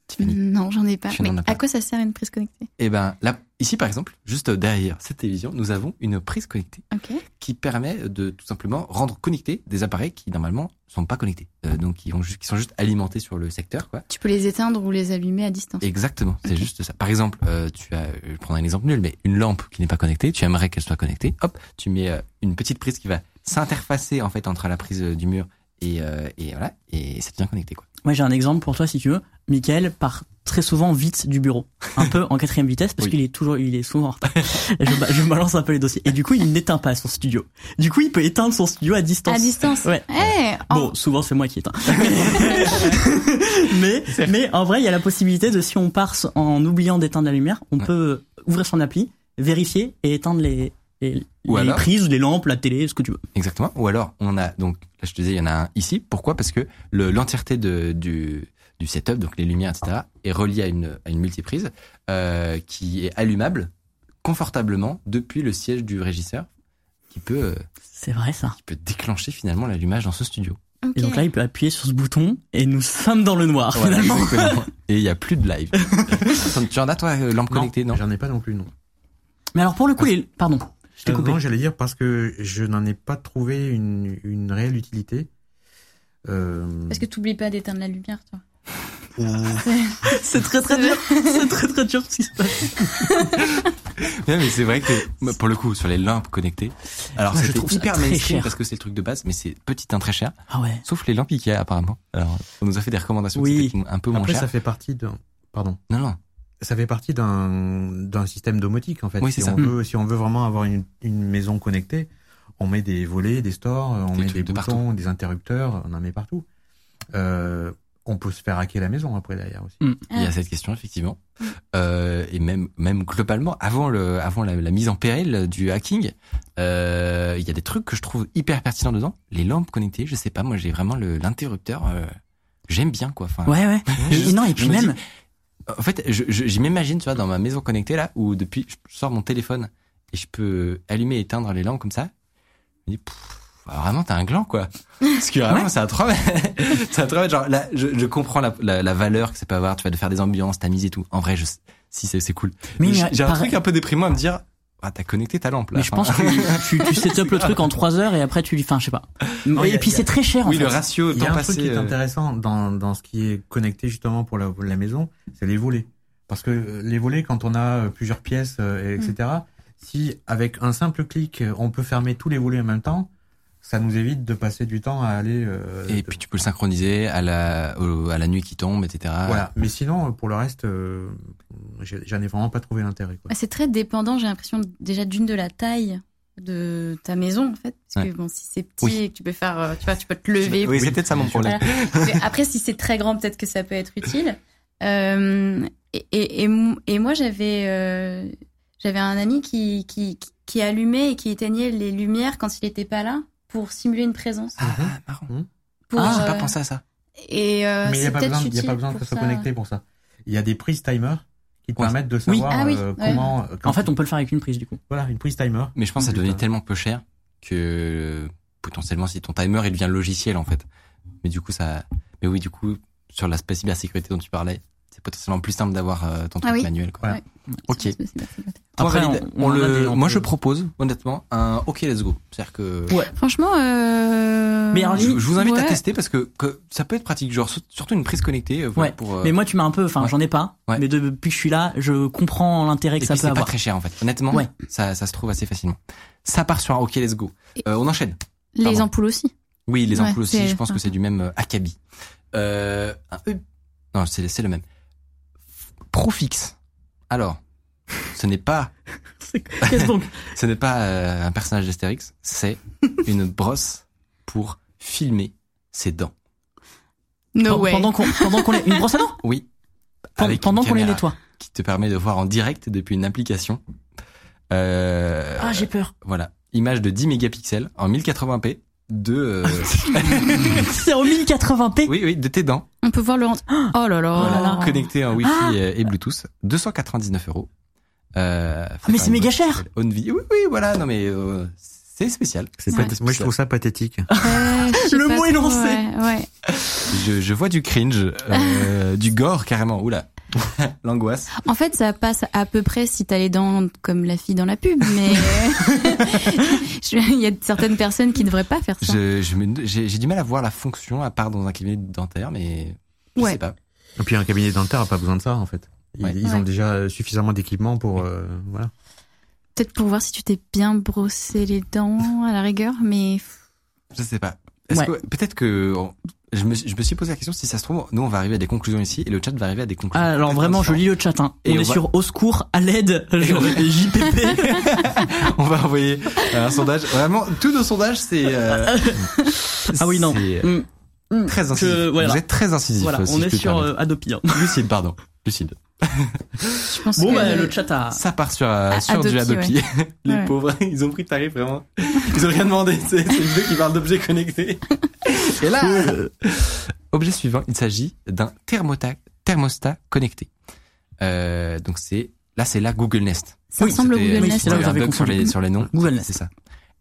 Tiffany
non, j'en ai pas.
Tu
Mais
n'en as pas.
à quoi ça sert une prise connectée
Eh ben là ici par exemple, juste derrière cette télévision, nous avons une prise connectée
Ok.
qui permet de tout simplement rendre connectés des appareils qui normalement sont pas connectés. Euh, donc qui ont ju- qui sont juste alimentés sur le secteur quoi.
Tu peux les éteindre ou les allumer à distance.
Exactement, c'est juste ça. Par exemple, euh, tu as, je vais prendre un exemple nul, mais une lampe qui n'est pas connectée, tu aimerais qu'elle soit connectée. Hop, tu mets euh, une petite prise qui va s'interfacer en fait entre la prise euh, du mur et, euh, et voilà, et ça devient connecté quoi.
Moi j'ai un exemple pour toi si tu veux. Michael part très souvent vite du bureau, un peu en quatrième vitesse parce
Oui.
qu'il est toujours, il est souvent en retard. Et je, ba- je balance un peu les dossiers. Et du coup il n'éteint pas son studio. Du coup il peut éteindre son studio à Oh. distance.
À distance
Ouais.
Eh, en-
Bon, souvent c'est moi qui éteins. mais, mais en vrai, il y a la possibilité de si on part en oubliant d'éteindre la lumière, on
Ouais.
peut ouvrir son appli, vérifier et éteindre les, les,
Ou
les
alors-
prises, les lampes, la télé, ce que tu veux.
Exactement. Ou alors, on a donc là je te disais, il y en a un ici. Pourquoi Parce que le l'entièreté de du du setup, donc les lumières, etc., est reliée à une à une multiprise euh, qui est allumable confortablement depuis le siège du régisseur, qui peut euh,
C'est vrai ça.
qui peut déclencher finalement l'allumage dans ce studio.
ok.
Et donc là, il peut appuyer sur ce bouton et nous sommes dans le noir
Voilà,
finalement.
exactement. Et il y a plus de live. Attends, tu en as toi, euh, lampe
Non,
connectée, non
J'en ai pas non plus, non.
Mais alors pour le coup, les... pardon, je t'ai
Euh,
coupé.
non, j'allais dire parce que je n'en ai pas trouvé une, une réelle utilité. Euh,
Parce que t'oublies pas d'éteindre la lumière, toi.
C'est très très dur. C'est très très dur ce qui se passe.
Ouais, mais c'est vrai que bah, pour le coup, sur les lampes connectées, alors
Ouais, je
c'était
trouve ça
hyper
très
mainstream
cher.
parce que c'est le truc de base, mais c'est petit un très cher.
Ah ouais.
Sauf les lampes Ikea apparemment. Alors, on nous a fait des recommandations
Oui.
qui étaient un peu moins
après,
chères.
ça fait partie d'un. Pardon.
Non, non.
Ça fait partie d'un d'un système domotique en fait.
Oui,
si
c'est ça. Hmm.
on
Mm.
veut, si on veut vraiment avoir une, une maison connectée, on met des volets, des stores, on
Des
met
trucs
des
de
boutons,
partout.
des interrupteurs, on en met partout. Euh, on peut se faire hacker la maison après derrière aussi.
Il y
Ah.
a cette question effectivement, euh, et même même globalement avant le avant la, la mise en péril du hacking, euh, il y a des trucs que je trouve hyper pertinents dedans. Les lampes connectées, je sais pas, moi j'ai vraiment le- l'interrupteur, euh, j'aime bien quoi. Enfin,
Ouais ouais. Et non et
je
puis
me dis-
même.
En fait, je, je, je m'imagine, tu vois, dans ma maison connectée là, où depuis, je sors mon téléphone et je peux allumer et éteindre les lampes comme ça. Je me dis, pff, bah, vraiment, t'as un gland, quoi. Parce que vraiment, c'est un 3 c'est un 3 Genre, là, je, je comprends la, la, la valeur que ça peut avoir, tu vois, de faire des ambiances, tamiser et tout. En vrai, je, si, c'est c'est cool. Mais
Mais il y
j'ai
a-
j'ai un
pareil-
truc un peu déprimant à me dire, ah, t'as connecté ta lampe, là.
Mais je pense
Enfin,
que tu, tu set up le truc en 3 heures et après tu lui, enfin je sais pas.
Non, il y
et
a-
puis
il y a-
c'est très cher.
oui,
en
le
fait.
ratio,
Il y
temps
a un truc qui
passé.
est
euh,
intéressant dans, dans ce qui est connecté justement pour la, pour la maison, c'est les volets. Parce que euh, les volets, quand on a euh, plusieurs pièces, euh, et
Mm.
etc., si avec un simple clic, euh, on peut fermer tous les volets en même temps, ça nous évite de passer du temps à aller. euh,
Et
de-
puis tu peux le synchroniser à la, au- à la nuit qui tombe, etc.
Voilà. Mais sinon, euh, pour le reste, euh, j'ai- j'en ai vraiment pas trouvé l'intérêt. quoi.
Ah, C'est très dépendant, j'ai l'impression, déjà d'une de la taille de ta maison, en fait. Parce que bon, si c'est petit
Oui.
et que tu peux faire, euh, tu vois, tu peux te lever.
Oui, c'est peut-être ça mon problème.
Mais Après, si c'est très grand, peut-être que ça peut être utile. Euh, et, et, et mo- et moi, j'avais euh, j'avais un ami qui, qui, qui allumait et qui éteignait les lumières quand il n'était pas là pour simuler une présence.
Ah, marrant.
Pour,
Ah, j'ai
euh,
pas pensé à ça.
Et euh,
Mais il n'y a
c'est
pas
peut-être
besoin, il y a
utile
pas besoin que
pour
ça soit connecté pour ça. Il y a des prises timer qui te
Oui.
permettent de
Oui.
savoir
Ah oui,
euh,
ouais.
comment. quand-
En fait, on peut le faire avec une prise du coup.
voilà, une prise timer.
Mais je pense que ça
Putain.
devenait tellement peu cher que euh, potentiellement si ton timer il devient logiciel en fait. Mais du coup ça, mais oui du coup sur l'aspect cybersécurité dont tu parlais, c'est potentiellement plus simple d'avoir euh, ton
Ah
truc
oui.
manuel quoi.
Ouais.
Ok.
C'est- c'est- c'est-
Toi,
Après,
Valide,
on-
on
on en a
le,
des- on
moi
peut-
je propose honnêtement un OK let's go. C'est-à-dire que
Franchement, euh...
Mais alors,
je, je vous invite à
ouais.
tester parce que, que ça peut être pratique, genre sur- surtout une prise connectée. euh, voilà,
Ouais.
pour, euh,
Mais moi, tu m'as un peu, enfin,
Ouais.
j'en ai pas.
Ouais.
Mais depuis que je suis là, je comprends l'intérêt
et
que
puis
ça peut
c'est pas
avoir.
très cher en fait. Honnêtement,
Ouais.
ça, ça se trouve assez facilement. Ça part sur un OK let's go. Euh, on enchaîne.
Les
Pardon.
ampoules aussi.
Oui, les
Ouais,
ampoules aussi,
c'est-
je pense que c'est du même euh, acabit. Euh, un E- non, c'est c'est le même. Profix. Alors, ce n'est pas,
Qu'est-ce donc
ce n'est pas euh, un personnage d'Astérix, c'est une brosse pour filmer ses dents.
No
Pen-
way.
Pendant qu'on, pendant qu'on les, une brosse à dents
Oui.
Pen-
Avec une
Pendant qu'on les
caméra
nettoie.
Qui te permet de voir en direct depuis une application. Euh,
Ah, j'ai peur.
voilà. Image de 10 mégapixels en 1080p de, euh,
C'est en 1080p.
oui, oui, de tes dents.
On peut voir le rent- Oh là là.
Voilà,
Oh.
connecté en Wi-Fi
Ah.
et, et Bluetooth, 299 euros. Euh,
Ah, mais c'est méga cher.
Onvi, oui, oui, voilà, non mais euh, c'est spécial.
C'est
Ouais.
pas- Moi, je trouve ça pathétique.
Ouais, je sais
Le
pas
mot est
trop,
lancé.
Ouais, ouais.
Je, je vois du cringe, euh, du gore carrément. Oula, l'angoisse.
Ah.
En fait, ça passe à peu près si t'as les dents comme la fille dans la pub, mais je- il y a certaines personnes qui devraient pas faire ça.
Je, je me- j'ai j'ai du mal à voir la fonction à part dans un cabinet dentaire, mais je
Ouais.
sais pas.
Et puis un cabinet dentaire a pas besoin de ça en fait. Ils,
Ouais.
ils ont
Ouais.
déjà euh, suffisamment d'équipement pour euh, voilà.
Peut-être pour voir si tu t'es bien brossé les dents à la rigueur, mais
Je sais pas. Est-ce
Ouais.
que peut-être que on- je me, suis- je me suis posé la question si ça se trouve, nous on va arriver à des conclusions ici et le chat va arriver à des conclusions.
Ah, Alors vraiment, je
joli
lis le chat. Hein.
Et on
on est
va-
sur au secours, à l'aide, je-
on-
JPP.
On va envoyer euh, un sondage. Vraiment, tous nos sondages, c'est. euh,
Ah oui, non.
c'est
Mm. Mm.
Très incisif.
Je- voilà.
Vous êtes très incisif.
Voilà,
si
on
je
est
puis me
sur
permettre.
euh, Adopi. hein.
Lucide, pardon. Lucide.
je pense
Bon
que
bah le chat a.
Ça part sur, euh,
Ah,
À-
sur du Adopi.
Adopi,
Les
Ouais.
pauvres, ils ont pris le tarif vraiment. Ils ont rien demandé. C'est c'est une vidéo qui parle d'objets connectés. Et là. Objet suivant, il s'agit d'un thermota- thermostat connecté. Euh, donc c'est. Là, c'est la Google Nest.
ça ressemble au
C'était-
Google
oui,
Nest.
c'est là où
un
j'avais
bug sur
confondu.
les, sur les noms.
Google Nest.
C'est ça.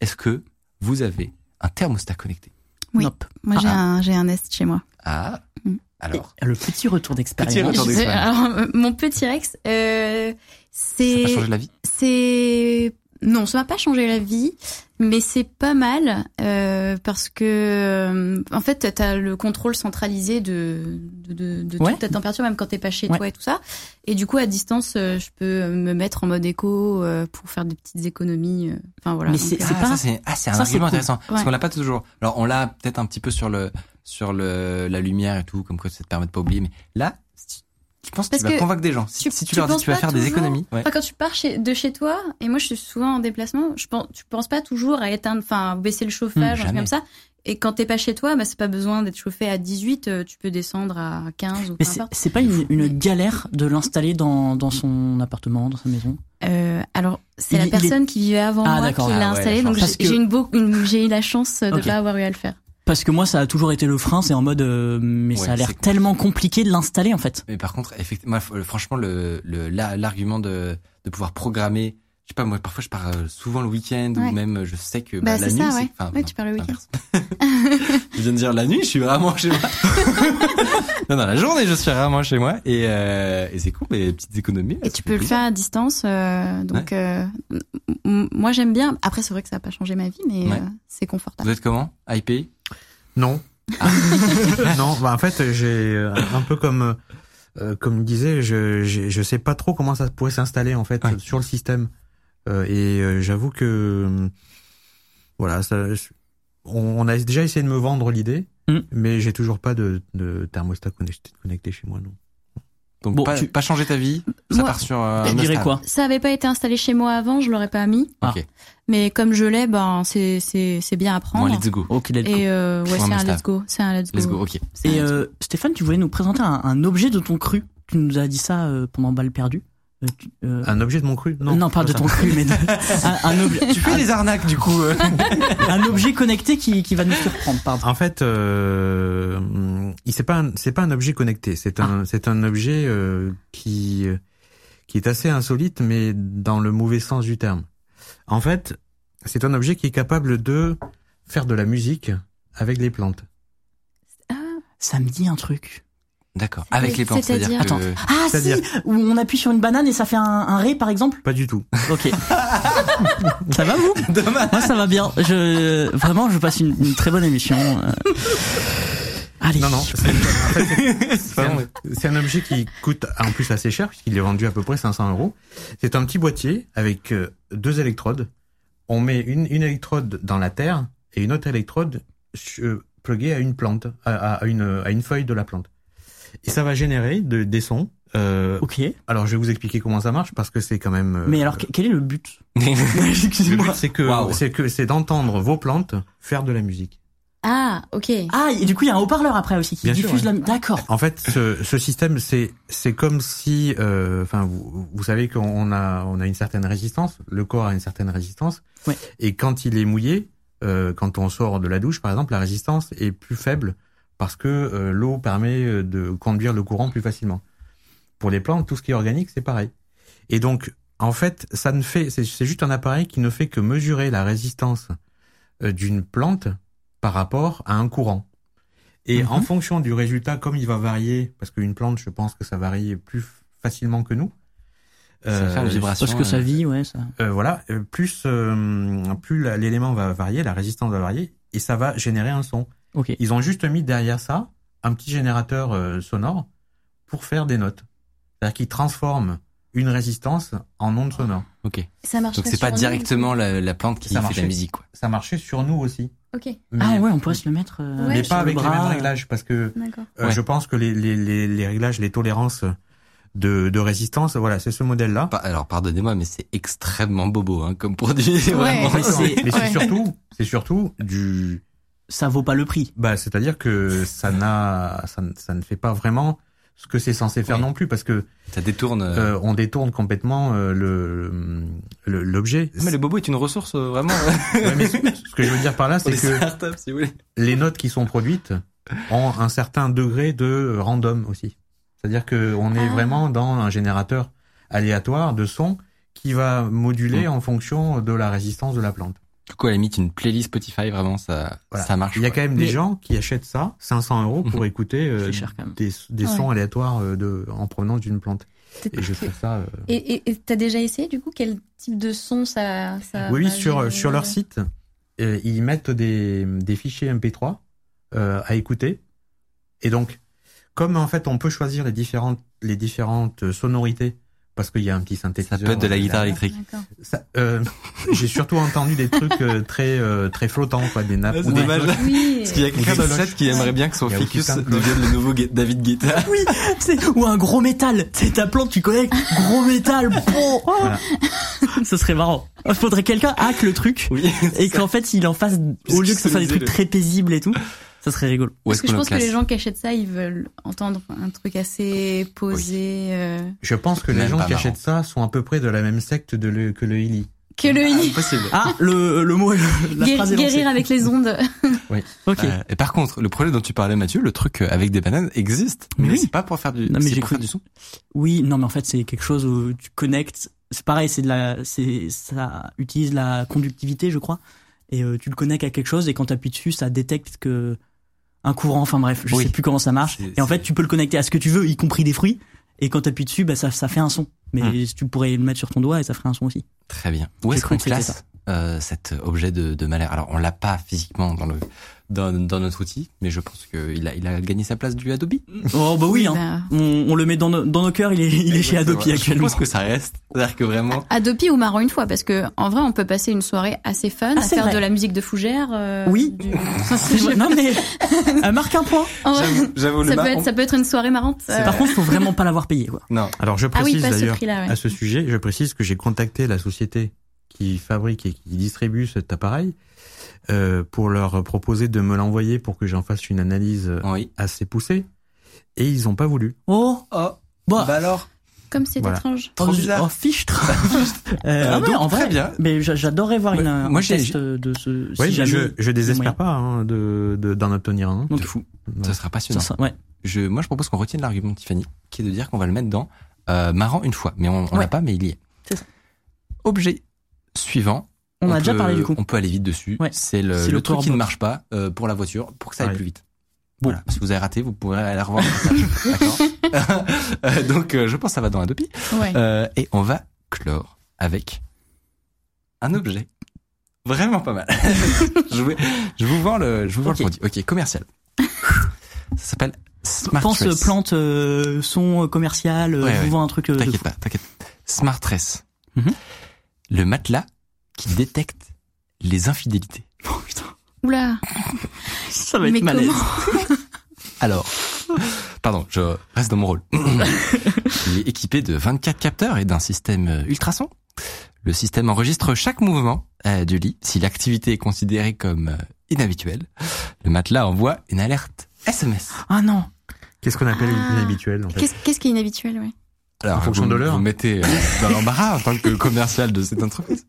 Est-ce que vous avez un thermostat connecté
Oui.
Nope.
Moi j'ai
Ah.
un j'ai un Nest chez moi.
Ah,
Mm.
alors.
Et Le petit retour
Petit
d'expérience.
retour. Attendez,
Je-
ça.
alors, euh, mon petit Rex, euh,
Ça t'a
c'est
changé la vie
C'est non, ça m'a pas changé la vie, mais c'est pas mal euh, parce que euh, en fait, t'as le contrôle centralisé de de, de, de
Ouais.
toute ta température, même quand t'es pas chez
Ouais.
toi et tout ça. Et du coup, à distance, euh, je peux me mettre en mode éco euh, pour faire des petites économies. euh, Enfin voilà.
Mais
Donc,
c'est-
euh,
ah,
pas-
ça, c'est ah, c'est un
ça, c'est
argument
cool.
intéressant parce
Ouais.
qu'on l'a pas toujours. Alors on l'a peut-être un petit peu sur le sur le la lumière et tout, comme quoi ça te permet de pas oublier. Mais là, si- je pense que
Parce
tu vas
que
convaincre des gens. Si
tu-
si tu
tu
leur dis
penses
tu vas
pas
faire des
toujours-
économies, ouais.
Enfin, quand tu pars chez, de chez toi, et moi je suis souvent en déplacement, je pense, tu penses pas toujours à éteindre, enfin, baisser le chauffage,
Hmm,
Mmh,
un truc
jamais.
comme ça. Et quand t'es pas chez toi, bah, c'est pas besoin d'être chauffé à 18, euh, tu peux descendre à 15 ou peu
Mais c'est-
importe.
c'est pas une, une galère de l'installer dans, dans son appartement, dans sa maison.
Euh, alors, c'est
Il-
la
il est-
personne qui vivait avant
Ah,
moi qui
d'accord.
l'a
Ah ouais,
installé,
la
donc
chance.
j'ai
Parce que-
j'ai une beau- une- j'ai eu la chance de
Ok.
pas avoir eu à le faire.
Parce que moi, ça a toujours été le frein. C'est en mode, euh, mais
Ouais,
ça a
c'est
l'air
cool.
tellement compliqué de l'installer en fait.
Mais par contre, effectivement, moi, f- franchement, le le- la- l'argument de de pouvoir programmer, je sais pas, moi parfois je pars euh, souvent le week-end ou
Ouais.
même je sais que
Bah,
bah, la
c'est
nuit,
ça,
c'est-
ouais.
enfin,
Ouais,
non,
tu pars le week-end.
l'inverse. je viens de dire la nuit, je suis vraiment chez moi. non, non, la journée, je suis rarement chez moi et euh, et c'est cool, mais petites économies.
Et
ça
tu
fait
peux le
plaisir.
faire à distance, euh, donc euh, m- m- moi j'aime bien. Après, c'est vrai que ça a pas changé ma vie, mais
Ouais.
euh, c'est confortable.
Vous êtes comment IP
Non. non, bah en fait, j'ai euh, un peu comme euh, comme disait, je, je je sais pas trop comment ça pourrait s'installer en fait
Ouais.
sur le système. Euh, et euh, j'avoue que euh, voilà, ça je- on, on a déjà essayé de me vendre l'idée,
Mm.
mais j'ai toujours pas de, de thermostat connecté, connecté chez moi, non.
Donc
Bon,
pas,
tu-
pas changer ta vie, ça
Moi,
part sur. euh,
Je
un
dirais
nostal.
quoi
Ça avait pas été installé chez moi avant, je l'aurais pas mis.
Ah.
Ok.
Mais comme je l'ai, ben c'est c'est c'est bien à
Bon,
prendre.
let's go.
Ok, let's go.
Et euh,
Pour
ouais,
un
c'est un
must-have.
let's go. C'est un let's go.
Let's go. Ok.
C'est un
Et
let's go.
euh, Stéphane, tu voulais nous présenter un, un objet de ton cru. Tu nous as dit ça euh, pendant Balle perdue. Euh, tu- euh,
Un objet de mon cru Non.
non, pas de
ça.
ton cru, mais de- un, un objet,
Tu fais des arnaques du coup. euh.
un objet connecté qui, qui va nous surprendre. Pardon.
En fait, euh, hum, il- c'est pas un- c'est pas un objet connecté. C'est un c'est un objet euh, qui euh, qui est assez insolite, mais dans le mauvais sens du terme. En fait, c'est un objet qui est capable de faire de la musique avec les plantes.
Ça me dit un truc.
D'accord. Avec les plantes,
C'est-à-dire-
c'est-à-dire que.
Attends. Ah si,
C'est-à-dire-
où on appuie sur une banane et ça fait un, un ré, par exemple.
Pas du tout.
Ok. ça va vous Moi, ça va bien. Je vraiment, je passe une, une très bonne émission. euh. Allez.
Non non. c'est- C'est
Pardon,
un, c'est un objet qui coûte en plus assez cher, puisqu'il est vendu à peu près 500 euros. C'est un petit boîtier avec euh, deux électrodes. On met une, une électrode dans la terre et une autre électrode euh, pluguée à une plante, à, à- à une, à une feuille de la plante. Et ça va générer de- des sons. Euh,
Ok.
alors je vais vous expliquer comment ça marche parce que c'est quand même. euh,
Mais alors, que- quel est le but
mais-
le but
Excusez-moi.
c'est que
Waouh.
c'est que c'est d'entendre vos plantes faire de la musique.
Ah, ok.
Ah, et du coup, il y a un haut-parleur après aussi qui
Bien sûr,
diffuse
ouais.
la. D'accord.
En fait, ce, ce système, c'est c'est comme si, euh, enfin, vous, vous savez qu'on on a on a une certaine résistance, le corps a une certaine résistance,
Ouais.
et quand il est mouillé, euh, quand on sort de la douche, par exemple, la résistance est plus faible parce que euh, l'eau permet de conduire le courant plus facilement. Pour les plantes, tout ce qui est organique, c'est pareil. Et donc, en fait, ça ne fait, c'est c'est juste un appareil qui ne fait que mesurer la résistance euh, d'une plante par rapport à un courant. Et
Mhm.
en fonction du résultat, comme il va varier, parce qu'une plante, je pense que ça varie plus facilement que nous.
Ça va faire une vibration.
Parce que ça
euh.
vit, ouais, ça.
euh, voilà, euh, plus euh, plus la- l'élément va varier, la résistance va varier, et ça va générer un son.
Ok.
Ils ont juste mis derrière ça un petit générateur euh, sonore pour faire des notes, c'est-à-dire qu'ils transforment une résistance en onde sonore.
Ok.
Ça marche.
Donc c'est pas
sur nous.
directement la, la plante qui
Ça
fait
marchait.
la musique quoi.
Ça marchait sur nous aussi,
Ok,
mais,
Ah ouais, on pourrait se le mettre. euh,
Ouais,
mais
sur
pas
le
avec les
bras,
mêmes
euh.
réglages, parce que
d'accord.
Euh,
Ouais.
Je pense que les, les, les, les réglages, les tolérances de, de résistance, voilà, c'est ce modèle-là.
Pas- Alors pardonnez-moi mais c'est extrêmement bobo hein, comme produit. Vraiment.
Mais c'est mais c'est
Ouais.
surtout, c'est surtout du,
Ça vaut pas le prix.
bah, c'est-à-dire que ça n'a, ça, ne- ça ne fait pas vraiment ce que c'est censé faire
Oui.
non plus, parce que
Ça détourne. euh.
euh, on détourne complètement euh, le le- l'objet.
Mais le bobo est une ressource euh, vraiment.
Ouais, mais ce ce que je veux dire par là,
Pour
c'est
les
que
startups si vous voulez.
les notes qui sont produites ont un certain degré de random aussi. C'est-à-dire que on est
Ah.
vraiment dans un générateur aléatoire de son qui va moduler
Mm.
en fonction de la résistance de la plante.
Du coup à la limite une playlist Spotify vraiment ça
Voilà.
ça marche.
Il y a
quoi.
quand même des
Mais-
gens qui achètent ça 500 euros
Mm-hmm.
pour écouter euh,
C'est cher quand même.
des, des
Ouais.
sons aléatoires euh, de, en provenance d'une plante. Et je
Peut-être
fais
que-
ça. euh,
Et et- et t'as déjà essayé du coup quel type de son ça, ça
Oui,
va
oui, sur,
générer euh,
sur leur site, euh, ils mettent des, des fichiers MP3 euh, à écouter. Et donc, comme en fait, on peut choisir les différentes, les différentes sonorités, parce qu'il y a un petit
Ça
synthétiseur.
peut être de la guitare
derrière.
électrique.
D'accord.
Ça, euh, J'ai surtout entendu des trucs euh, très, euh, très flottants, quoi, des nappes.
Ah, c'est
ou des
dommage.
cloches.
Oui.
Parce qu'il y a quelqu'un
Ou des
dans le chat
cloches.
qui aimerait bien que son
Il y a aussi
ficus
plein de cloches.
devienne le nouveau Gu- David Guetta.
Oui, c'est- ou un gros métal. C'est ta plante, tu connais, gros métal. Bon, oh.
Voilà.
Ce serait marrant. Faudrait que quelqu'un hack le truc
Oui.
et qu'en fait il en fasse au lieu que ça soit des trucs très paisibles et tout. Ça serait rigolo.
Où
Parce
est-ce
que je
qu'on le
pense que les
classe
gens qui achètent ça, ils veulent entendre un truc assez posé. euh,
Je pense que les
Même
gens
pas
qui achètent ça sont à peu près de la même secte de le, que le Hilly.
Que le i-
Impossible.
Ah, le, le mot, est- la
guéri-
phrase est lancée.
guérir avec les ondes.
Ok.
Euh, et par contre, le projet dont tu parlais, Mathieu, le truc euh, avec des bananes existe,
Mais
mais,
oui.
c'est pas pour faire du,
Non, mais
c'est
j'ai
pour
cru-
faire du son.
Oui, non, mais en fait c'est quelque chose où tu connectes. C'est pareil, c'est de la, c'est ça utilise la conductivité, je crois. Et euh, tu le connectes à quelque chose et quand tu appuies dessus, ça détecte que un courant. Enfin bref, je
Oui.
sais plus comment ça marche.
C'est-
Et en fait,
c'est-
tu peux le connecter à ce que tu veux, y compris des fruits. Et quand tu appuies dessus, bah, ça, ça fait un son. Mais tu pourrais le mettre sur ton doigt et ça ferait un son aussi.
Très bien. Où
J'ai
est-ce
cru
qu'on
que c'était
classe euh, cet objet de, de malheur Alors, on l'a pas physiquement dans le dans, dans notre outil, mais je pense qu'il a, il a gagné sa place du Adobe.
Oh bah oui,
Oui,
hein.
bah,
on, on le met dans nos, dans nos cœurs, il est, il est chez Adobe
Exactement.
actuellement.
Je pense que ça reste. C'est-à-dire que vraiment,
Adopi ou Marron une fois, parce que en vrai, on peut passer une soirée assez fun
Ah,
à
c'est
faire
vrai.
de la musique de fougère. euh,
Oui.
du-
C'est vrai. Non mais euh, marque un point.
En vrai,
J'avoue,
Oh,
j'avoue, le
ça, peut
marron.
être, ça peut être une soirée marrante. euh,
Par contre, faut vraiment pas l'avoir payé quoi.
non.
Alors je
ah oui,
précise
pas ce
d'ailleurs
prix-là. ouais.
à ce sujet, je précise que j'ai contacté la société qui fabrique et qui distribue cet appareil euh, pour leur proposer de me l'envoyer pour que j'en fasse une analyse
Oui.
assez poussée. Et ils n'ont pas voulu.
Oh,
Oh,
bah,
bah alors.
Comme c'est
Voilà.
étrange.
trop
oh,
bizarre.
oh, fichtre. Euh, ah ouais,
donc,
en vrai,
très bien.
Mais j'a- j'adorerais voir
Bah,
une, un
moi, j'ai-
test de ce.
Oui,
si
mais
jamais-
je, je
moyen.
désespère pas hein, de de- d'en obtenir un.
Donc,
de fou.
Ouais.
Ça sera passionnant.
ça, ça, ouais.
Je, moi, je propose qu'on retienne l'argument de Tiffany, qui est de dire qu'on va le mettre dans euh, marrant une fois. Mais on, on
Ouais.
l'a pas, mais il y est.
C'est ça.
Objet suivant.
On, a déjà
peut-
parlé du coup.
On peut aller vite dessus.
Ouais.
C'est le,
C'est
le
le
truc qui ne
corbeau.
marche pas euh, pour la voiture, pour que ça aille
Ouais.
plus vite.
Bon.
Voilà. Si vous avez raté, vous pourrez aller la revoir. D'accord. Euh, Donc, euh, je pense que ça va dans Adobe.
Ouais.
Euh, et on va clore avec un objet. Vraiment pas mal. je, vous, je vous vends le, je vous vends
Ok.
le produit. Ok, commercial. Ça s'appelle Smart
Pense euh,
Trace.
plante, euh, son euh, commercial, euh,
Ouais,
je
ouais.
vous vends un truc. euh, de
T'inquiète
fou.
pas, t'inquiète. Smart Trace.
Mhm.
Le matelas qui détecte les infidélités.
Oh, putain,
Oula.
ça va être
Mais
malaise.
comment
Alors, pardon, je reste dans mon rôle. Il est équipé de 24 capteurs et d'un système euh, ultrason. Le système enregistre chaque mouvement euh, du lit. Si l'activité est considérée comme euh, inhabituelle, le matelas envoie une alerte SMS.
Ah non.
Qu'est-ce qu'on appelle
Ah.
inhabituel en
Euh,
fait
Qu'est-ce qu'est-ce qui est inhabituel, ouais.
Alors,
En fonction
vous,
de l'heure.
vous me mettez euh, dans l'embarras en tant que commercial de cette entreprise.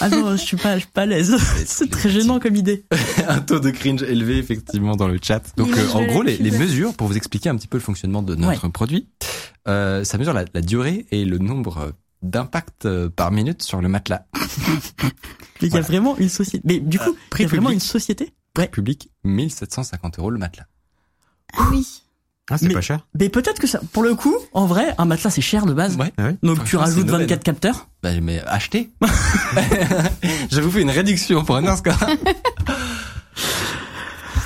Ah non, je suis pas, je suis pas à l'aise. C'est très gênant comme idée.
Un taux de cringe élevé effectivement dans le chat. Donc,
Les
euh, en
mesures
gros, les, les
cubes.
mesures pour vous expliquer un petit peu le fonctionnement de notre produit. Euh, ça mesure la, la durée et le nombre euh, d'impacts euh, par minute sur le matelas.
Mais il y a
Voilà.
vraiment une société. Mais du coup, il y a vraiment
Bah, public.
une société.
public 1750 euros le matelas.
Ah oui.
Ah, c'est
Mais-
pas cher.
Mais peut-être que ça, pour le coup, en vrai, un matelas c'est cher de base.
Ouais.
Ah ouais
Donc
Franchement,
tu
c'est
rajoutes
une aubaine.
24 capteurs.
Bah, mais achetez. Je vous fais une réduction pour un instant.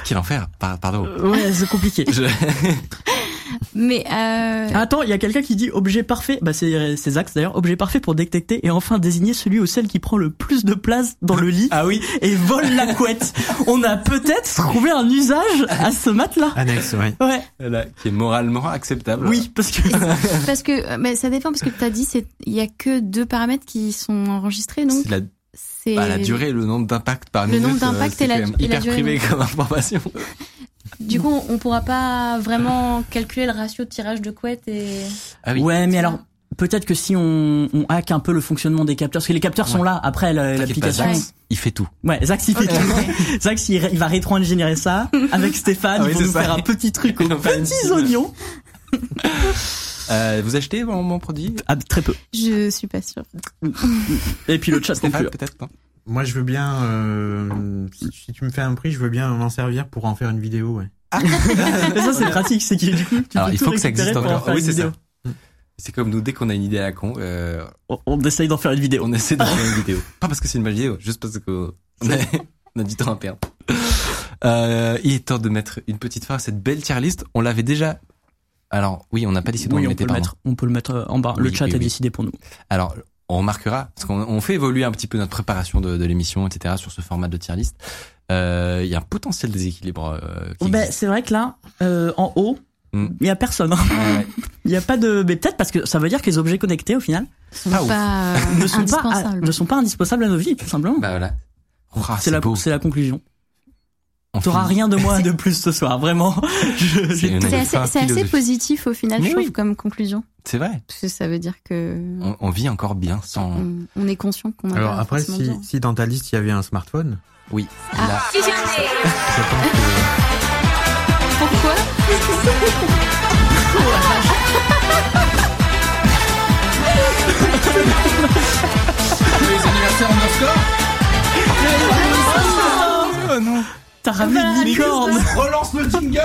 Quel enfer. Par- pardon.
Ouais, c'est compliqué. Ah,
Je-
Mais euh,
Attends, il y a quelqu'un qui dit objet parfait. Bah c'est c'est Zax d'ailleurs. Objet parfait pour détecter et enfin désigner celui ou celle qui prend le plus de place dans le lit
Ah oui.
et vole la couette. On a peut-être trouvé un usage à ce matelas.
Annexe, ouais.
Ouais.
Voilà, qui est moralement acceptable.
Oui, parce que
parce que euh, mais ça dépend parce que tu as dit c'est il y a que deux paramètres qui sont enregistrés donc
C'est la,
c'est
bah, la durée et le nombre d'impacts par
Le
minute.
nombre
euh,
d'impacts
c'est
et la-
quand même
et la
hyper
durée,
privé
ouais.
comme information.
Du coup, on- on pourra pas vraiment calculer le ratio de tirage de couette et
Ah oui.
Ouais, mais alors peut-être que si on, on hack un peu le fonctionnement des capteurs, parce que les capteurs sont
Ouais.
là après
T'inquiète
la-
pas,
l'application.
Ouais.
Zax, il fait tout.
Ouais, Zax il fait tout. Zax il, il va rétro-ingénierer ça avec Stéphane.
Ah oui,
ils vont
c'est
nous
ça.
faire un petit truc aux
On va faire une
petits
petite-
oignons.
Euh, vous achetez mon, mon produit
Ah, très peu.
je suis pas sûre.
Et puis le chat non
Stéphane,
plus.
peut-être non
Moi, je veux bien. euh, si, si tu me fais un prix, je veux bien m'en servir pour en faire une vidéo. Ouais.
Mais ça c'est pratique, c'est que du coup tu
Alors,
peux
il
tout
faut que ça
récupérer
existe
pour en
encore.
faire
Oui,
une
c'est
vidéo.
ça. C'est comme nous, dès qu'on a une idée à la con, euh,
On, on essaye d'en faire une vidéo.
on essaie de faire une vidéo. Pas parce que c'est une belle vidéo, juste parce que on a, on a du temps à perdre. Euh, il est temps de mettre une petite fin à cette belle tier list. On l'avait déjà. Alors oui, on n'a pas décidé. on
Oui,
le
on
mettait
peut le
pas, hein.
mettre. On peut le mettre euh, en bas. le
Oui,
chat
oui,
a
oui.
décidé pour nous.
hein. Alors on remarquera parce qu'on on fait évoluer un petit peu notre préparation de, de l'émission, etc. Sur ce format de tier list, Euh, il y a un potentiel déséquilibre. euh, qui
Ben
existe.
c'est vrai que là, euh, en haut, il
Mm.
y a personne. hein.
Ouais, ouais.
Il y a pas de. Mais peut-être parce que ça veut dire que les objets connectés au final
Pas ouf.
Pas euh,
ne sont pas à-
indispensables.
ne sont pas indispensables à nos vies tout simplement.
Bah voilà. Ouah,
c'est la
beau.
c'est la conclusion.
On
T'auras
finit.
rien de moi de plus ce soir, vraiment. Je-
C'est
j'ai-
une
C'est
fin
assez, c'est assez
philosophique.
positif au final,
Mais
je trouve,
oui.
comme conclusion.
C'est vrai.
Parce que ça veut dire que
On, on vit encore bien
Mm.
sans.
on, on est conscient qu'on a
Alors
pas
après,
bah, forcément
si,
besoin.
si dans ta liste il y avait un smartphone,
Oui.
Ah.
Là.
je pense que
Pourquoi
Oh non.
T'as ramené
Bah,
une licorne.
Relance le jingle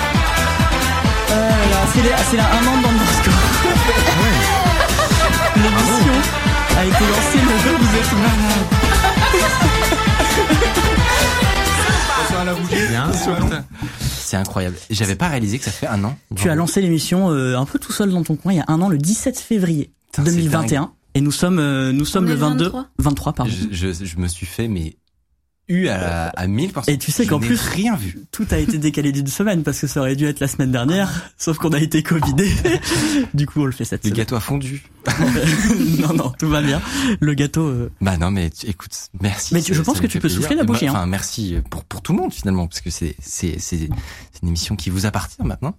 Euh, là, C'est la, c'est la un an d'Underscore. L'émission a été lancée le 22
c'est malade. Bonsoir à la bougie.
Bien.
Putain.
C'est incroyable. J'avais pas réalisé que ça fait un an.
Tu as lancé l'émission euh, un peu tout seul dans ton coin il y a un an, le 17 février
Putain, Ah, c'est
2021. Et nous sommes, euh, nous sommes
On
le
est le
22, 23,
23.
pardon.
Je, je, je me suis fait, mais eu à, la- à 1000%.
Et tu sais qu'en
Je n'ai
plus-
rien vu.
Tout a été décalé d'une semaine parce que ça aurait dû être la semaine dernière, sauf qu'on a été covidé. du coup, on le fait cette
Ah. Le
semaine.
gâteau a fondu.
non, non, tout va bien. Le gâteau. euh,
Bah non, mais tu- écoute, merci.
Mais tu-
ça-
je pense
ça
que
me
tu
fait
peux
plaisir.
souffler la
Et moi,
bougie, hein.
Enfin, merci pour, pour tout le monde finalement, parce que c'est c'est c'est c'est une émission qui vous appartient maintenant.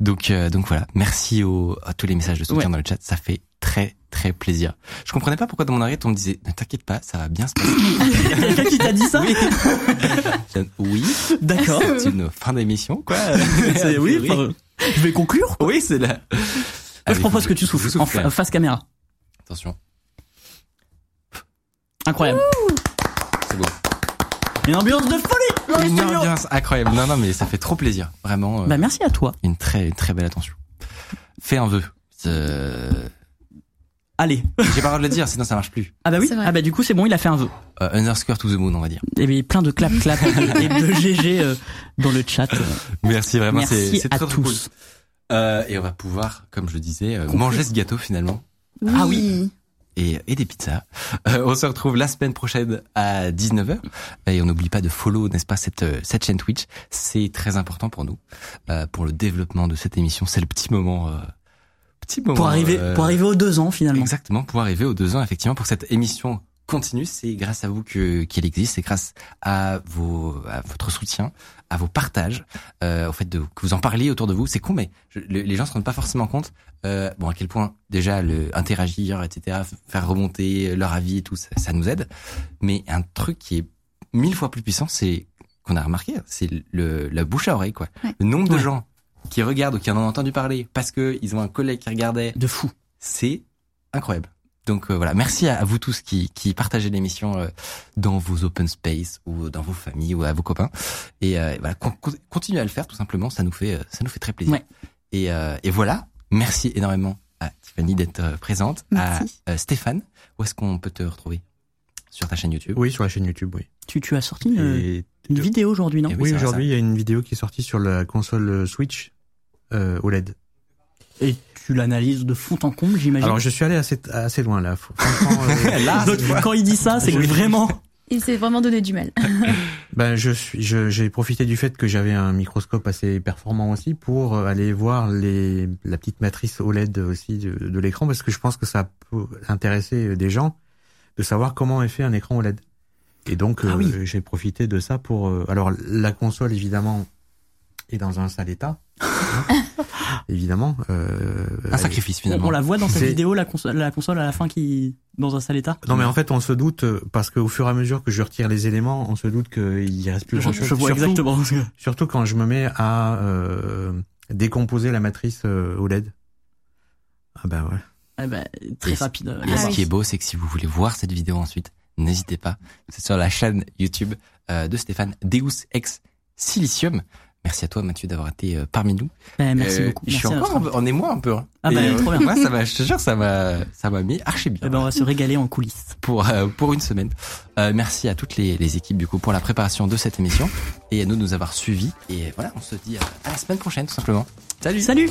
Donc euh, donc voilà, merci au, à tous les messages de soutien
Ouais.
dans le chat, ça fait très très plaisir. Je comprenais pas pourquoi dans mon arrêt on me disait ne t'inquiète pas, ça va bien se passer.
Quelqu'un qui t'a dit ça
J'étais, oui,
D'accord.
c'est une fin d'émission quoi.
C'est- oui,
Oui.
pardon. je vais conclure.
euh, oui, c'est là.
Moi, je propose que tu souffles, en fa- face caméra.
Attention,
Incroyable.
c'est beau.
Une ambiance de folie. dans le
Une
studio.
ambiance incroyable. Non non, mais ça fait trop plaisir, vraiment. euh,
Bah merci à toi.
une très très belle attention. Fais un vœu. Euh,
Allez.
J'ai pas le droit de le dire, sinon ça marche plus.
Ah bah oui.
C'est vrai.
Ah bah du coup c'est bon, il a fait un vœu.
Euh, underscore to the moon, on va dire.
Et bien plein de clap clap et de GG euh, dans le chat.
Merci vraiment, Ah, bah, c'est
Merci
c'est
à
très, très cool.
tous.
Euh, et on va pouvoir, comme je le disais, euh, manger ce gâteau finalement
Ah oui.
et, et des pizzas. Euh, on se retrouve la semaine prochaine à 19h et on n'oublie pas de follow, n'est-ce pas, cette euh, cette chaîne Twitch. C'est très important pour nous, euh, pour le développement de cette émission. C'est le petit moment, euh, petit moment
Pour arriver,
euh,
pour arriver aux deux ans finalement.
Exactement, pour arriver aux deux ans, effectivement, pour que cette émission continue, c'est grâce à vous que qu'elle existe, c'est grâce à vos à votre soutien, à vos partages, euh, au fait de que vous en parliez autour de vous. C'est con, mais je- le- les gens se rendent pas forcément compte. euh, bon, à quel point déjà le interagir, etc., f- faire remonter leur avis et tout, ça, ça nous aide. Mais un truc qui est mille fois plus puissant, c'est qu'on a remarqué, c'est le la bouche à oreille, quoi.
Ouais.
Le nombre de
Ouais.
gens qui regardent ou qui en ont entendu parler parce que ils ont un collègue qui regardait
De fou.
c'est incroyable. Donc euh, voilà, merci à, à vous tous qui, qui partagez l'émission euh, dans vos open space ou dans vos familles ou à vos copains. Et euh, voilà, con- con- continuez à le faire tout simplement, ça nous fait euh, ça nous fait très plaisir.
Ouais.
Et, euh, et voilà, merci énormément à Tiffany d'être euh, présente,
Merci.
à euh, Stéphane. Où est-ce qu'on peut te retrouver sur ta chaîne YouTube
Oui, sur la chaîne YouTube, oui.
Tu, tu as sorti une,
Et-
une vidéo aujourd'hui non
Et oui,
oui,
c'est vrai,
aujourd'hui, il y a une vidéo qui est sortie sur la console Switch euh, OLED.
Et tu l'analyses de fond en comble j'imagine.
Alors, je suis allé assez, assez loin là. Faut- franchement, euh,
Donc, quand il dit ça c'est que vraiment.
Il s'est vraiment donné du mal.
Ben, je suis, je- j'ai profité du fait que j'avais un microscope assez performant aussi pour euh, aller voir les, la petite matrice OLED aussi de, de l'écran parce que je pense que ça peut intéresser euh, des gens de savoir comment est fait un écran OLED. Et donc,
Ah
euh,
oui.
j'ai profité de ça pour, euh, alors, la console, évidemment, est dans un sale état. hein, évidemment, euh,
Un sacrifice finalement.
On la voit dans cette
C'est-
vidéo la console, la console à la fin qui dans un sale état.
Non mais en fait on se doute euh, parce qu'au fur et à mesure que je retire les éléments, on se doute qu'il reste plus
je,
grand
je vois exactement.
Surtout quand je me mets à euh, décomposer la matrice euh, OLED. Ah bah ouais.
Ah bah, très
Et-
rapide. euh,
Et
Ah
ce
oui.
qui est beau, c'est que si vous voulez voir cette vidéo ensuite, n'hésitez pas. C'est sur la chaîne YouTube euh, de Stéphane Deus Ex Silicium. Merci à toi, Mathieu, d'avoir été euh, parmi nous.
Bah, merci
Euh,
beaucoup.
Je suis
Merci à
encore
notre-
en- en émoi un peu. hein.
Ah bah, trop bien.
moi, ça m'a, je te jure, ça m'a, ça m'a mis archi bien
Eh ben, on va se régaler en coulisses.
pour euh, pour une semaine. Euh, merci à toutes les, les équipes du coup pour la préparation de cette émission et à nous de nous avoir suivis. Et voilà, on se dit euh, à, à la semaine prochaine tout simplement. Salut.
Salut